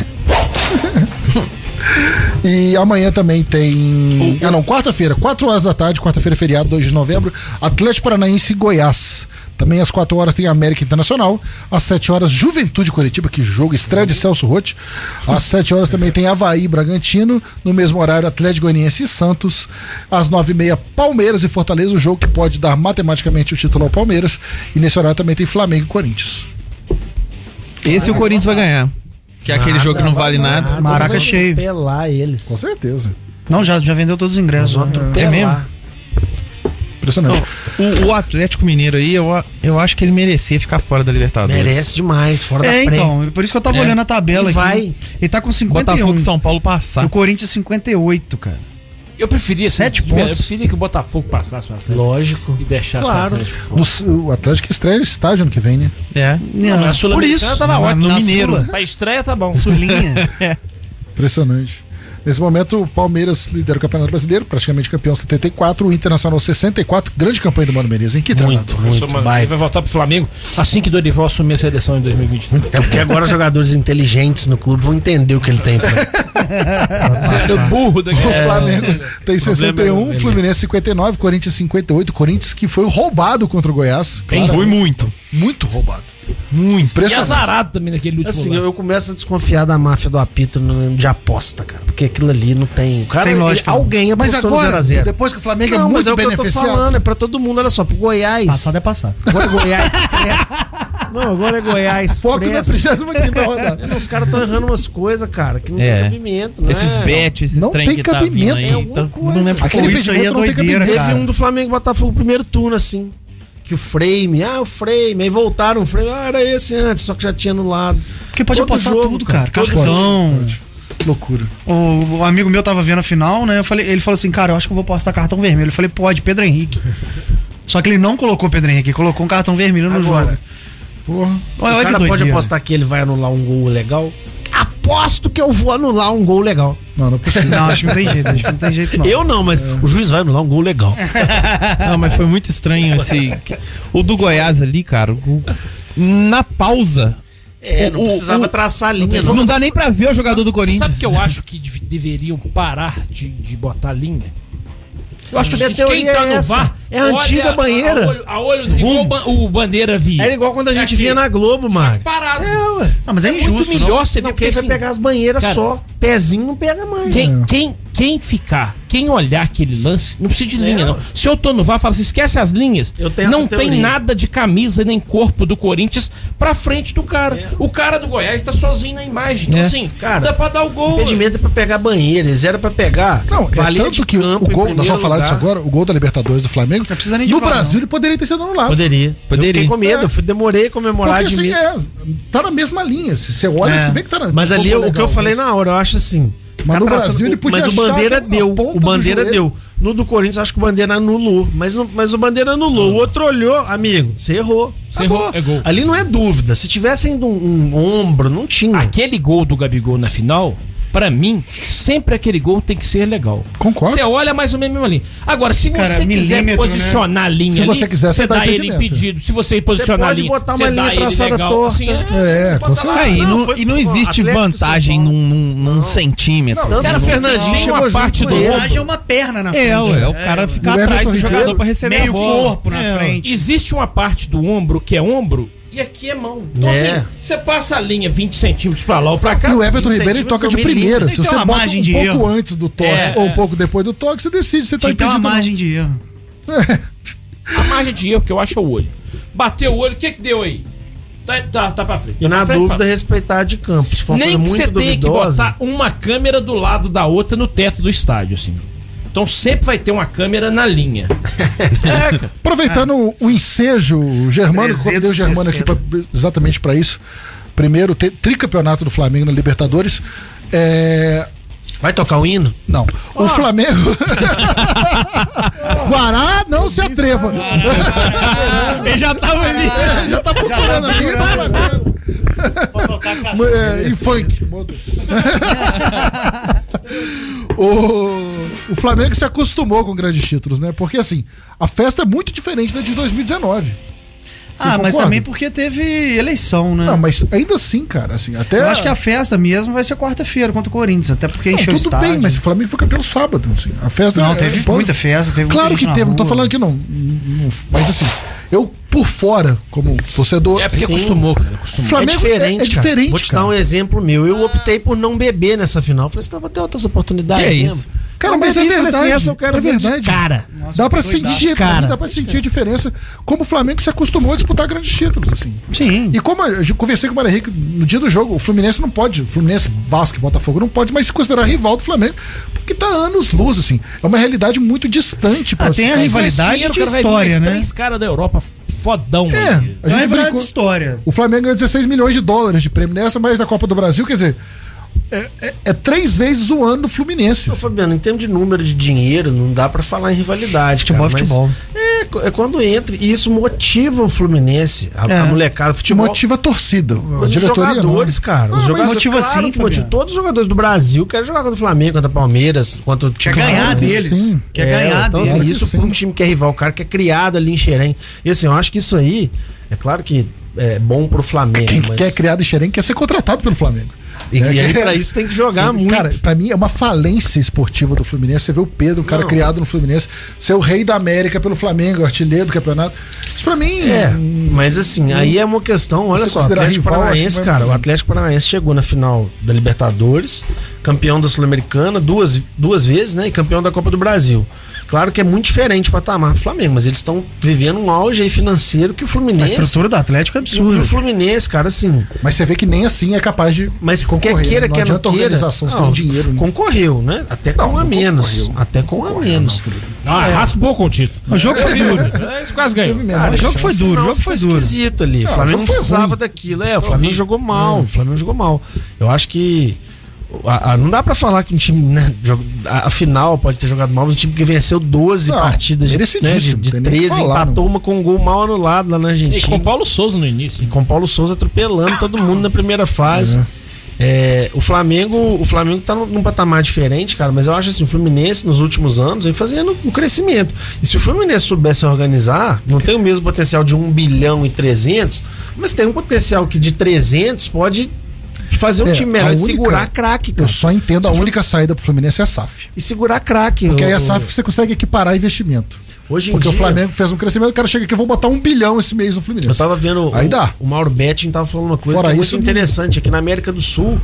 Speaker 2: E amanhã também tem. Ah, não, quarta-feira, 4 horas da tarde, quarta-feira, feriado, 2 de novembro, Atlético Paranaense e Goiás. Também às 4 horas tem América Internacional. Às 7 horas, Juventude Curitiba, que jogo, estreia de Celso Rotti. Às 7 horas também tem Havaí e Bragantino. No mesmo horário, Atlético Goianiense e Santos. Às 9h30, Palmeiras e Fortaleza, o jogo que pode dar matematicamente o título ao Palmeiras. E nesse horário também tem Flamengo e Corinthians.
Speaker 9: Esse o Corinthians vai ganhar. Que é aquele jogo que não vale nada.
Speaker 5: Maraca cheio.
Speaker 7: Pelar eles.
Speaker 2: Com certeza.
Speaker 5: Não, já, já vendeu todos os ingressos.
Speaker 9: É mesmo?
Speaker 2: Impressionante.
Speaker 9: O, o Atlético Mineiro aí, eu, a- eu acho que ele merecia ficar fora da Libertadores.
Speaker 7: Merece demais, fora
Speaker 5: É,
Speaker 7: da frente.
Speaker 5: então, por isso que eu tava
Speaker 9: É.
Speaker 5: olhando a tabela
Speaker 7: E
Speaker 5: aqui.
Speaker 7: vai.
Speaker 5: Ele tá com 51.
Speaker 9: Botafogo e São Paulo
Speaker 5: E
Speaker 9: passar.
Speaker 5: o Corinthians 58, cara.
Speaker 3: Eu preferia
Speaker 5: Sete
Speaker 3: de verdade,
Speaker 5: pontos.
Speaker 3: Eu preferia que o Botafogo passasse o Atlético
Speaker 7: Lógico.
Speaker 3: e deixasse
Speaker 7: Claro.
Speaker 3: o Atlético. fora.
Speaker 2: No s- o Atlético estreia o estádio ano que vem, né?
Speaker 9: É.
Speaker 3: Não, mas a Sul-Americana tava
Speaker 9: na-
Speaker 3: ótimo.
Speaker 9: no
Speaker 3: Na
Speaker 9: Mineiro.
Speaker 3: Sula, Pra estreia tá bom.
Speaker 5: Sulinha.
Speaker 2: Impressionante. Nesse momento, o Palmeiras lidera o Campeonato Brasileiro, praticamente campeão 74, o Internacional 64. Grande campanha do Mano Menezes, hein? Que treinador.
Speaker 3: Eu sou mano, ele vai voltar pro Flamengo assim que Dorival assumir a seleção em 2023.
Speaker 7: É porque agora os jogadores inteligentes no clube vão entender o que ele tem pra
Speaker 3: Eu burro daqui.
Speaker 2: O Flamengo tem 61, Fluminense 59, Corinthians 58. Corinthians que foi roubado contra o Goiás. Claro,
Speaker 9: Foi muito.
Speaker 2: muito roubado. Muito.
Speaker 3: E
Speaker 2: Impressionante.
Speaker 3: azarado também naquele último
Speaker 7: Assim, eu,
Speaker 3: lance.
Speaker 7: eu começo a desconfiar da máfia do apito no- de aposta, cara. Porque aquilo ali não tem. O cara,
Speaker 5: Tem
Speaker 7: ele-
Speaker 5: lógica, não.
Speaker 7: alguém
Speaker 2: Mas
Speaker 7: apostou
Speaker 2: agora,
Speaker 7: no 0x0.
Speaker 2: depois que o Flamengo
Speaker 7: Não,
Speaker 2: é
Speaker 7: mas
Speaker 2: muito
Speaker 7: é o que eu tô
Speaker 2: beneficiado.
Speaker 7: falando, é pra todo mundo. Olha só, pro Goiás.
Speaker 5: Passado é passar.
Speaker 7: Agora é Goiás Press. Não, agora é Goiás
Speaker 2: Foco na
Speaker 7: Press.
Speaker 2: 35 rodada.
Speaker 7: Os caras estão errando umas coisas, cara, que não
Speaker 9: É.
Speaker 7: tem cabimento, né?
Speaker 9: Esses bets, esses
Speaker 2: Não
Speaker 9: trem
Speaker 2: tem
Speaker 9: que tá vindo
Speaker 2: cabimento,
Speaker 9: aí.
Speaker 2: é
Speaker 7: alguma
Speaker 9: tá-
Speaker 7: coisa.
Speaker 9: não lembro.
Speaker 2: Aquele
Speaker 5: Pô, isso aí é
Speaker 2: impedimento não tem
Speaker 5: doideira,
Speaker 2: cabimento.
Speaker 7: Teve
Speaker 5: cara.
Speaker 7: um do Flamengo e Botafogo no primeiro turno, assim. Que o frame, ah, o frame, aí voltaram o frame, ah, era esse antes, só que já tinha anulado.
Speaker 5: Porque pode
Speaker 7: Todo
Speaker 5: apostar
Speaker 7: jogo,
Speaker 5: tudo, cara.
Speaker 2: Pode,
Speaker 5: Cartão.
Speaker 2: pode. Loucura.
Speaker 5: O, o amigo meu tava vendo a final, né? Eu falei, ele falou assim, cara, eu acho que eu vou postar cartão vermelho. Eu falei, pode, Pedro Henrique. Só que ele não colocou Pedro Henrique, ele colocou um cartão vermelho no
Speaker 7: Agora,
Speaker 5: jogo.
Speaker 2: Porra.
Speaker 5: Olha,
Speaker 7: o
Speaker 5: olha que
Speaker 7: cara pode
Speaker 5: doideira.
Speaker 7: apostar que ele vai anular um gol legal? Aposto que eu vou anular um gol legal.
Speaker 2: Não, não é possível.
Speaker 5: Não, acho que não tem jeito, acho que não tem jeito não.
Speaker 7: Eu não, mas o juiz vai anular um gol legal.
Speaker 9: Não, mas foi muito estranho esse. O do Goiás ali, cara. o- Na pausa.
Speaker 7: É,
Speaker 9: O- o- o-
Speaker 7: traçar a linha,
Speaker 9: Não dá nem pra ver o jogador do
Speaker 3: Você
Speaker 9: Corinthians.
Speaker 3: sabe que eu acho que dev- deveriam parar de, de botar linha? Eu acho que o
Speaker 7: Minha
Speaker 3: seguinte, quem
Speaker 7: teoria
Speaker 3: tá
Speaker 7: é
Speaker 3: no
Speaker 7: essa.
Speaker 3: VAR.
Speaker 7: É a antiga
Speaker 3: olha
Speaker 7: banheira. É,
Speaker 3: A olho, a olho igual o ban- o Bandeira via.
Speaker 7: Era igual quando a gente
Speaker 3: Aqui.
Speaker 7: via na Globo,
Speaker 3: Só que
Speaker 7: Mário.
Speaker 3: parado.
Speaker 5: Ah, mas é,
Speaker 3: muito
Speaker 5: injusto,
Speaker 3: melhor você ver
Speaker 7: Não,
Speaker 3: porque
Speaker 7: quem vai
Speaker 3: assim,
Speaker 7: pegar as banheiras
Speaker 3: cara,
Speaker 7: só. Pezinho não pega mais.
Speaker 3: Quem, quem, quem ficar, quem olhar aquele lance, não precisa de linha, não. Se eu tô no VAR, fala assim: esquece as linhas.
Speaker 7: Eu tenho
Speaker 3: não
Speaker 7: essa
Speaker 3: tem
Speaker 7: teoria.
Speaker 3: nada de camisa nem corpo do Corinthians pra frente do cara. O cara do Goiás tá sozinho na imagem. Então,
Speaker 9: É.
Speaker 3: assim,
Speaker 7: Cara,
Speaker 3: dá pra dar o
Speaker 7: O
Speaker 3: gol.
Speaker 7: impedimento é pra pegar banheira, eles era pra pegar.
Speaker 2: Não, é
Speaker 7: valia
Speaker 2: tanto
Speaker 7: de
Speaker 2: que o-
Speaker 7: campo
Speaker 2: o
Speaker 7: em
Speaker 2: gol, nós
Speaker 7: primeiro
Speaker 2: vamos falar
Speaker 7: lugar.
Speaker 2: disso agora, o gol da Libertadores do Flamengo,
Speaker 5: Não precisa nem de
Speaker 2: no
Speaker 5: VAR,
Speaker 2: Brasil ele poderia ter sido anulado.
Speaker 7: Poderia.
Speaker 9: Poderia.
Speaker 7: Eu fiquei com medo, eu fui, demorei a comemorar
Speaker 2: Porque
Speaker 7: de
Speaker 2: assim, é,
Speaker 7: mim.
Speaker 2: tá na mesma linha. Se você olha,
Speaker 5: É.
Speaker 2: você vê que tá na
Speaker 7: Mas ali
Speaker 2: ficou
Speaker 7: o que
Speaker 2: legal,
Speaker 7: eu falei na hora, eu acho assim. ficar
Speaker 2: no
Speaker 7: traçando-
Speaker 2: Brasil ele podia
Speaker 7: Mas o
Speaker 2: achar
Speaker 7: Bandeira
Speaker 2: que era uma
Speaker 7: deu.
Speaker 2: ponta
Speaker 7: O
Speaker 2: do
Speaker 7: Bandeira
Speaker 2: joelho.
Speaker 7: deu. No do Corinthians, eu acho que o Bandeira anulou. Mas, não- mas o Bandeira anulou.
Speaker 2: Ah.
Speaker 7: O outro olhou, amigo, você errou.
Speaker 3: Você
Speaker 7: Acabou.
Speaker 3: errou, é gol.
Speaker 7: Ali não é dúvida. Se tivesse ainda um, um ombro, não tinha.
Speaker 3: Aquele gol do Gabigol na final, pra mim, sempre aquele gol tem que ser legal.
Speaker 2: Concordo.
Speaker 3: Você olha mais ou menos a mesma linha. Agora, se
Speaker 5: Cara,
Speaker 3: você quiser
Speaker 5: milímetro, né?
Speaker 3: posicionar a linha
Speaker 2: Se
Speaker 3: ali,
Speaker 2: você quiser, você dá
Speaker 3: dá ele
Speaker 2: impedimento.
Speaker 3: impedido. Se você posicionar a
Speaker 7: pode
Speaker 3: linha,
Speaker 7: botar
Speaker 3: você
Speaker 7: uma
Speaker 3: dá
Speaker 7: linha
Speaker 3: ele
Speaker 7: traçada
Speaker 3: legal.
Speaker 7: torta.
Speaker 3: Assim,
Speaker 2: É, com certeza.
Speaker 9: É, e
Speaker 7: tá Não,
Speaker 9: não,
Speaker 7: foi-
Speaker 9: e não existe
Speaker 7: Atlético São
Speaker 9: vantagem
Speaker 7: Paulo.
Speaker 9: num, num- num centímetro.
Speaker 7: Tanto
Speaker 3: Cara,
Speaker 7: que o
Speaker 3: Fernandinho tem
Speaker 7: Fernandinho
Speaker 3: uma
Speaker 7: chegou junto
Speaker 3: parte
Speaker 7: com
Speaker 3: do
Speaker 7: ele.
Speaker 3: ombro.
Speaker 5: Verdade é uma perna na frente. né?
Speaker 9: É, ué, o cara
Speaker 2: O
Speaker 9: ficar
Speaker 2: Everton
Speaker 9: atrás do
Speaker 2: Ribeiro-
Speaker 9: jogador pra receber
Speaker 5: Meio
Speaker 9: a bola.
Speaker 5: corpo na
Speaker 9: É, ué.
Speaker 5: frente.
Speaker 3: existe uma parte do ombro que é ombro e aqui é mão. Então,
Speaker 7: É.
Speaker 3: assim, você passa a linha 20 centímetros pra lá ou pra cá.
Speaker 2: E o Everton Ribeiro ele
Speaker 7: centímetros
Speaker 2: toca
Speaker 7: são
Speaker 2: de primeira.
Speaker 7: milímetros.
Speaker 2: Se
Speaker 5: Tem
Speaker 2: você
Speaker 5: que ter uma
Speaker 2: bota
Speaker 5: margem
Speaker 2: um
Speaker 5: de
Speaker 2: pouco
Speaker 5: erro.
Speaker 2: antes do toque
Speaker 5: É, Então
Speaker 2: ou um
Speaker 5: é.
Speaker 2: pouco depois do toque, você decide se tá
Speaker 5: Tinha que ter
Speaker 2: impedido
Speaker 5: uma
Speaker 2: ou não. É.
Speaker 5: margem de erro.
Speaker 3: A margem de erro que eu acho é o olho. Bateu o olho, o que que deu aí? Tá, tá, tá pra frente.
Speaker 7: E
Speaker 3: tá pra
Speaker 7: na
Speaker 3: frente,
Speaker 7: dúvida, é
Speaker 3: pra-
Speaker 7: respeitar de campo. Se for uma
Speaker 3: Nem que
Speaker 7: coisa
Speaker 3: você
Speaker 7: muito
Speaker 3: tenha que
Speaker 7: duvidosa.
Speaker 3: botar uma câmera do lado da outra no teto do estádio, assim. Então sempre vai ter uma câmera na linha. É, cara.
Speaker 2: Aproveitando o ensejo germano, que eu convidei o germano aqui pra- exatamente para isso. Primeiro, te- tricampeonato do Flamengo na Libertadores. É,
Speaker 7: Vai tocar o hino?
Speaker 2: Não. O Flamengo. Guará, não se atreva.
Speaker 9: Ele já tava ali.
Speaker 2: Já tá procurando ali. É, e funk. o, o Flamengo se acostumou com grandes títulos, né? Porque assim, a festa é muito diferente da de 2019.
Speaker 5: Ah, mas
Speaker 2: concorda?
Speaker 5: também porque teve eleição, né?
Speaker 2: Não, mas ainda assim, cara, assim, até.
Speaker 5: Eu acho que a festa mesmo vai ser quarta-feira contra o Corinthians, até porque
Speaker 2: não,
Speaker 5: encheu o
Speaker 2: tudo
Speaker 5: estádio.
Speaker 2: bem, mas o Flamengo foi campeão sábado. assim. A festa
Speaker 5: Não,
Speaker 2: é-
Speaker 5: teve
Speaker 2: pô,
Speaker 5: muita festa, teve
Speaker 2: Claro
Speaker 5: muita
Speaker 2: que
Speaker 5: gente na
Speaker 2: teve, não tô
Speaker 5: rua.
Speaker 2: falando que não. Não- Mas assim, eu por fora, como torcedor.
Speaker 3: É porque
Speaker 7: Sim.
Speaker 3: acostumou, cara. Acostumou.
Speaker 2: Flamengo é diferente. É,
Speaker 7: cara.
Speaker 2: diferente
Speaker 7: Vou te um
Speaker 2: cara.
Speaker 7: dar um exemplo meu. Eu optei por não beber nessa final. Falei assim, "Não, vou ter outras oportunidades.
Speaker 9: Que
Speaker 7: mesmo."
Speaker 9: isso?
Speaker 2: Cara, mas é
Speaker 7: ele falou assim,
Speaker 2: verdade.
Speaker 7: essa eu quero
Speaker 2: é
Speaker 7: ver de
Speaker 2: verdade.
Speaker 7: cara.
Speaker 2: dá pra
Speaker 5: doidaço,
Speaker 2: sentir,
Speaker 7: cara.
Speaker 2: dá pra sentir a diferença como o Flamengo se acostumou a disputar grandes títulos, assim.
Speaker 5: Sim.
Speaker 2: E como eu conversei com o Mário Henrique no dia do jogo, o Fluminense não pode, o Fluminense, Vasco e Botafogo não pode mais se considerar rival do Flamengo, porque tá anos luz, assim. É uma realidade muito distante pra
Speaker 5: Ah, tem a
Speaker 2: se-
Speaker 5: rivalidade
Speaker 3: Dinheiro,
Speaker 5: de
Speaker 3: cara, vai vir
Speaker 5: história,
Speaker 3: mais
Speaker 5: né?
Speaker 3: Três caras da Europa fodão.
Speaker 7: Então,
Speaker 2: É,
Speaker 3: mano.
Speaker 2: a
Speaker 5: Não
Speaker 2: gente
Speaker 5: é verdade de
Speaker 2: brincou.
Speaker 5: história.
Speaker 2: O Flamengo ganhou 16 milhões de dólares de prêmio nessa, mas na Copa do Brasil, quer dizer, é, é- é três vezes o ano do Fluminense.
Speaker 7: Ô, Fabiano, em termos de número de dinheiro, não dá pra falar em rivalidade.
Speaker 5: Futebol é
Speaker 7: cara, mas
Speaker 5: futebol.
Speaker 7: É, co- é quando entra. E isso motiva o Fluminense, a,
Speaker 5: É.
Speaker 7: a molecada. Futebol,
Speaker 2: Motiva a torcida. A
Speaker 7: Os
Speaker 2: diretoria né? Ah,
Speaker 7: jogadores,
Speaker 2: não.
Speaker 7: cara. os
Speaker 5: Não, mas
Speaker 7: jogadores,
Speaker 5: motiva sim,
Speaker 7: que motiva.
Speaker 5: Fabiano.
Speaker 7: Todos os jogadores do Brasil querem jogar contra o Flamengo, contra o Palmeiras, contra o
Speaker 5: Quer
Speaker 7: Claro
Speaker 5: ganhar
Speaker 7: que
Speaker 5: deles.
Speaker 2: sim.
Speaker 5: Quer
Speaker 7: é,
Speaker 5: ganhar
Speaker 7: então,
Speaker 5: deles.
Speaker 7: assim, isso
Speaker 2: sim.
Speaker 7: pra um time que é rival, o cara que é criado ali em Xerém. E assim, eu acho que isso aí, é claro que é bom pro Flamengo,
Speaker 2: Quem
Speaker 7: mas...
Speaker 2: quer criado em Xerém quer ser contratado pelo Flamengo. É.
Speaker 7: e, e aí pra isso tem que jogar
Speaker 2: Sim,
Speaker 7: muito.
Speaker 2: Cara, pra mim é uma falência esportiva do Fluminense. Você vê o Pedro, um cara criado no Fluminense, ser o rei da América pelo Flamengo, artilheiro do campeonato. Isso pra mim.
Speaker 7: É, mas assim, aí é uma questão, olha
Speaker 2: hum, Você
Speaker 7: só, o
Speaker 2: considerar
Speaker 7: Atlético
Speaker 2: rival, acho
Speaker 7: Paranaense,
Speaker 2: que vai-
Speaker 7: cara, o Atlético Paranaense chegou na final da Libertadores, campeão da Sul-Americana duas, duas vezes, né, e campeão da Copa do Brasil. Claro que é muito diferente o patamar do Flamengo, mas eles estão vivendo um auge aí financeiro que o
Speaker 5: A
Speaker 7: Fluminense...
Speaker 5: estrutura do Atlético é
Speaker 7: E o
Speaker 5: absurda.
Speaker 7: Fluminense, cara, assim,
Speaker 2: Mas você vê que nem assim é capaz de.
Speaker 7: Mas quer
Speaker 2: Concorrer,
Speaker 7: queira,
Speaker 2: não
Speaker 7: quer né? não
Speaker 2: adianta
Speaker 7: queira.
Speaker 2: organização sem dinheiro, né?
Speaker 7: Concorreu, né? Até com
Speaker 2: Não,
Speaker 7: a
Speaker 2: não
Speaker 7: menos.
Speaker 2: concorreu.
Speaker 7: Até com a menos.
Speaker 3: Não, Ah, raspou com o título.
Speaker 5: O jogo foi duro.
Speaker 3: É, isso quase ganhou.
Speaker 2: menor
Speaker 5: o jogo
Speaker 2: chance.
Speaker 5: foi duro, o
Speaker 7: Não,
Speaker 5: jogo foi duro.
Speaker 7: esquisito ali. É, O
Speaker 2: Ah, o
Speaker 7: Flamengo
Speaker 2: jogo foi
Speaker 7: precisava
Speaker 2: ruim.
Speaker 7: daquilo. É, o Flamengo jogou mal. O Flamengo jogou mal. Eu acho que. a- a- não dá pra falar que um time, né, joga- a, a final pode ter jogado mal, mas um time que venceu 12
Speaker 2: Não,
Speaker 7: partidas de, né, de,
Speaker 2: merecidíssimo,
Speaker 7: de
Speaker 2: tem nem o que
Speaker 7: 13,
Speaker 2: falar,
Speaker 7: empatou uma com um gol mal anulado lá na
Speaker 3: E com o
Speaker 7: Argentina.
Speaker 3: Paulo Souza no início.
Speaker 7: E com o Paulo Souza atropelando todo mundo na primeira fase. É, o Flamengo o Flamengo tá num, num patamar diferente, cara, mas eu acho assim, o Fluminense nos últimos anos vem fazendo um crescimento. E se o Fluminense soubesse organizar, não tem o mesmo potencial de 1 bilhão e 300, mas tem um potencial que de 300 pode fazer um
Speaker 2: É,
Speaker 7: time
Speaker 2: a
Speaker 7: melhor,
Speaker 2: única-
Speaker 7: segurar craque,
Speaker 2: Eu
Speaker 7: cara.
Speaker 2: só entendo a única saída pro Fluminense é a SAF.
Speaker 7: E segurar craque.
Speaker 2: Porque aí
Speaker 7: o-
Speaker 2: a SAF você consegue equiparar investimento.
Speaker 7: Hoje em
Speaker 2: Porque o
Speaker 7: dia-
Speaker 2: Flamengo fez um crescimento, o cara chega aqui, eu vou botar um bilhão esse mês no Fluminense.
Speaker 7: Eu tava vendo. o-
Speaker 2: Aí dá.
Speaker 7: O Mauro Betting tava falando uma coisa
Speaker 2: Fora
Speaker 7: que é
Speaker 2: isso,
Speaker 7: muito interessante. Aqui na América do Sul,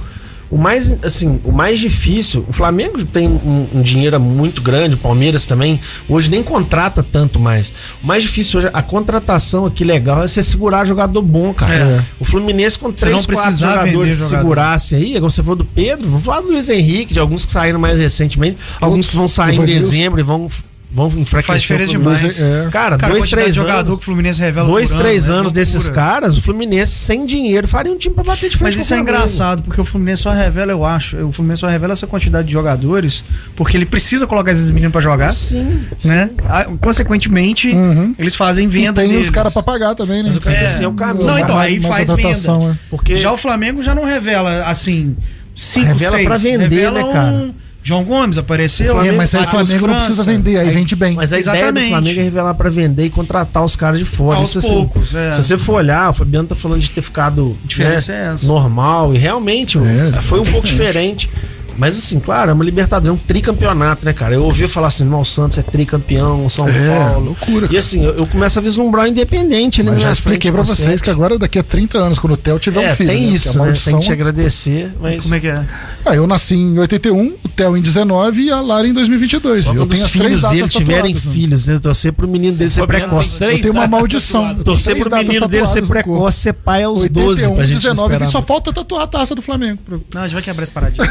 Speaker 7: o mais, assim, o mais difícil. O Flamengo tem um, um dinheiro muito grande, o Palmeiras também. Hoje nem contrata tanto mais. O mais difícil hoje, a contratação aqui legal é você segurar jogador bom, cara.
Speaker 5: É.
Speaker 7: O Fluminense com
Speaker 5: Você
Speaker 7: três,
Speaker 5: não
Speaker 7: quatro
Speaker 5: precisar
Speaker 7: jogadores
Speaker 5: vender
Speaker 7: que
Speaker 5: jogador.
Speaker 7: segurasse aí, igual você falou do Pedro, vou falar do Luiz Henrique, de alguns que saíram mais recentemente, alguns que vão sair em
Speaker 2: Evanilson.
Speaker 7: dezembro e vão. Vão enfraquecer
Speaker 5: Faz diferença
Speaker 7: o Fluminense.
Speaker 5: demais.
Speaker 2: É.
Speaker 7: Cara,
Speaker 5: Cara, a
Speaker 7: dois,
Speaker 5: quantidade
Speaker 7: três
Speaker 5: de jogador
Speaker 7: anos.
Speaker 5: que o Fluminense revela
Speaker 7: Dois,
Speaker 5: por ano,
Speaker 7: três
Speaker 5: é
Speaker 7: anos
Speaker 5: loucura.
Speaker 7: desses caras, o Fluminense sem dinheiro faria um time pra bater de frente
Speaker 5: Mas
Speaker 7: com o
Speaker 5: isso é
Speaker 7: Flamengo.
Speaker 5: engraçado, porque o Fluminense só revela, eu acho, o Fluminense só revela essa quantidade de jogadores, porque ele precisa colocar esses meninos pra
Speaker 7: É
Speaker 5: jogar,
Speaker 7: Sim.
Speaker 5: né? Ah, Consequentemente,
Speaker 2: Uhum.
Speaker 5: eles fazem
Speaker 2: E
Speaker 5: venda
Speaker 2: tem
Speaker 5: deles.
Speaker 2: os caras pra pagar também, né?
Speaker 7: Mas o cara assim, é o caminho.
Speaker 5: Não, então, aí
Speaker 2: Uma
Speaker 5: faz
Speaker 2: contratação,
Speaker 5: venda.
Speaker 2: é.
Speaker 7: Porque
Speaker 5: Já o Flamengo já não revela, assim, cinco,
Speaker 7: Revela
Speaker 5: seis.
Speaker 7: pra vender,
Speaker 5: revela
Speaker 7: né, cara?
Speaker 5: um... João Gomes apareceu.
Speaker 2: É, mas aí o
Speaker 5: Matheus
Speaker 2: Flamengo não
Speaker 5: França.
Speaker 2: precisa vender, aí vende bem.
Speaker 7: mas a ideia
Speaker 5: Exatamente.
Speaker 7: do Flamengo é revelar pra vender e contratar os caras de fora.
Speaker 5: Aos
Speaker 7: assim,
Speaker 5: poucos, é.
Speaker 7: Se você for olhar, o Fabiano tá falando de ter ficado
Speaker 5: diferença
Speaker 7: né,
Speaker 5: é essa.
Speaker 7: normal e realmente
Speaker 2: É,
Speaker 7: foi um pouco diferente. Mas assim, claro, é uma Libertadores, é um tricampeonato, né, cara? Eu ouvi falar assim, não, o Santos é tricampeão, o São
Speaker 2: É,
Speaker 7: Paulo.
Speaker 2: loucura.
Speaker 7: E assim, eu, eu começo a vislumbrar o independente, né?
Speaker 2: Mas já expliquei pra vocês que agora, daqui a 30 anos, quando o Theo tiver
Speaker 7: é,
Speaker 2: um filho,
Speaker 7: tem
Speaker 2: né, que
Speaker 7: isso,
Speaker 2: a
Speaker 7: né?
Speaker 2: maldição-
Speaker 7: Tem que te agradecer, mas...
Speaker 5: Como é que é?
Speaker 2: Ah, eu nasci em 81, o Theo em 19 e a Lara em 2022.
Speaker 7: Só
Speaker 2: eu
Speaker 7: quando
Speaker 2: tenho
Speaker 7: os
Speaker 2: as três
Speaker 7: filhos
Speaker 2: datas
Speaker 7: dele tiverem
Speaker 2: tatuadas, né?
Speaker 7: filhos, né? Torcer pro menino dele ser
Speaker 3: Fabiano tem
Speaker 7: precoce.
Speaker 3: três
Speaker 2: Eu tenho uma
Speaker 3: datas
Speaker 2: maldição.
Speaker 3: tatuadas.
Speaker 7: Torcer
Speaker 2: Três
Speaker 7: pro
Speaker 2: datas
Speaker 7: menino dele ser
Speaker 2: tatuadas,
Speaker 7: precoce, ser pai aos 12
Speaker 2: 81,
Speaker 7: pra gente
Speaker 2: 19,
Speaker 7: não
Speaker 2: só
Speaker 7: esperar.
Speaker 2: falta tatuar a taça do Flamengo.
Speaker 5: Não, a gente vai quebrar esse paradinho.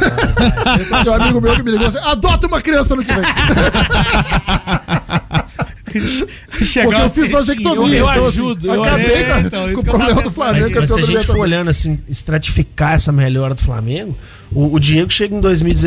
Speaker 2: Tem um amigo meu que me ligou assim, adota uma criança no que vem. Porque
Speaker 5: Chegar assim,
Speaker 2: eu
Speaker 5: uma
Speaker 2: fiz
Speaker 5: certinha.
Speaker 2: vasectomia.
Speaker 3: eu
Speaker 2: então, assim,
Speaker 3: ajudo, eu
Speaker 2: Acabei
Speaker 5: ajudo.
Speaker 2: com-
Speaker 5: É, então, isso
Speaker 2: com o
Speaker 5: que eu tava
Speaker 2: problema do
Speaker 5: pensando.
Speaker 2: Flamengo.
Speaker 7: Mas se a
Speaker 2: campeão do
Speaker 7: gente for
Speaker 2: Libertadores.
Speaker 7: olhando assim, estratificar essa melhora do Flamengo, o, o Diego chega em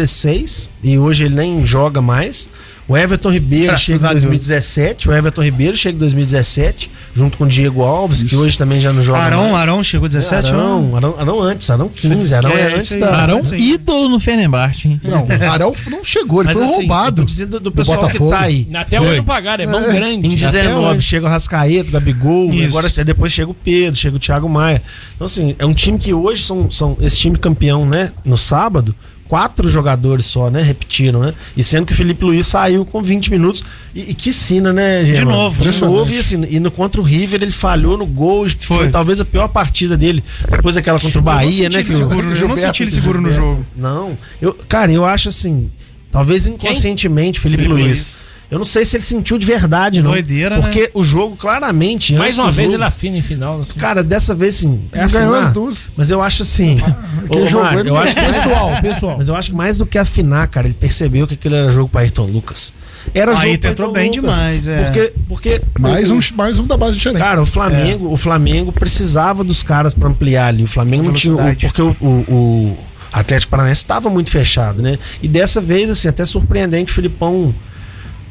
Speaker 7: 2016 e hoje ele nem joga mais. O Everton Ribeiro
Speaker 5: Graças
Speaker 7: chega
Speaker 5: a
Speaker 7: em
Speaker 5: Deus.
Speaker 7: 2017. O Everton Ribeiro chega em 2017, junto com o Diego Alves, que hoje também já não joga.
Speaker 5: Arão,
Speaker 7: mais.
Speaker 5: Arão chegou né? 17 anos.
Speaker 7: Arão, Arão, Arão antes, Arão 15, Arão
Speaker 5: É,
Speaker 7: é
Speaker 5: isso
Speaker 7: antes
Speaker 5: aí.
Speaker 7: da.
Speaker 9: Arão,
Speaker 5: Sim.
Speaker 9: ídolo no Fenerbahçe, hein?
Speaker 2: Não, Arão não chegou, ele foi
Speaker 7: assim, eu
Speaker 2: roubado.
Speaker 7: tô dizendo do pessoal que
Speaker 2: Botafogo.
Speaker 7: tá aí.
Speaker 3: Até hoje não pagaram, é mão grande.
Speaker 7: Em
Speaker 3: Até
Speaker 7: 19
Speaker 3: hoje.
Speaker 7: chega o Rascaeta, o Gabigol,
Speaker 5: Isso.
Speaker 7: agora é, depois chega o Pedro, chega o Thiago Maia. Então, assim, é um time que hoje são, são esse time campeão, né? No sábado, quatro jogadores só, né? Repetiram, né? E sendo que o Felipe Luiz saiu com 20 minutos. E, e que sina, né, Germano?
Speaker 5: novo.
Speaker 7: De novo, e, assim, e no contra o River ele falhou no gol. e Foi,
Speaker 5: Foi.
Speaker 7: talvez a pior partida dele. Depois aquela contra o
Speaker 5: Eu não
Speaker 7: Bahia,
Speaker 5: senti
Speaker 7: né?
Speaker 5: ele
Speaker 7: que o-
Speaker 5: seguro, eu não
Speaker 7: Gilberto-
Speaker 5: senti ele seguro no
Speaker 7: Gilberto.
Speaker 5: jogo.
Speaker 7: Não. Eu, cara, eu acho assim. Talvez inconscientemente, Felipe,
Speaker 8: Felipe
Speaker 7: Luiz.
Speaker 8: Luiz.
Speaker 7: Eu não sei se ele sentiu de verdade, não.
Speaker 5: Doideira, né?
Speaker 7: Porque o jogo, claramente.
Speaker 3: Mais
Speaker 7: antes
Speaker 3: uma
Speaker 7: do
Speaker 3: vez ele
Speaker 7: jogo-
Speaker 3: afina em final. assim.
Speaker 7: Cara, dessa vez sim. É
Speaker 2: ganhou
Speaker 7: afinar,
Speaker 2: as duas.
Speaker 7: Mas eu acho assim.
Speaker 2: Quem
Speaker 7: Ô,
Speaker 2: jogou
Speaker 7: Mário,
Speaker 2: ele
Speaker 7: eu
Speaker 2: não
Speaker 7: acho que é-
Speaker 3: Pessoal, pessoal.
Speaker 7: Mas eu acho que mais do que afinar, cara, ele percebeu que aquilo era jogo para Ayrton Lucas. Era jogo
Speaker 5: Aí
Speaker 7: pra
Speaker 5: entrou
Speaker 7: Ayrton
Speaker 5: bem
Speaker 7: Lucas.
Speaker 5: demais, é.
Speaker 7: Porque, porque
Speaker 2: Mais
Speaker 7: o-
Speaker 2: um, mais um da base de Xerém.
Speaker 7: Cara, o Flamengo,
Speaker 5: É.
Speaker 7: o Flamengo precisava dos caras pra ampliar ali. O Flamengo não tinha. o-
Speaker 5: Velocidade.
Speaker 7: Porque o, o- o Atlético Paranaense estava muito fechado, né? E dessa vez, assim, até surpreendente, o Filipão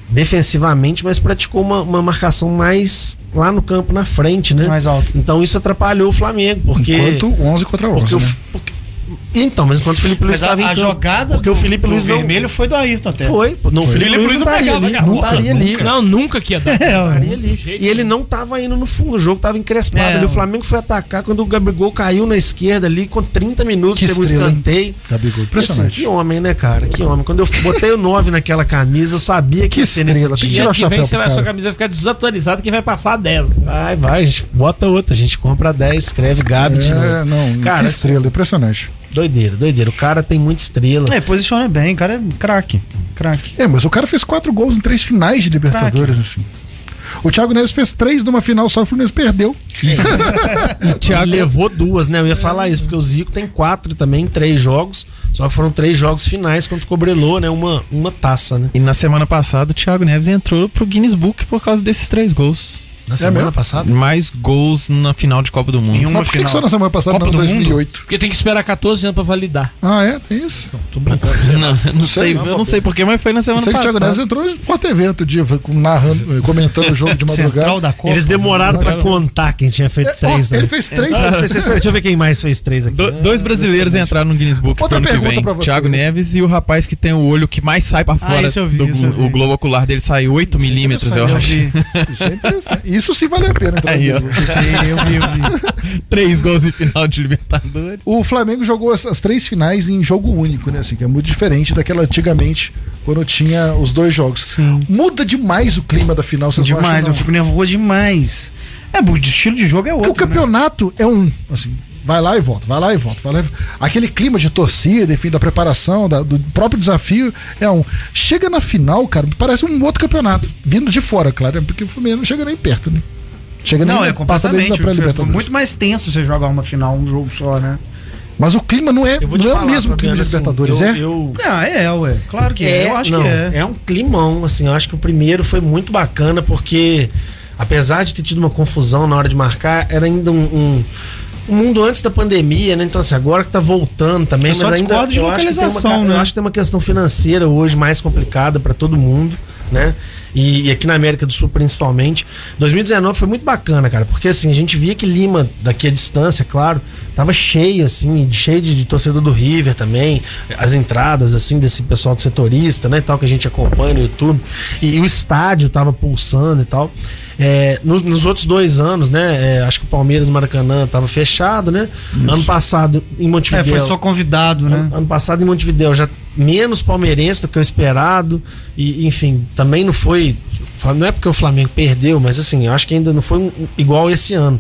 Speaker 7: defensivamente, mas praticou uma, uma marcação mais lá no campo, na frente, né?
Speaker 5: Mais alto.
Speaker 7: Então isso atrapalhou o Flamengo, porque.
Speaker 2: Enquanto 11 contra 11.
Speaker 7: porque o-
Speaker 2: né?
Speaker 7: porque- então, mas enquanto o Felipe Luiz
Speaker 5: Mas a,
Speaker 7: estava em
Speaker 5: a
Speaker 9: então
Speaker 7: campo,
Speaker 5: jogada
Speaker 7: Porque o Felipe
Speaker 5: do
Speaker 7: Luiz não-
Speaker 5: vermelho foi do Ayrton até.
Speaker 7: Foi. Não, o Felipe,
Speaker 5: Felipe
Speaker 7: Luiz
Speaker 5: Luiz
Speaker 7: não
Speaker 5: não
Speaker 7: estaria
Speaker 5: pegava,
Speaker 7: ali.
Speaker 5: cara.
Speaker 7: Não estaria ali. cara.
Speaker 3: Não, nunca que ia dar.
Speaker 5: É, ó.
Speaker 2: Hum,
Speaker 7: Estaria ali.
Speaker 3: jeito
Speaker 7: E ele não tava indo no fundo, o jogo tava encrespado.
Speaker 5: É.
Speaker 7: ali. O Flamengo foi atacar quando o Gabigol caiu na esquerda ali, com 30 minutos,
Speaker 2: Que
Speaker 7: teve
Speaker 2: estrela,
Speaker 7: um
Speaker 2: hein?
Speaker 7: escanteio.
Speaker 2: Gabigol,
Speaker 7: Assim,
Speaker 2: impressionante.
Speaker 7: que homem, né, cara? Que homem. Quando eu botei o 9 naquela camisa, eu sabia que,
Speaker 2: Que
Speaker 7: ia ser nesse
Speaker 2: estrela, tem que
Speaker 7: dia.
Speaker 2: tirar
Speaker 3: Ano
Speaker 2: o
Speaker 3: que
Speaker 2: chapéu
Speaker 3: vem
Speaker 2: pro
Speaker 3: você vai,
Speaker 2: cara.
Speaker 3: sua camisa vai ficar desatualizada que vai passar a 10.
Speaker 7: Vai, vai, a gente bota outra, a gente compra 10, escreve Gabi de novo.
Speaker 2: É, não,
Speaker 7: Cara,
Speaker 2: que
Speaker 7: assim-
Speaker 2: estrela, impressionante.
Speaker 7: Doideira, doideira. O cara tem muita estrela.
Speaker 5: É, posiciona bem, o cara é craque. Craque.
Speaker 2: É, mas o cara fez quatro gols em três finais de Libertadores, assim. O Thiago Neves fez três numa final só, o Fluminense perdeu.
Speaker 7: Thiago levou duas, né? Eu ia falar isso, porque o Zico tem quatro também, em três jogos. Só que foram três jogos finais contra o Cobrelô, né? Uma, uma taça, né?
Speaker 9: E na semana passada o Thiago Neves entrou pro Guinness Book por causa desses três gols.
Speaker 7: Na semana
Speaker 2: É mesmo?
Speaker 7: passada.
Speaker 9: Mais gols na final de Copa do Mundo.
Speaker 5: Em uma
Speaker 2: Mas por que, que
Speaker 5: final.
Speaker 2: só na semana passada,
Speaker 5: Copa
Speaker 2: não,
Speaker 5: do Mundo?
Speaker 2: 2008?
Speaker 3: Porque tem que esperar 14 anos pra validar.
Speaker 2: Ah, é? Tem isso?
Speaker 9: Não, não sei,
Speaker 2: né? não,
Speaker 9: eu não sei porquê, mas foi na
Speaker 2: Eu
Speaker 9: semana
Speaker 2: sei que o Thiago Neves
Speaker 9: passada.
Speaker 2: entrou no Sport TV outro dia, foi com- narrando, eh, comentando o jogo de madrugada.
Speaker 5: Central da Copa.
Speaker 7: Eles demoraram
Speaker 5: né?
Speaker 7: pra contar quem tinha feito
Speaker 2: É, Ó,
Speaker 7: três, né?
Speaker 2: ele fez três.
Speaker 7: Ah,
Speaker 2: né?
Speaker 7: vocês- espera, deixa eu ver quem mais fez três aqui. né?
Speaker 9: Do- dois brasileiros entraram no Guinness Book
Speaker 2: Outra
Speaker 9: pro ano que
Speaker 2: pergunta
Speaker 9: vem.
Speaker 2: pra vocês.
Speaker 9: Thiago Neves e o rapaz que tem o olho que mais sai pra fora.
Speaker 5: Ah, esse eu vi,
Speaker 9: do-
Speaker 5: esse eu vi.
Speaker 9: O globo ocular dele sai 8 milímetros, eu
Speaker 5: Eu
Speaker 9: acho.
Speaker 5: vi.
Speaker 2: Isso, é interessante. Isso sim vale a pena. então. entrar
Speaker 9: Aí,
Speaker 2: no
Speaker 9: ó.
Speaker 2: jogo.
Speaker 5: Esse aí eu vi, eu vi.
Speaker 9: Três gols em final de Libertadores.
Speaker 2: O Flamengo jogou as, as três finais em jogo único, né? Assim, que é muito diferente daquela antigamente, quando tinha os dois jogos. Muda demais o clima da final, vocês não
Speaker 5: Demais,
Speaker 2: acham,
Speaker 5: eu
Speaker 2: não?
Speaker 5: fico nervoso demais. É, o estilo de jogo é
Speaker 2: Porque
Speaker 5: outro.
Speaker 2: o campeonato é um, assim, vai lá e volta, vai lá e volta, vai lá e volta. Aquele clima de torcida, enfim, da preparação, da- do próprio desafio é um. Chega na final, cara, parece um outro campeonato, vindo de fora, claro, né? porque o Flamengo não chega nem perto, né? Chega
Speaker 5: Né?
Speaker 2: nem
Speaker 5: Não, é
Speaker 2: passa dentro da
Speaker 5: completamente.
Speaker 2: pré-libertadores.
Speaker 5: Muito mais tenso você jogar uma final, um jogo só, né?
Speaker 2: Mas o clima não é,
Speaker 7: Eu vou te
Speaker 2: não é
Speaker 7: falar,
Speaker 2: o mesmo clima de
Speaker 7: Fabiano, assim,
Speaker 2: Libertadores,
Speaker 7: eu-
Speaker 2: é?
Speaker 7: eu-
Speaker 5: Ah, é, ué. Claro que é. Eu acho
Speaker 7: não,
Speaker 5: que é.
Speaker 7: um climão, assim, eu acho que o primeiro foi muito bacana, porque apesar de ter tido uma confusão na hora de marcar, era ainda um, um- um mundo antes da pandemia, né? Então, assim, agora que tá voltando também, mas
Speaker 5: Eu só
Speaker 7: ainda
Speaker 5: discordo de
Speaker 7: eu acho que tem uma
Speaker 5: localização,
Speaker 7: ca-
Speaker 5: né?
Speaker 7: Eu acho que tem uma questão financeira hoje mais complicada para todo mundo, né? E, e aqui na América do Sul, principalmente. 2019 foi muito bacana, cara, porque assim, a gente via que Lima, daqui a distância, claro, tava cheio, assim, cheio de, de torcedor do River também, as entradas, assim, desse pessoal do setorista, né, e tal, que a gente acompanha no YouTube, e, e o estádio tava pulsando e tal. É, nos, nos outros dois anos, né, é, acho que o Palmeiras e Maracanã tava fechado, né, ano passado em
Speaker 5: É,
Speaker 7: Montevideo.
Speaker 5: foi só convidado, né?
Speaker 7: Ano, ano passado em Montevideo já menos palmeirense do que o esperado e enfim, também não foi não é porque o Flamengo perdeu, mas assim, eu acho que ainda não foi um- um- igual esse ano.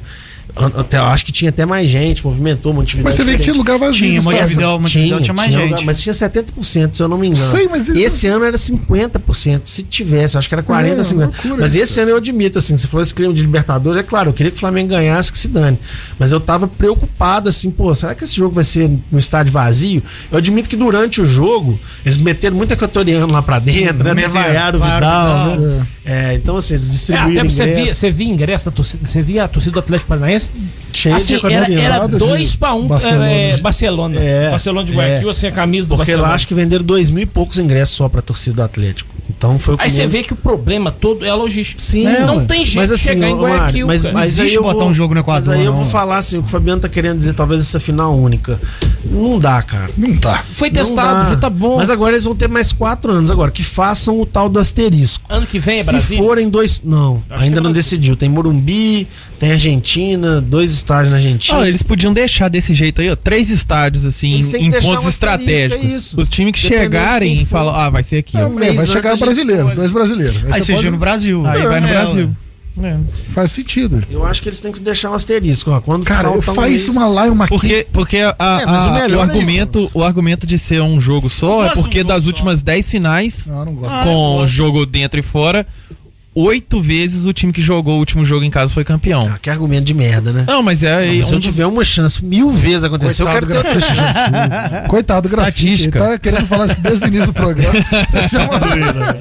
Speaker 7: An- Até, eu acho que tinha até mais gente, movimentou Montevideo.
Speaker 2: Mas você vê que tinha
Speaker 7: diferente.
Speaker 2: lugar vazio.
Speaker 5: Tinha,
Speaker 2: no
Speaker 5: mas-
Speaker 2: estádio.
Speaker 5: Montevidéu- Montevidéu tinha mais gente.
Speaker 7: lugar, mas tinha 70%, se eu não me engano.
Speaker 2: Sei, mas isso-
Speaker 7: Esse ano era 50%, se tivesse, eu acho que era 40,
Speaker 2: É,
Speaker 7: 50.
Speaker 2: loucura
Speaker 7: mas
Speaker 2: isso,
Speaker 7: esse ano eu admito assim, se for esse clima de Libertadores, é claro, eu queria que o Flamengo ganhasse, que se dane. Mas eu tava preocupado assim, pô, será que esse jogo vai ser no estádio vazio? Eu admito que durante o jogo, eles meteram muito equatoriano lá pra dentro, né? Até
Speaker 5: Meteram,
Speaker 7: vaiaram o
Speaker 5: vaiaram o
Speaker 7: Vidal, né? É, então assim, eles
Speaker 3: É, até
Speaker 7: distribuíram
Speaker 3: porque você via,
Speaker 7: ingresso,
Speaker 3: você via ingresso da torcida, você via a torcida do Atlético Paranaense.
Speaker 7: cheio de
Speaker 3: assim, era,
Speaker 7: equatoriano.
Speaker 3: era
Speaker 2: de
Speaker 3: dois pra um Barcelona.
Speaker 2: Barcelona,
Speaker 3: É,
Speaker 2: né?
Speaker 3: Barcelona.
Speaker 7: É,
Speaker 3: Barcelona de
Speaker 7: é.
Speaker 3: Guayaquil, assim, a camisa do
Speaker 7: Porque
Speaker 3: Barcelona.
Speaker 7: lá acho que venderam dois mil e poucos ingressos só pra torcida do Atlético. Então foi o que
Speaker 3: Aí você
Speaker 7: menos-
Speaker 3: vê que o problema todo é a logística.
Speaker 7: Sim,
Speaker 5: Né,
Speaker 3: não
Speaker 7: ué.
Speaker 3: tem jeito
Speaker 7: Mas
Speaker 3: de
Speaker 7: assim,
Speaker 3: chegar em
Speaker 7: ô, Mário,
Speaker 3: Guayaquil.
Speaker 7: mas,
Speaker 3: cara.
Speaker 7: mas
Speaker 5: Existe
Speaker 7: aí eu
Speaker 5: botar
Speaker 7: vou-
Speaker 5: um jogo no Equador,
Speaker 7: Mas aí eu
Speaker 5: não,
Speaker 7: vou
Speaker 5: ué.
Speaker 7: falar assim, o que o Fabiano tá querendo dizer, talvez essa final única. Não dá, cara.
Speaker 2: Não tá.
Speaker 3: Foi
Speaker 7: Não dá.
Speaker 3: testado, foi tá bom.
Speaker 7: Mas agora eles vão ter mais quatro anos agora, que façam o tal do asterisco.
Speaker 3: ano que vem é
Speaker 7: Se
Speaker 3: Brasil.
Speaker 7: forem dois. Não,
Speaker 3: Acho que
Speaker 7: ainda
Speaker 3: é
Speaker 7: não
Speaker 3: Brasília.
Speaker 7: decidiu. Tem Morumbi, tem Argentina, dois estádios na Argentina.
Speaker 3: Ah,
Speaker 9: Ó, eles podiam deixar desse jeito aí, ó. Três estádios, assim,
Speaker 7: Eles têm que
Speaker 9: em
Speaker 7: deixar
Speaker 9: pontos
Speaker 7: um asterisco,
Speaker 9: estratégicos.
Speaker 7: é isso.
Speaker 9: Os times que
Speaker 7: Dependendo de
Speaker 9: chegarem
Speaker 7: quem
Speaker 9: e
Speaker 7: for.
Speaker 9: falam, ah, vai ser aqui.
Speaker 2: É,
Speaker 9: ó.
Speaker 7: mês
Speaker 2: vai
Speaker 7: antes a
Speaker 2: chegar
Speaker 7: gente
Speaker 2: brasileiro,
Speaker 7: escolhe.
Speaker 2: dois brasileiros.
Speaker 5: Aí
Speaker 2: você
Speaker 5: você
Speaker 2: pode-
Speaker 5: gira no Brasil.
Speaker 9: Aí vai no Brasil.
Speaker 2: Faz sentido.
Speaker 7: Eu acho que eles têm que deixar um asterisco. Ó. Quando um
Speaker 2: Cara, eu
Speaker 7: faltam
Speaker 2: faço
Speaker 7: eles-
Speaker 2: uma lá e uma aqui.
Speaker 9: Porque, porque a- a-
Speaker 7: É, mas o
Speaker 9: a-
Speaker 7: melhor
Speaker 9: o,
Speaker 7: é
Speaker 9: argumento, o argumento de ser um jogo só é
Speaker 5: gosto de um
Speaker 9: porque
Speaker 5: jogo
Speaker 9: das
Speaker 5: só.
Speaker 9: últimas 10 finais,
Speaker 2: Não, eu não gosto.
Speaker 9: com jogo dentro e fora, oito vezes o time que jogou o último jogo em casa foi campeão.
Speaker 7: Ah, que argumento de merda,
Speaker 3: Ah,
Speaker 7: né?
Speaker 9: Não, mas é. é
Speaker 7: Se
Speaker 9: um
Speaker 7: eu
Speaker 9: dos-
Speaker 7: tiver uma chance, mil vezes aconteceu, eu
Speaker 2: Coitado,
Speaker 7: quero
Speaker 2: do
Speaker 7: ter
Speaker 2: grafite, Jesus. Coitado do grafite. Ele
Speaker 9: Estatística.
Speaker 2: tá querendo falar isso desde o início do programa. Você chama...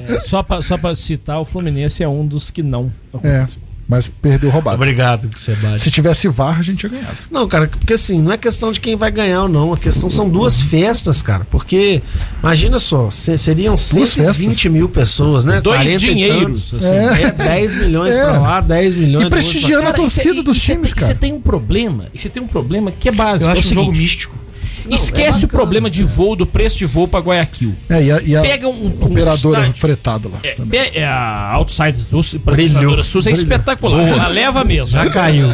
Speaker 3: É, só, pra, só pra citar, o Fluminense é um dos que não.
Speaker 2: É, mas perdeu roubado.
Speaker 7: Obrigado, que você bate.
Speaker 2: Se tivesse VAR, a gente tinha ganhado.
Speaker 7: Não, cara, porque assim, não é questão de quem vai ganhar ou não. A questão são duas festas, cara. Porque, imagina só, se- seriam
Speaker 2: festas?
Speaker 7: 120 mil pessoas, né?
Speaker 3: Dois
Speaker 7: 40 e
Speaker 3: dinheiros.
Speaker 7: tantos.
Speaker 3: assim.
Speaker 2: É.
Speaker 7: É, 10 milhões
Speaker 2: É.
Speaker 7: pra lá, 10 milhões
Speaker 2: E
Speaker 7: pra lá.
Speaker 2: prestigiando a
Speaker 3: Cara, isso é-
Speaker 2: torcida dos
Speaker 3: isso é-
Speaker 2: times,
Speaker 3: isso
Speaker 2: cara.
Speaker 3: Você tem um problema. E você tem um problema que é básico.
Speaker 6: Eu
Speaker 3: é o
Speaker 6: acho um jogo
Speaker 3: seguinte,
Speaker 6: místico.
Speaker 7: é
Speaker 3: esquece o problema de voo, do preço de voo pra Guayaquil.
Speaker 2: É, e a, e a
Speaker 3: Pega um, um
Speaker 2: operadora
Speaker 3: estádio-
Speaker 2: fretada lá.
Speaker 3: É, be- é a Outside SUS, patrocinadora SUS é espetacular. Ela leva mesmo. Já
Speaker 7: caiu.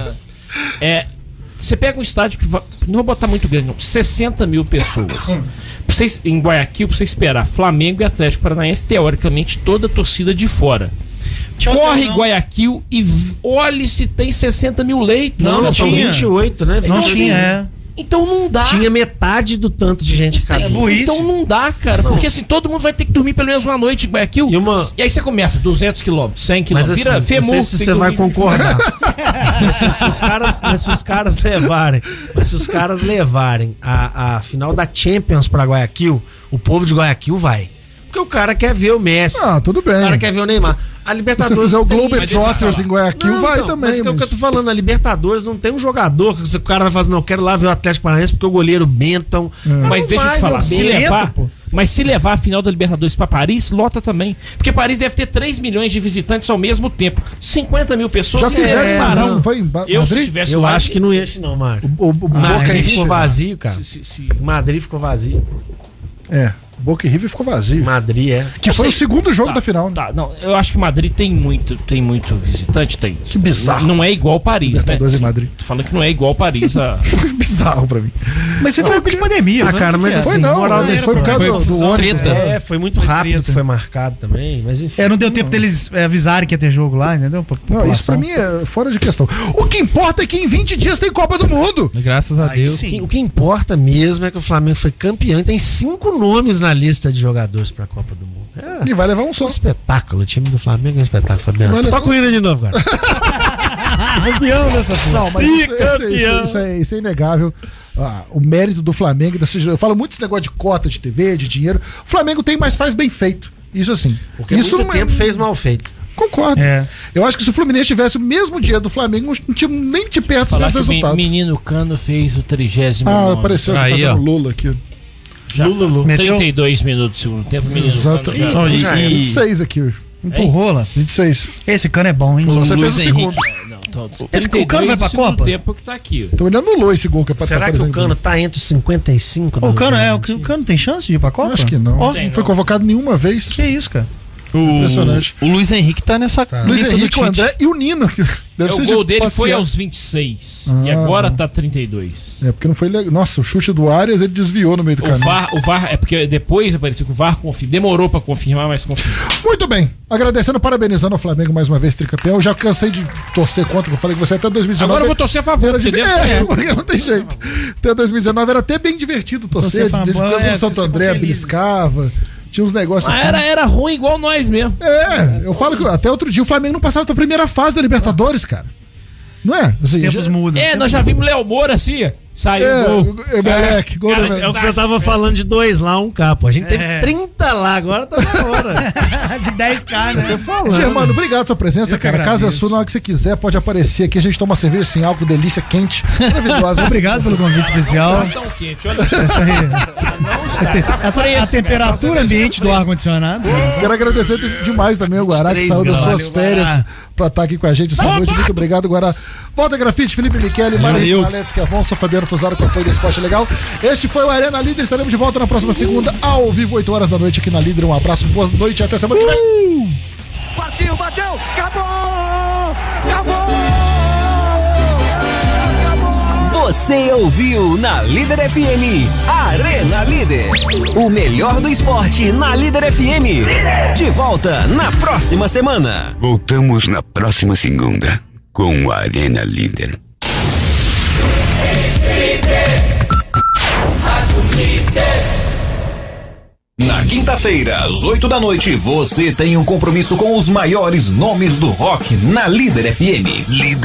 Speaker 3: É, você pega um estádio que vai, não vou botar muito grande, não, 60 mil pessoas. Pra vocês- em Guayaquil, pra você esperar Flamengo e Atlético Paranaense, teoricamente, toda a torcida de fora. Corre
Speaker 5: não.
Speaker 3: Guayaquil e v- olhe se tem 60 mil leitos.
Speaker 7: Não,
Speaker 5: Não
Speaker 7: são
Speaker 5: tinha.
Speaker 7: 28, né?
Speaker 5: Não
Speaker 7: 28.
Speaker 5: tinha, é.
Speaker 3: Então não dá.
Speaker 7: Tinha metade do tanto de gente que
Speaker 5: É
Speaker 7: cabia.
Speaker 5: burrice.
Speaker 3: Então não dá, cara. Porque assim, todo mundo vai ter que dormir pelo menos uma noite em Guayaquil.
Speaker 7: E uma.
Speaker 3: E aí você começa 200 quilômetros, 100
Speaker 7: Mas
Speaker 3: quilômetros.
Speaker 7: assim,
Speaker 3: vira
Speaker 7: não
Speaker 3: femur.
Speaker 7: sei se
Speaker 3: tem
Speaker 7: você
Speaker 3: que
Speaker 7: vai
Speaker 3: dormir.
Speaker 7: concordar. mas, se, se os caras, mas se os caras levarem, mas se os caras levarem a, a final da Champions pra Guayaquil, o povo de Guayaquil vai. Porque o cara quer ver o Messi,
Speaker 2: Ah, tudo bem.
Speaker 7: o cara quer ver o Neymar. A
Speaker 2: Se você
Speaker 7: Libertadores
Speaker 2: fizer o
Speaker 7: é não tem isso.
Speaker 2: Globetrotters em Guayaquil,
Speaker 7: Não,
Speaker 2: vai
Speaker 7: então,
Speaker 2: também.
Speaker 7: Mas, que é o que eu
Speaker 2: mas-
Speaker 7: tô falando, a Libertadores não tem um jogador que você- o cara vai falar assim, não, eu quero lá ver o Atlético Paranaense porque o goleiro Benton.
Speaker 2: É.
Speaker 7: Não
Speaker 3: Mas deixa eu
Speaker 7: vai
Speaker 3: te
Speaker 7: ver
Speaker 3: falar,
Speaker 7: o
Speaker 3: se
Speaker 7: Bento,
Speaker 3: levar,
Speaker 7: pô.
Speaker 3: mas se levar a final da Libertadores pra Paris, lota também. Porque Paris deve ter 3 milhões de visitantes ao mesmo tempo. 50 mil pessoas
Speaker 2: Já
Speaker 3: e
Speaker 2: fizeram
Speaker 3: é,
Speaker 2: esse
Speaker 3: sarão.
Speaker 2: não foi em Ba-
Speaker 3: Eu, se
Speaker 2: Madrid?
Speaker 3: estivesse
Speaker 7: Eu Ah, é,
Speaker 3: lá,
Speaker 7: acho que não enche, não, Marco.
Speaker 2: O, o, o Boca
Speaker 7: Madrid ficou
Speaker 2: River.
Speaker 7: vazio, cara.
Speaker 3: se- se- se-
Speaker 7: Madrid ficou vazio.
Speaker 2: É, Boca e River ficou vazio.
Speaker 7: Madrid é.
Speaker 2: Que foi
Speaker 3: sei.
Speaker 2: o segundo jogo
Speaker 3: Tá,
Speaker 2: da final, né?
Speaker 3: Tá, não, eu acho que Madrid tem muito, tem muito visitante, tem.
Speaker 2: Que bizarro.
Speaker 3: Não é igual Paris, né?
Speaker 2: Libertadores e
Speaker 3: Sim,
Speaker 2: Madrid.
Speaker 3: Tô falando que não é igual Paris. A...
Speaker 2: É Bizarro pra mim.
Speaker 6: Mas você
Speaker 5: É,
Speaker 6: foi de pandemia,
Speaker 7: Ah,
Speaker 6: né?
Speaker 7: cara, mas
Speaker 6: É.
Speaker 7: assim,
Speaker 2: Foi não,
Speaker 7: moral
Speaker 2: né?
Speaker 7: desse
Speaker 2: foi por causa
Speaker 9: Foi
Speaker 2: do, do
Speaker 9: confusão,
Speaker 2: ônibus.
Speaker 9: treta.
Speaker 7: É, foi muito
Speaker 5: Foi
Speaker 7: rápido
Speaker 5: treta.
Speaker 7: que foi marcado também, mas enfim.
Speaker 5: É, não deu tempo deles é, avisarem que ia ter jogo lá, entendeu? Pra
Speaker 2: Não, isso
Speaker 5: população.
Speaker 2: pra mim é fora de questão. O que importa é que em 20 dias tem Copa do Mundo.
Speaker 9: Graças a
Speaker 5: Aí
Speaker 9: Deus.
Speaker 7: O que-
Speaker 5: sim.
Speaker 7: O que importa mesmo é que o Flamengo foi campeão e tem cinco nomes na lista de jogadores pra Copa do Mundo. É
Speaker 2: E vai levar um
Speaker 7: um
Speaker 2: só.
Speaker 7: espetáculo. O time do Flamengo é um espetáculo, Fabiano.
Speaker 2: Olha-
Speaker 7: Toca o hino de novo, cara. campeão dessa porra.
Speaker 2: Não, mas isso, isso- isso- isso é, isso é inegável. Ah, o mérito do Flamengo. Desse, eu falo muito desse negócio de cota de TV, de dinheiro. O Flamengo tem, mas faz bem feito. Isso assim.
Speaker 7: Porque
Speaker 2: isso
Speaker 7: muito
Speaker 2: é-
Speaker 7: tempo fez mal feito.
Speaker 2: Concordo.
Speaker 5: É.
Speaker 2: Eu acho que se o Fluminense tivesse o mesmo dia do Flamengo, não tinha nem de perto os
Speaker 3: Falar
Speaker 2: mesmos
Speaker 3: que o
Speaker 2: resultados.
Speaker 3: menino Cano fez o 30
Speaker 2: Ah, apareceu
Speaker 9: Aí,
Speaker 2: fazendo
Speaker 9: ó.
Speaker 2: Lula aqui.
Speaker 3: tá,
Speaker 5: Lulu. Meteu
Speaker 3: 32 minutos do segundo tempo, o menino
Speaker 2: Exato.
Speaker 3: Cano já-
Speaker 9: Não, e- e-
Speaker 2: 26 aqui hoje.
Speaker 5: empurrou lá.
Speaker 2: 26.
Speaker 5: Esse cano é bom, hein?
Speaker 2: Só você
Speaker 9: Luiz
Speaker 2: fez o
Speaker 9: Henrique.
Speaker 2: segundo.
Speaker 3: Não, então,
Speaker 5: Esse- o Cano vai pra
Speaker 3: 32 do segundo
Speaker 5: Copa?
Speaker 3: tempo que tá aqui. ó.
Speaker 2: Tô olhando o Lula esse gol que é pra
Speaker 7: Será
Speaker 2: tá
Speaker 7: que o
Speaker 2: aparecendo
Speaker 7: Cano tá entre os 55?
Speaker 5: O
Speaker 7: da
Speaker 5: cano é, o
Speaker 7: Argentina?
Speaker 5: cano tem chance de ir pra
Speaker 3: tá?
Speaker 5: Copa?
Speaker 2: Eu acho que não.
Speaker 5: Ó,
Speaker 2: não foi convocado nenhuma vez.
Speaker 5: que isso, cara?
Speaker 2: Impressionante.
Speaker 9: O, o Luiz Henrique tá nessa
Speaker 2: Luiz
Speaker 9: lista do
Speaker 2: Henrique, o
Speaker 9: Tite.
Speaker 2: André e o Nino. Que deve
Speaker 3: É,
Speaker 2: ser
Speaker 3: o
Speaker 2: de
Speaker 3: gol dele foi
Speaker 2: passear.
Speaker 3: aos 26 e
Speaker 2: Ah.
Speaker 3: agora tá 32.
Speaker 2: É, porque não foi legal. Nossa, o chute do Arias ele desviou no meio do
Speaker 3: O
Speaker 2: caminho.
Speaker 3: VAR, o VAR, é porque depois apareceu que o VAR confirma. Demorou pra confirmar, mas confirmou.
Speaker 2: Muito bem. Agradecendo, parabenizando o Flamengo mais uma vez, tricampeão. Já cansei de torcer contra, que eu falei que você é até 2019.
Speaker 3: Agora eu vou torcer a favor,
Speaker 2: Era de...
Speaker 3: entendeu?
Speaker 2: É, porque não tem jeito. Até 2019 era até bem divertido torcer.
Speaker 5: Torcer pra
Speaker 2: A gente
Speaker 5: bola,
Speaker 2: ficava
Speaker 5: é,
Speaker 2: no Santo
Speaker 5: vocês
Speaker 2: André,
Speaker 5: ficam felizes.
Speaker 2: beliscava. Tinha uns negócios
Speaker 3: Mas
Speaker 2: assim.
Speaker 3: era, era ruim igual nós mesmo.
Speaker 2: É, eu falo que até outro dia o Flamengo não passava da primeira fase da Libertadores, cara. Não é? Assim,
Speaker 5: Tempos
Speaker 2: já-
Speaker 5: mudam.
Speaker 3: É, nós já vimos Léo Moura assim, ó, saiu
Speaker 2: é,
Speaker 3: o gol.
Speaker 2: é, moleque, gol
Speaker 3: Cara,
Speaker 2: da-
Speaker 7: É o que você tava falando de dois lá, um cá, pô. A gente teve 30 lá, agora tá na hora.
Speaker 2: É,
Speaker 5: de 10k, né?
Speaker 2: Germano, obrigado pela sua presença,
Speaker 5: Eu que
Speaker 2: cara. Casa é
Speaker 5: agradeço.
Speaker 2: sua, na hora que você quiser, pode aparecer aqui. A gente toma cerveja sem álcool, delícia, quente. Maravilhosa.
Speaker 5: Obrigado pelo convite especial.
Speaker 3: Tão quente, olha só.
Speaker 5: Isso aí. A,
Speaker 2: tá
Speaker 5: te- a- a
Speaker 3: fresco,
Speaker 5: temperatura ambiente do ar-condicionado.
Speaker 2: Quero agradecer demais também ao Guará, que
Speaker 7: 23
Speaker 2: saiu das
Speaker 7: graus.
Speaker 2: suas férias pra estar aqui com a gente essa noite. Muito obrigado, Guará. Volta Grafite, Felipe Michele, Maria
Speaker 9: Valeu.
Speaker 2: Valetsky Afonso, Fabiano Fusaro, com apoio da Esporte Legal. Este foi o Arena Líder. Estaremos de volta na próxima segunda, ao vivo, 8 horas da noite aqui na Líder. Um abraço, boa noite e até semana que vem.
Speaker 4: Partiu, bateu, acabou! Acabou! Acabou!
Speaker 1: Você ouviu na Líder FM, Arena Líder. O melhor do esporte na Líder FM. De volta na próxima semana.
Speaker 10: Voltamos na próxima segunda com o Arena Líder.
Speaker 11: Na quinta-feira, às 8 da noite, você tem um compromisso com os maiores nomes do rock na Líder FM. Líder